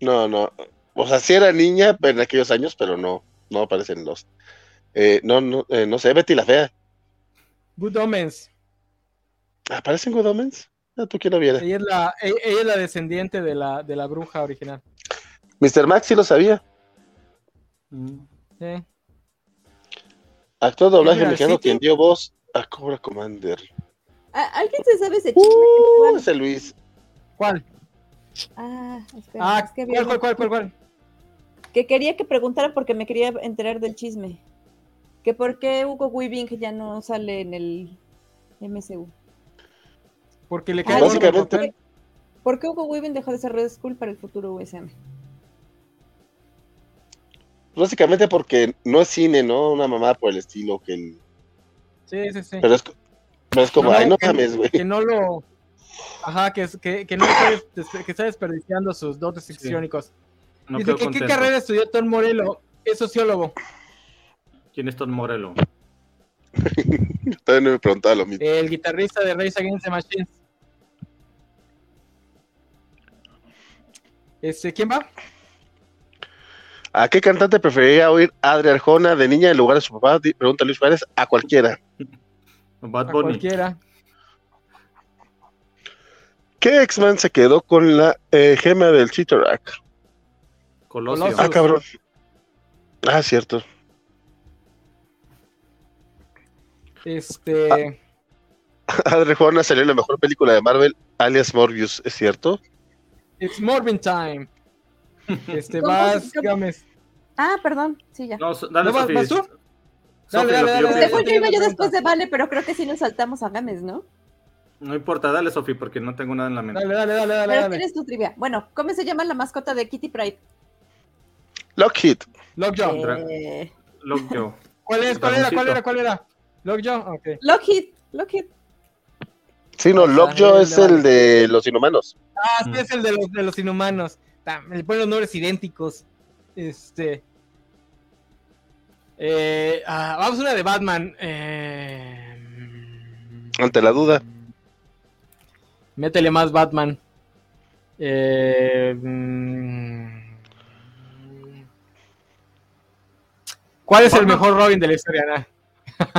D: No, no. O sea, sí era niña en aquellos años, pero no, no aparece en Lost. Eh, no, no, eh, no sé, Betty la Fea.
A: Good Omens.
D: ¿Aparece en Good Omens? Ah, ¿Tú quién lo viera?
A: Ella es la, e- ella es la descendiente de la, de la bruja original.
D: Mr. Max sí lo sabía.
A: Mm. Sí.
D: Actor de doblaje
A: Mira,
D: mexicano
A: sí,
D: quien dio voz a Cobra Commander.
B: ¿A- Ah, ¿Alguien se sabe ese chisme?
D: Uh,
B: que
D: ese Luis.
A: ¿Cuál?
B: Ah, espera,
A: Ah,
B: es que, había
A: ¿cuál,
B: algo
A: cuál, cuál, cuál, cuál?
B: que quería que preguntara porque me quería enterar del chisme. Que por qué Hugo Weaving ya no sale en el MCU.
A: Porque le
B: Ah,
A: cae gordo el
D: Básicamente-
A: papel.
B: ¿Por qué Hugo Weaving dejó de ser Red School para el futuro USM?
D: Básicamente porque no es cine, ¿no? Una mamá por el estilo que... el-
A: Sí, sí, sí.
D: Pero es, co- pero es como,
A: No,
D: ay, no
A: que-
D: mames, güey.
A: que no lo. Ajá, que, es- que, que no está, des- des- que está desperdiciando sus dotes histriónicos.
C: No
A: Dice
C: quedó
A: que qué
C: contento.
A: carrera estudió Tom Morello, es sociólogo.
C: ¿Quién es Tom Morello?
D: Todavía no me preguntaba lo mismo.
A: El guitarrista de Rage Against the Machine. Este, ¿quién va?
D: ¿A qué cantante preferiría oír Adri Arjona de niña en lugar de su papá? Di- Pregunta Luis Párez. A cualquiera.
A: A
C: Bad Bunny.
A: cualquiera.
D: ¿Qué X-Man se quedó con la eh, gema del Chitorak?
C: Colosio.
A: Colosio.
D: Ah, cabrón. Ah, cierto.
A: Este.
D: Adri Arjona salió en la mejor película de Marvel, alias Morbius, ¿es cierto?
A: It's Morbin Time. Este,
B: ¿Cómo
A: vas,
B: se-
A: Gámez.
B: Ah, perdón, sí, ya.
C: No, so- dale,
A: ¿No vas-
C: Sofi.
A: vas tú? Dale,
C: Sofi, lo
A: dale,
C: que
A: dale,
C: yo
A: dale.
C: pienso.
B: Según yo iba yo
A: tengo
B: después de Vale, pero creo que sí nos saltamos a Gámez, ¿no?
C: No importa, dale, Sofi, porque no tengo nada en la mente.
A: Dale, dale, dale, dale.
B: Pero
A: dale.
B: tienes tu trivia. Bueno, ¿cómo se llama la mascota de Kitty Pride?
D: Lockheed.
A: Lockjaw.
C: Dra-
B: Eh,
C: Lockjaw.
A: ¿Cuál es? ¿Cuál era? ¿Cuál
C: Dragoncito.
A: era? ¿Cuál era? Lockjaw. Ok.
B: Lockheed, Lockheed.
D: Sí, no,
A: O sea,
D: Lockjaw
A: el
D: es
A: de-
D: el de los inhumanos.
A: Ah, sí, es el de los, de los inhumanos. Tam- Le ponen los nombres idénticos. Este. Eh, ah, vamos a una de Batman. Eh,
D: Ante la duda.
A: métele más Batman. Eh, mm. ¿Cuál es el
C: Batman.
A: mejor Robin de la historia? Ana?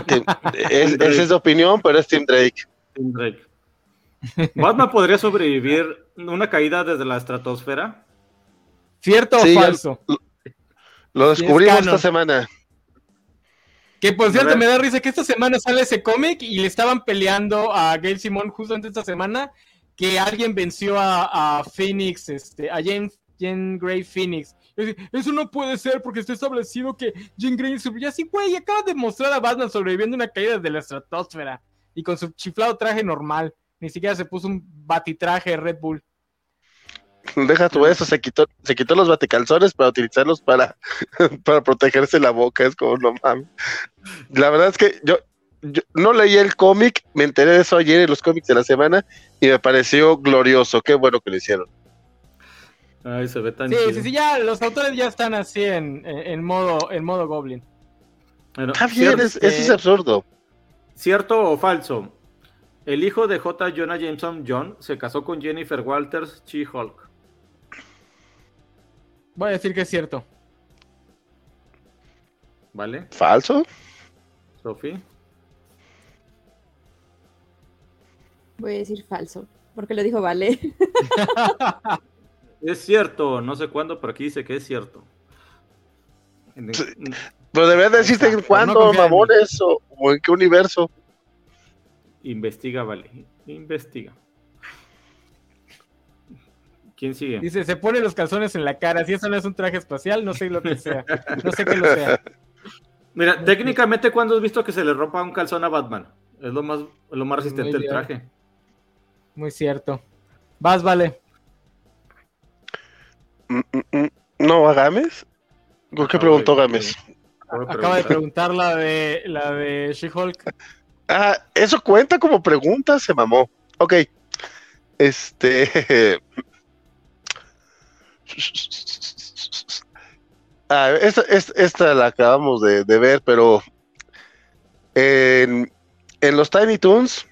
D: Tim- es, esa es de opinión, pero es Tim Drake.
C: Tim Drake. Batman podría sobrevivir una caída desde la estratosfera.
A: ¿Cierto
D: Sí,
A: o
D: ya-
A: falso?
D: Lo
A: es
D: descubrimos
A: canon.
D: esta semana.
A: Que por
C: A
A: cierto,
C: ver.
A: me da risa que esta semana sale ese cómic y le estaban peleando a Gail Simón justo antes de esta semana que alguien venció a, a Phoenix, este, a Jen, Jen Grey Phoenix. Y dice, Eso no puede ser porque está establecido que Jen Grey sobrevivió así, güey, acaba de mostrar a Batman sobreviviendo una caída de la estratosfera y con su chiflado traje normal. Ni siquiera se puso un batitraje Red Bull.
D: Deja tu eso, se quitó, se quitó los baticalzones para utilizarlos para, para protegerse la boca. Es como, no mames. La verdad es que yo, yo no leí el cómic, me enteré de eso ayer en los cómics de la semana y me pareció glorioso. Qué bueno que lo hicieron.
C: Ay, se ve tan
A: Sí,
C: chido.
A: sí, sí, ya los autores ya están así en, en- en modo, en modo Goblin.
C: Bueno,
D: Ah, bien,
C: cier-
D: es- eso es absurdo.
C: ¿Cierto o falso? El hijo de J. Jonah Jameson John se casó con Jennifer Walters She-Hulk.
A: Voy a decir que es cierto.
C: ¿Vale?
D: ¿Falso?
C: Sofi.
B: Voy a decir falso, porque lo dijo Vale.
C: Es cierto, no sé cuándo, pero aquí dice que es cierto. En-
D: Sí. Pero deberías decirte en
A: Exacto,
D: cuándo,
A: no confía en mí.
D: mamones, o, o en qué universo.
C: Investiga, vale. Investiga. ¿Quién sigue?
A: Dice, se pone los calzones en la cara. Si eso no es un traje espacial, no sé lo que sea. No sé qué lo sea.
C: Mira, técnicamente, ¿cuándo has visto que se le rompa un calzón a Batman? Es lo más, lo más resistente del
A: bien.
C: traje.
A: Muy cierto. Vas, vale.
D: Mm, mm, mm. No, a Gámez. ¿Por qué
C: Ah,
D: preguntó
C: güey,
D: Gámez?
C: Acabo de
A: Acaba de
C: preguntar.
A: preguntar la de la de She-Hulk.
D: Ah, eso cuenta como pregunta, se mamó. Ok. Este. Ah, esta, es- esta la acabamos de, de ver, pero. En, en los Tiny Toons,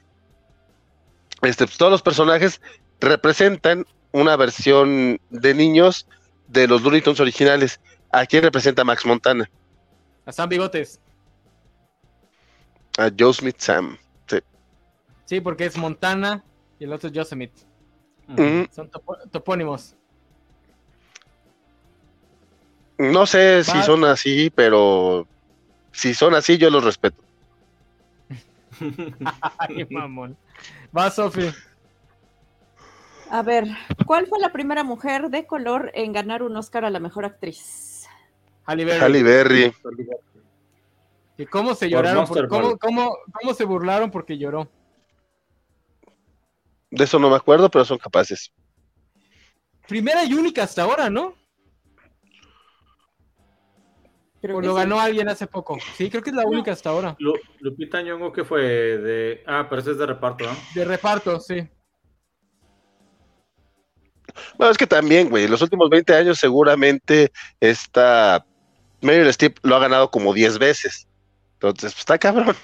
D: este, pues, todos los personajes representan una versión de niños de los Looney Tunes originales. ¿A quién representa Max Montana?
A: A San Bigotes.
D: A Joe Smith Sam.
A: Sí, porque es Montana y el otro es Yosemite.
D: Mm,
A: Son topo- topónimos.
D: No sé si
A: Vas.
D: son así, pero si son así, yo los respeto.
C: Mm.
A: Ay, mamón. Vas, Sofi.
B: A ver, ¿cuál fue la primera mujer de color en ganar un Oscar a la mejor actriz?
A: Halle Berry.
D: Halle Berry.
A: ¿Y cómo se
C: Por
A: lloraron?
C: Monster
A: por- ¿cómo,
C: Ball.
A: cómo, cómo se burlaron porque lloró?
D: De eso no me acuerdo, pero son capaces.
A: Primera y única hasta ahora, ¿no?
B: Creo
A: O Pues
B: que
A: lo
B: sí.
A: ganó alguien hace poco. Sí, creo que es la única hasta ahora.
C: Lu- Lupita Nyong'o, que fue de... Ah, pero ese es de reparto, ¿no?
A: De reparto, sí.
D: Bueno, es que también, güey, en los últimos 20 años seguramente esta Meryl Streep lo ha ganado como 10 veces. Entonces, pues, está cabrón.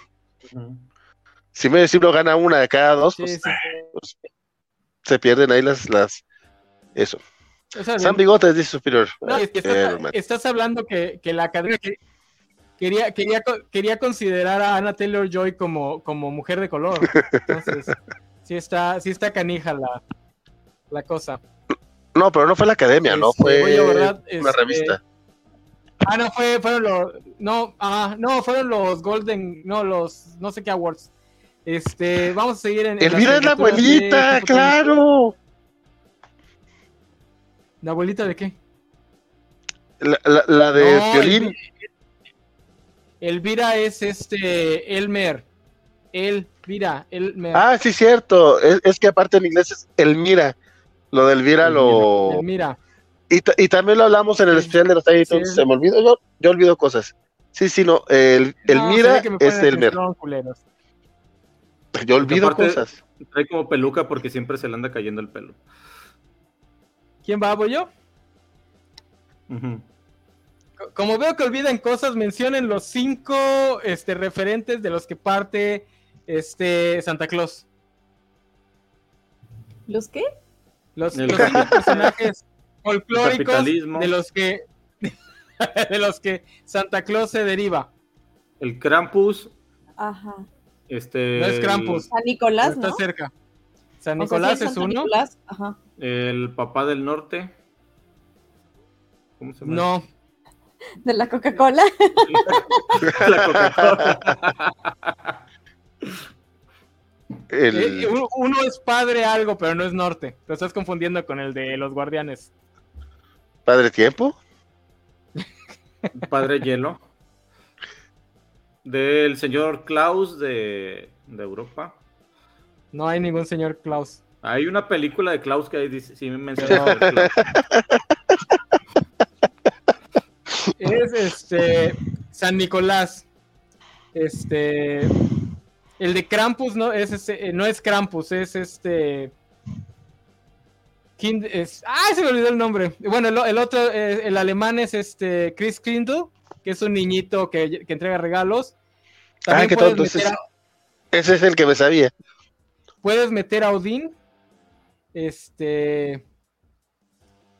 D: Si Meryl Streep lo gana una de cada dos,
A: Sí,
D: pues,
A: sí, sí.
D: pues, se pierden ahí las... las eso.
A: O sea,
D: Sam Bigotes dice Superior.
A: no, es que
D: Eh,
A: estás,
D: man.
A: estás hablando que, que la academia que- quería, quería, co- quería considerar a Anna Taylor Joy como, como mujer de color. Entonces, sí está, sí está canija la, la cosa.
D: No, pero no fue la academia, no
A: Este,
D: fue
A: oye, ¿verdad?
D: una
A: Este,
D: revista.
A: Ah, no, fue, fueron los. No, ah, no, fueron los Golden. No, los. No sé qué awards. Este, vamos a seguir en. en las
D: Elvira es la
A: caricaturas de
D: abuelita,
A: Tipo
D: claro.
A: Tony. ¿La abuelita de qué?
D: La, la- la de
A: No,
D: violín.
A: Elvira es este. Elmer. Elvira. Elmer.
D: Ah, sí, cierto. Es, es que aparte en inglés es Elmira. Lo de Elvira lo.
A: Elmira.
D: Y, ta- y también lo hablamos en el
A: Sí.
D: especial de los Tiny
A: Sí,
D: Toons,
A: es-
D: Se me olvidó. Yo, yo olvido cosas. Sí, sí, no. El,
A: No, se
D: Elmira
A: ve que me
D: es
A: ponen
D: Elmer.
A: atención, culeros.
D: Yo olvido
C: Aparte-
D: cosas.
C: Trae como peluca porque siempre se le anda cayendo el pelo.
A: ¿Quién va? ¿Voy yo?
C: Ujú.
A: Co- Como veo que olvidan cosas, mencionen los cinco este, referentes de los que parte este, Santa Claus.
B: ¿Los qué?
A: Los,
C: El-
A: los cinco personajes folclóricos
C: Capitalismo.
A: de los que de los que Santa Claus se deriva.
C: El Krampus,
B: Ajá.
C: este...
A: No es Krampus,
B: San Nicolás,
A: pero
B: ¿no?
A: está cerca. San
B: O sea, sí
A: Nicolás es
B: Santo
A: uno.
B: Nicolás, Ajá.
C: El, el papá del norte. ¿Cómo se llama?
A: No,
B: De la Coca-Cola.
C: La Coca-Cola.
D: El-
A: eh, uno- uno es padre algo, pero no es norte. Lo estás confundiendo con el de los guardianes.
D: Padre Tiempo.
C: Padre Hielo. Del señor Klaus de, de Europa.
A: No hay ningún señor Claus.
C: Hay una película de Klaus que ahí dice, sí me menciona. el Klaus.
A: Es este San Nicolás. Este el de Krampus no es ese, eh, no es Krampus, es este Kind- es- ah, se me olvidó el nombre. Bueno, el, o- el otro, eh, el alemán es este Chris Kindle, que es un niñito que, que entrega regalos. También
D: Ah, qué
A: puedes,
D: tonto, ese
A: meter
D: es- Ese es el que me sabía.
A: a, puedes meter a Odín. Este.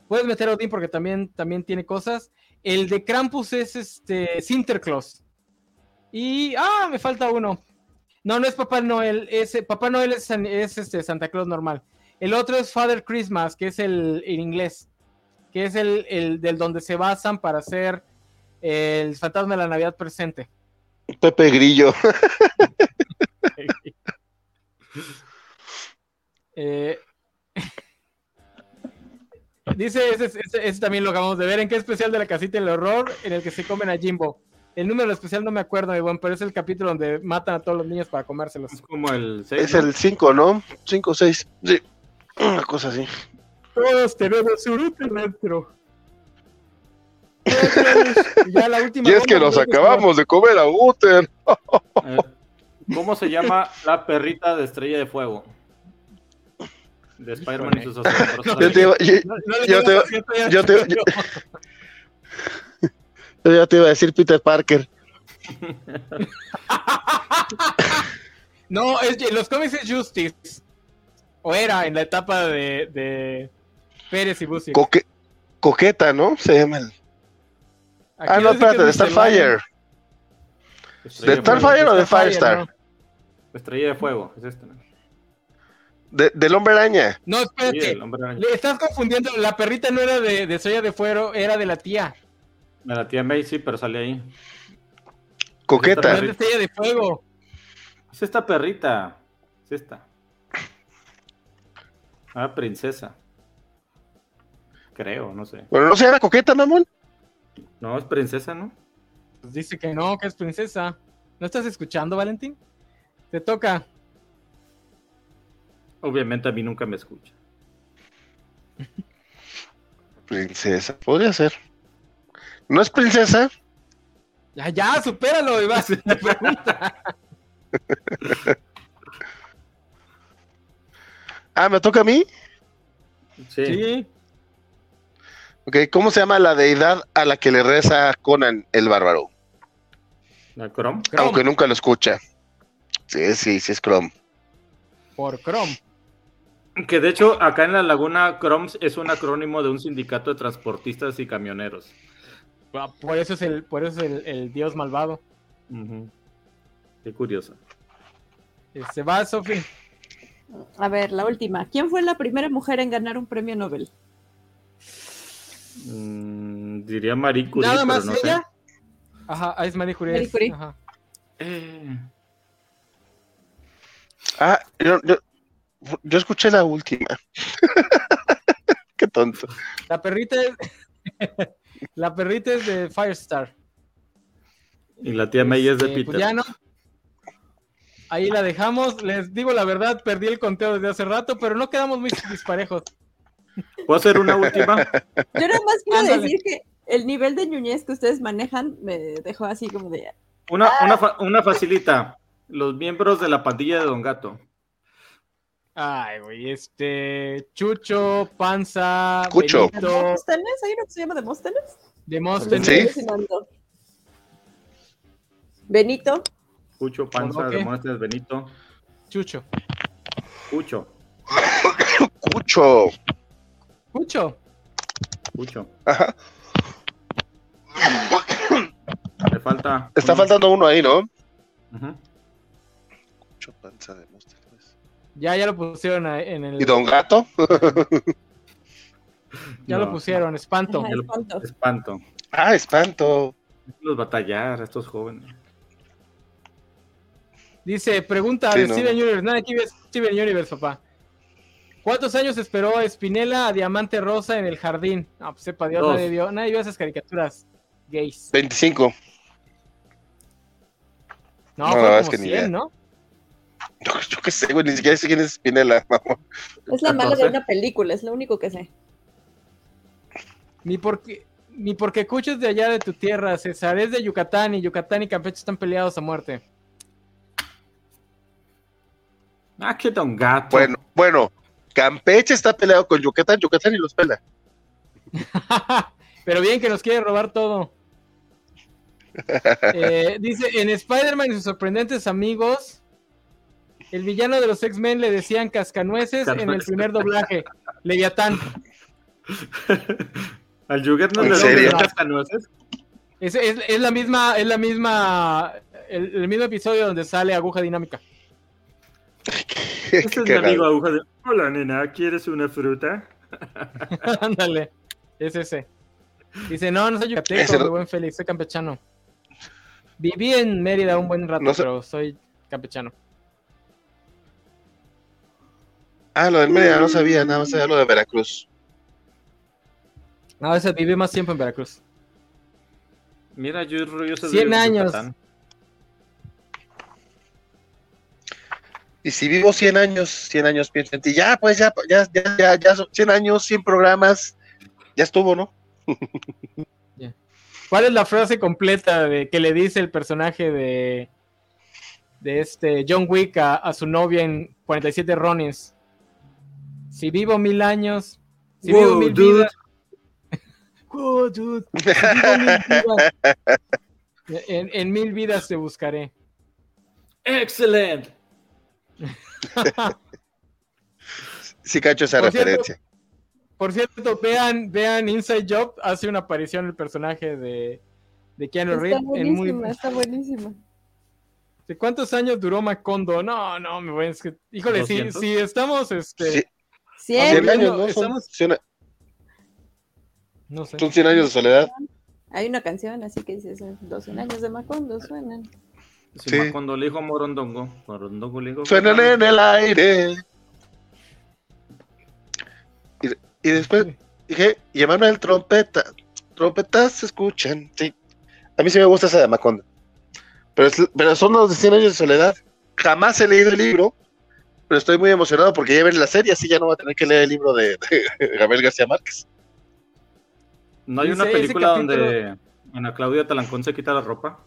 A: Puedes meter a Odín porque también, también tiene cosas. El de Krampus es este. Sinterklaas. Y. ¡Ah! Me falta uno. No, no es Papá Noel. Es, eh, Papá Noel es, San- es, este, Santa Claus normal. El otro es Father Christmas, que es el en inglés. Que es el, el del donde se basan para hacer el fantasma de la Navidad presente.
D: Pepe Grillo.
A: Eh, Dice, ese, ese- ese también lo acabamos de ver. ¿En qué especial de la casita del horror? En el que se comen a Jimbo. El número especial no me acuerdo, mi buen, pero es el capítulo donde matan a todos los niños para comérselos.
C: Es como el seis,
D: Es
C: ¿no?
D: el 5, ¿no? 5 o 6. Sí. Una cosa así.
A: Todos tenemos urute dentro. Todos tenemos- y ya la última
E: Y es que
A: bomba,
E: nos
A: creo es
E: acabamos de comer a Uter.
C: Eh, ¿Cómo se llama la perrita de Estrella de Fuego? De Spider-Man y sus asombrosos
D: Yo te, iba- yo-
A: No- no le
D: Yo
A: digas
D: te-
A: que estoy
D: yo te-
A: haciendo-
D: yo ya te iba a decir Peter Parker.
A: No, es, que los cómics es Justice. O era en la etapa de, de Pérez y Busi.
D: Coque- coqueta, ¿no? Se llama el- Ah, no, espérate, de Starfire.
C: Estrella de Fuego.
D: ¿De Starfire o de Firestar?
C: Estrella de Fuego, es este, ¿no?
D: De- del Hombre Araña.
A: No,
C: Sí,
A: espérate.
C: el hombre araña.
A: Este, Le estás confundiendo. La perrita no era de, de Estrella de Fuero, era de la tía.
C: De la tía May, sí, pero sale ahí.
A: No
D: Coqueta.
A: es de Estrella de Fuego.
C: Es esta perrita. Es esta. Ah, princesa. Creo, no sé.
D: Bueno, no se llama coqueta, mamón.
C: No, es princesa, ¿no?
A: Pues dice que no, que es princesa. ¿No estás escuchando, Valentín? Te toca.
C: Obviamente a mí nunca me escucha.
D: Princesa. Podría ser. No es princesa.
A: Ya, ya, supéralo, Iván. Te pregunta.
D: Ah, ¿me toca a mí?
C: Sí.
A: Sí.
D: Ok, ¿cómo se llama la deidad a la que le reza Conan el bárbaro?
C: La Chrome.
A: Chrome,
D: Aunque nunca lo escucha. Sí, sí, sí es Chrome.
A: Por Chrome.
C: Que de hecho, acá en la laguna, CROMS es un acrónimo de un sindicato de transportistas y camioneros.
A: Ah, Por eso es el, por eso es el- el dios malvado.
C: Ujú. Qué curioso.
A: Se Este, va, Sofi.
B: A ver, la última. ¿Quién fue la primera mujer en ganar un premio Nobel?
C: Mm, diría Marie Curie,
A: Nada más
C: pero no
A: ella. Ajá, ah, es Marie Curie.
B: Marie
A: es-
B: Curie.
A: ajá.
C: sé. Eh,
D: Ah, yo, yo, yo escuché la última. Qué tonto.
A: La perrita es. la perrita es de Firestar.
C: y la tía May es de
A: Eh, pues
C: Peter.
A: ya no. Ahí la dejamos. Les digo la verdad, perdí el conteo desde hace rato, pero no quedamos muy disparejos.
C: ¿Puedo hacer una última?
B: Yo nada más quiero
A: Ándale.
B: decir que el nivel de ñuñez que ustedes manejan me dejó así como de...
C: Una, una, fa- una facilita. Los miembros de la pandilla de Don Gato.
A: Ay, güey, este. Chucho, Panza,
D: Cucho.
A: Benito,
B: ¿Demóstenes? ¿Hay uno que se llama Demóstenes?
A: Demóstenes,
D: Sí.
B: Benito.
C: Cucho, Panza,
A: Ok.
C: Demóstenes, Benito.
A: Chucho.
C: Cucho,
D: Cucho.
A: Cucho.
C: Cucho.
D: Ajá.
C: Le falta.
D: Está
C: uno.
D: faltando uno ahí, ¿no?
C: Ujú.
D: Cucho panza de Móstenes.
A: Ya, ya lo pusieron ahí en el.
D: ¿Y Don Gato?
A: Ya
C: No.
A: lo pusieron, espanto.
B: Ajá, espanto.
C: Espanto.
D: Ah, espanto.
C: Los batallar, estos jóvenes.
A: Dice, pregunta
D: Sí,
A: de
D: no.
A: Steven Universe. Nada, aquí ves Steven Universe, papá. ¿Cuántos años esperó Espinela a Diamante Rosa en el jardín? No, pues sepa Dios,
C: Dos.
A: nadie vio, nadie vio esas caricaturas gays.
D: 25.
A: No,
D: No, la
A: fueron
D: verdad es
A: como
D: que ni
A: 100,
D: idea.
A: ¿no?
D: Yo, yo qué sé, güey. Ni siquiera sé quién es Spinella. mamón.
B: Es la mala de
C: Entonces-
B: una película, es lo único que sé.
A: Ni porque, ni porque escuches de allá de tu tierra, César, es de Yucatán y Yucatán y Campeche están peleados a muerte.
C: Ah, qué Don Gato.
D: Bueno, bueno. Campeche está peleado con Yucatán. Yucatán y los pela.
A: Pero bien que nos quiere robar todo. Eh, dice, en Spider-Man y sus sorprendentes amigos, el villano de los X-Men le decían cascanueces en el
C: Cascanueces.
A: primer doblaje. Leviatán.
C: Al Juggernaut
D: ¿En
C: le
D: serio?
C: dieron cascanueces.
A: Es, es- es la misma, es la misma, el, el mismo episodio donde sale aguja dinámica.
C: Este es mi
D: Qué
C: amigo
D: raro.
C: Aguja. de- Hola, nena, ¿quieres una fruta?
A: Ándale, es ese. Dice, no, no soy yucateco,
D: Ese no-
A: mi buen Félix, soy campechano. Viví en Mérida un buen rato,
D: No sé-
A: pero soy campechano.
D: Ah, lo de Mérida no sabía. Nada más sabía lo de Veracruz.
A: No, ese vive más tiempo en Veracruz.
C: Mira, yo orgulloso
A: 100 años.
D: Y si vivo 100 años, 100 años pienso en ti. Ya, pues ya, ya, ya, ya, ya son 100 años, 100 programas. Ya estuvo, ¿no?
A: ¿Cuál es la frase completa de, que le dice el personaje de, de este John Wick a, a su novia en 47 Ronins? Si vivo mil años, si
C: Wow,
A: vivo mil
C: dude.
A: vidas. Wow, dude, si vivo mil vidas, en, en mil vidas te buscaré.
C: Excelente.
D: Sí, cacho esa
A: Por cierto,
D: referencia.
A: Por cierto, vean, vean Inside Job, hace una aparición el personaje de, de Keanu
B: Está
A: Reeves. En muy,
B: buenísima, está buenísima.
A: ¿De cuántos años duró Macondo? No, no, me voy a... es que- Híjole, si,
C: 200.
A: si estamos, este...
D: Sí,
B: Cien.
D: 100
A: Aunque-
D: años, ¿no? Son
A: estamos- Pues,
D: 100,
A: No sé.
D: son 100 años de soledad.
B: Hay una canción así que dice, "Son 200 años de Macondo suenan.
C: Si
D: Sí.
C: Macondo le dijo a Morondongo, Morondongo le dijo.
D: Suenan en el aire. Y, y después dije, y Emanuel trompeta. Trompetas se escuchan. Sí. A mí sí me gusta esa de Macondo. Pero, es- pero son los de 100 años de soledad. Jamás he leído el libro, pero estoy muy emocionado porque ya ven la serie, así ya no va a tener que leer el libro de, de Gabriel García Márquez.
C: No hay
A: Ese-
C: una
A: ese
C: película
A: capítulo-
C: donde Ana Claudia Talancón se quita la ropa.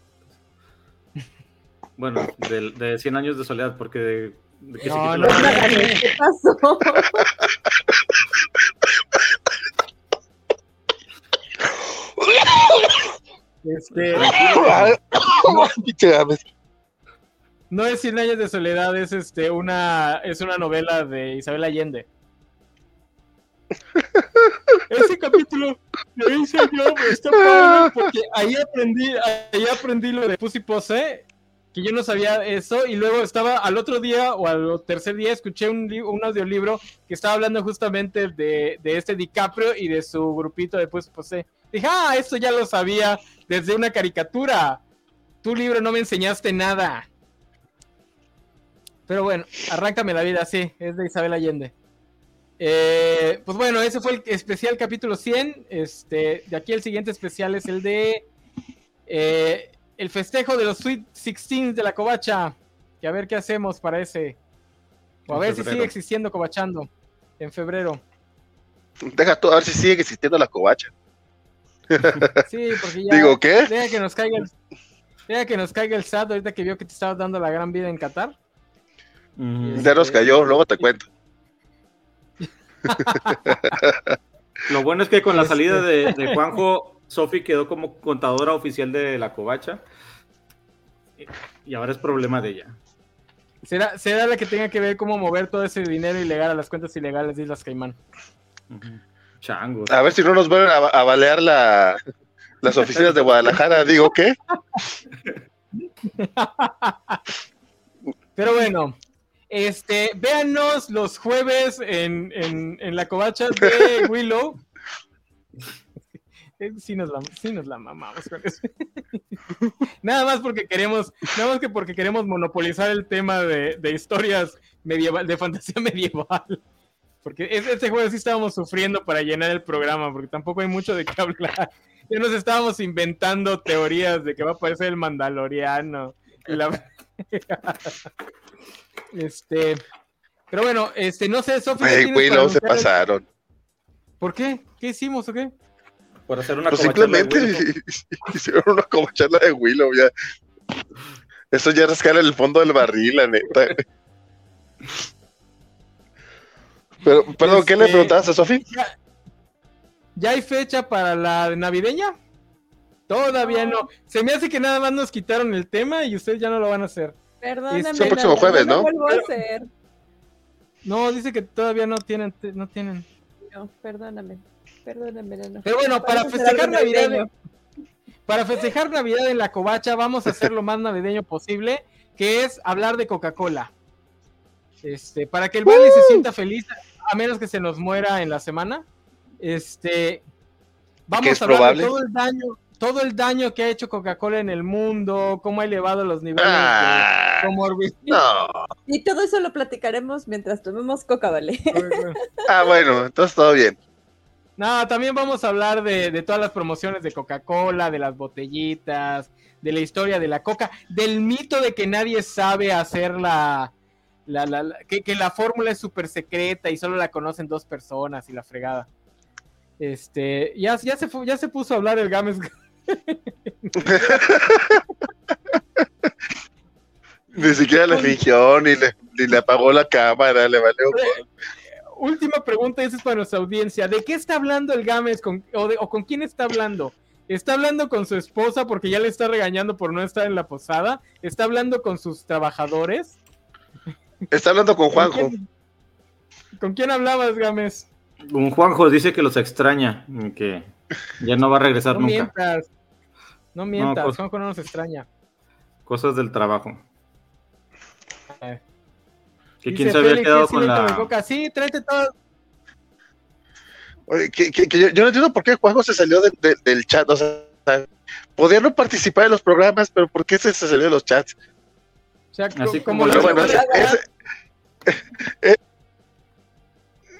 C: Bueno, del- de, 100 años de soledad, porque de, de que se
A: No, no,
C: quita la ropa.
B: ¿Qué pasó?
A: Este,
D: Pinche Gabriel.
A: no es 100 años de soledad, es este una es una novela de Isabel Allende. Ese capítulo lo hice yo, güey, está padre, porque ahí aprendí, ahí aprendí lo de Pussy Pose, que yo no sabía eso, y luego estaba al otro día o al tercer día escuché un, li- un audiolibro que estaba hablando justamente de, de este DiCaprio y de su grupito de Pussy Pose. Dije, ah, esto ya lo sabía desde una caricatura. Tu libro no me enseñaste nada. Pero bueno, arráncame la vida, sí, es de Isabel Allende. Eh, pues bueno, ese fue el especial capítulo 100. Este, de aquí el siguiente especial es el de eh, el festejo de los Sweet 16 de la covacha. Y a ver qué hacemos para ese. O a
C: En
A: ver si
C: febrero.
A: sigue existiendo covachando en febrero.
D: Deja tú, a ver si sigue existiendo la covacha.
A: Sí, porque ya.
D: Digo, ¿qué?
A: Deja que nos caiga el, deja que nos caiga el SAT ahorita que vio que te estabas dando la gran vida en Qatar.
C: Ujú.
D: Ya nos cayó, luego te cuento.
C: Lo bueno es que con la
A: Este.
C: salida de, de Juanjo, Sofi quedó como contadora oficial de la covacha. Y ahora es problema de ella.
A: Será, será la que tenga que ver cómo mover todo ese dinero ilegal a las cuentas ilegales de Islas Caimán.
C: Ujú. Changos.
D: A ver si no nos vuelven a, a balear la- las oficinas de Guadalajara. Digo, ¿qué?
A: Pero bueno, este, véanos los jueves en, en- en la covacha de Willow. Eh, Sí nos, la, sí nos la mamamos con eso. nada más porque queremos, nada más que porque queremos monopolizar el tema de, de historias medieval, de fantasía medieval. Porque es- este juego sí estábamos sufriendo para llenar el programa, porque tampoco hay mucho de qué hablar. Ya nos estábamos inventando teorías de que va a aparecer el Mandaloriano. y la- Este, pero bueno, este, no sé, Sofía. ¿qué tienes
D: Güey, güey,
A: para
D: luego se
A: anunciar?
D: pasaron.
A: ¿Por qué? ¿Qué hicimos o qué?
C: Por hacer una
D: Pues
C: covacha de
D: simplemente
C: Wilco.
D: hicieron una como charla de Willow. Ya. Eso ya rascar el fondo del barril, la neta. Pero, perdón, ¿qué le
A: Este-
D: preguntabas a Sofi?
A: ¿Ya, ya hay fecha para la navideña? Todavía no. Se me hace que nada más nos quitaron el tema y ustedes ya no lo van a hacer.
B: Perdóname.
A: Es el
D: próximo
B: Lalo,
D: jueves, ¿no?
B: lo vuelvo a
A: Pero-
B: hacer.
A: No, dice que todavía no tienen, te- no tienen.
B: No, perdóname. Perdóname, Lalo.
A: Pero bueno, para
B: Parece ser
A: festejar
B: algo
A: Navidad,
B: navideño.
A: para festejar Navidad en la covacha, vamos a hacer lo más navideño posible, que es hablar de Coca-Cola. Este, para que el Vale se sienta feliz, a menos que se nos muera en la semana. Este, vamos
D: Que es
A: a hablar
D: probable.
A: de todo el daño, todo el daño que ha hecho Coca-Cola en el mundo, cómo ha elevado los niveles de
D: Ah,
A: comorbi-
D: no.
B: Y todo eso lo platicaremos mientras tomemos coca, ¿vale?
D: Ah, bueno, entonces todo bien.
A: No, también vamos a hablar de, de todas las promociones de Coca-Cola, de las botellitas, de la historia de la coca, del mito de que nadie sabe hacer la... la- la- la- que, que la fórmula es súper secreta y solo la conocen dos personas y la fregada. Este, ya, ya, se, fu- ya se puso a hablar el Games.
D: Ni siquiera le fingió, ni le, ni le apagó la cámara, le valió.
A: Última pregunta, esa es para nuestra audiencia. ¿De qué está hablando el Gámez con- o, de- o con quién está hablando? ¿Está hablando con su esposa porque ya le está regañando por no estar en la posada? ¿Está hablando con sus trabajadores?
D: Está hablando con
A: ¿Con
D: Juanjo.
A: quién- ¿Con quién hablabas, Gámez?
C: Un Juanjo dice que los extraña, y que ya no va a regresar
A: No
C: nunca.
A: mientas. No mientas,
C: pues-
A: Juanjo no nos extraña.
C: Cosas del trabajo.
A: Eh.
C: Que
A: Dice
C: quién se había
A: Félix,
C: quedado
A: sí,
C: con
A: le tomé
C: la.
A: coca. Sí, tráete todo.
D: Oye, que- que- que yo, yo no entiendo por qué Juanjo se salió de- de- del chat. O sea, podía no participar en los programas, pero ¿por qué se, se salió de los chats?
A: O sea, co-
C: Así
A: como
C: como
A: lo
D: Pero bueno,
A: que-
D: ese- ese-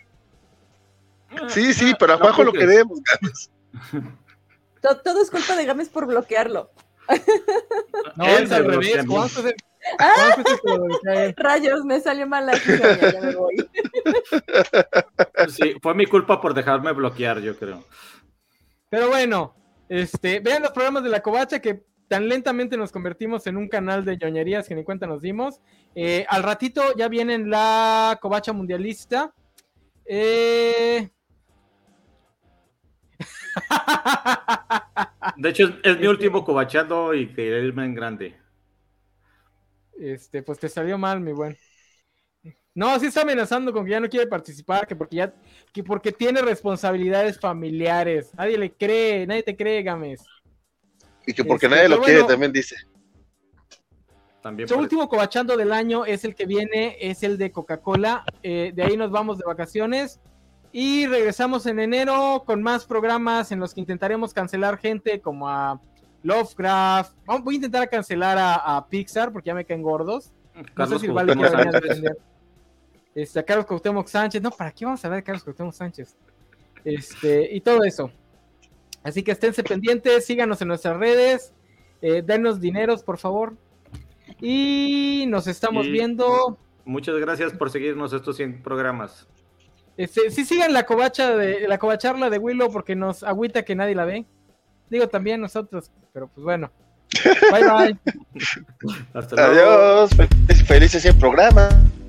D: eh, sí, sí, pero a
C: No
D: Juanjo lo
C: juzgues.
D: queremos.
B: To- todo es culpa de Gámez por bloquearlo.
A: No,
C: Él
A: es
C: me
A: al
C: bloquea a
A: revés.
C: mí.
A: Juanjo es el- Juanjo es el que lo bloquea a él.
B: Rayos, me salió mal la historia, ya me voy.
C: Sí, fue mi culpa por dejarme bloquear, yo creo.
A: Pero bueno, este, vean los programas de la covacha que tan lentamente nos convertimos en un canal de ñoñerías que ni cuenta nos dimos. Eh, al ratito ya vienen la covacha mundialista. Eh...
C: De hecho, es, es mi último cobachado y quería irme en grande.
A: Este, pues te salió mal, mi buen. No, sí está amenazando con que ya no quiere participar, que porque ya, que porque tiene responsabilidades familiares. Nadie le cree, nadie te cree, Gámez.
D: Y que porque
A: Este,
D: nadie lo
A: pero
D: quiere,
A: bueno.
D: también dice.
C: También
A: Su
C: por-
A: último cobachando del año es el que viene, es el de Coca-Cola. Eh, de ahí nos vamos de vacaciones y regresamos en enero con más programas en los que intentaremos cancelar gente como a Lovecraft. Vamos- Voy a intentar cancelar a, a Pixar porque ya me caen gordos. No sé
C: Carlos
A: si el Vale
C: Cuauhtémoc
A: quiera venir a
C: Sánchez.
A: defender. Este, a Carlos Cuauhtémoc Sánchez. No, ¿para qué vamos a ver a Carlos Cuauhtémoc Sánchez? Este, y todo eso. Así que esténse pendientes, síganos en nuestras redes, eh, denos dineros, por favor. Y nos estamos
C: Y-
A: viendo.
C: Muchas gracias por seguirnos estos 100 programas.
A: Este, sí sigan la covacha de la covacharla de Willow porque nos agüita que nadie la ve. Digo también nosotros, pero pues bueno. Bye bye.
C: Hasta luego.
D: Adiós, fel- felices 100 programas.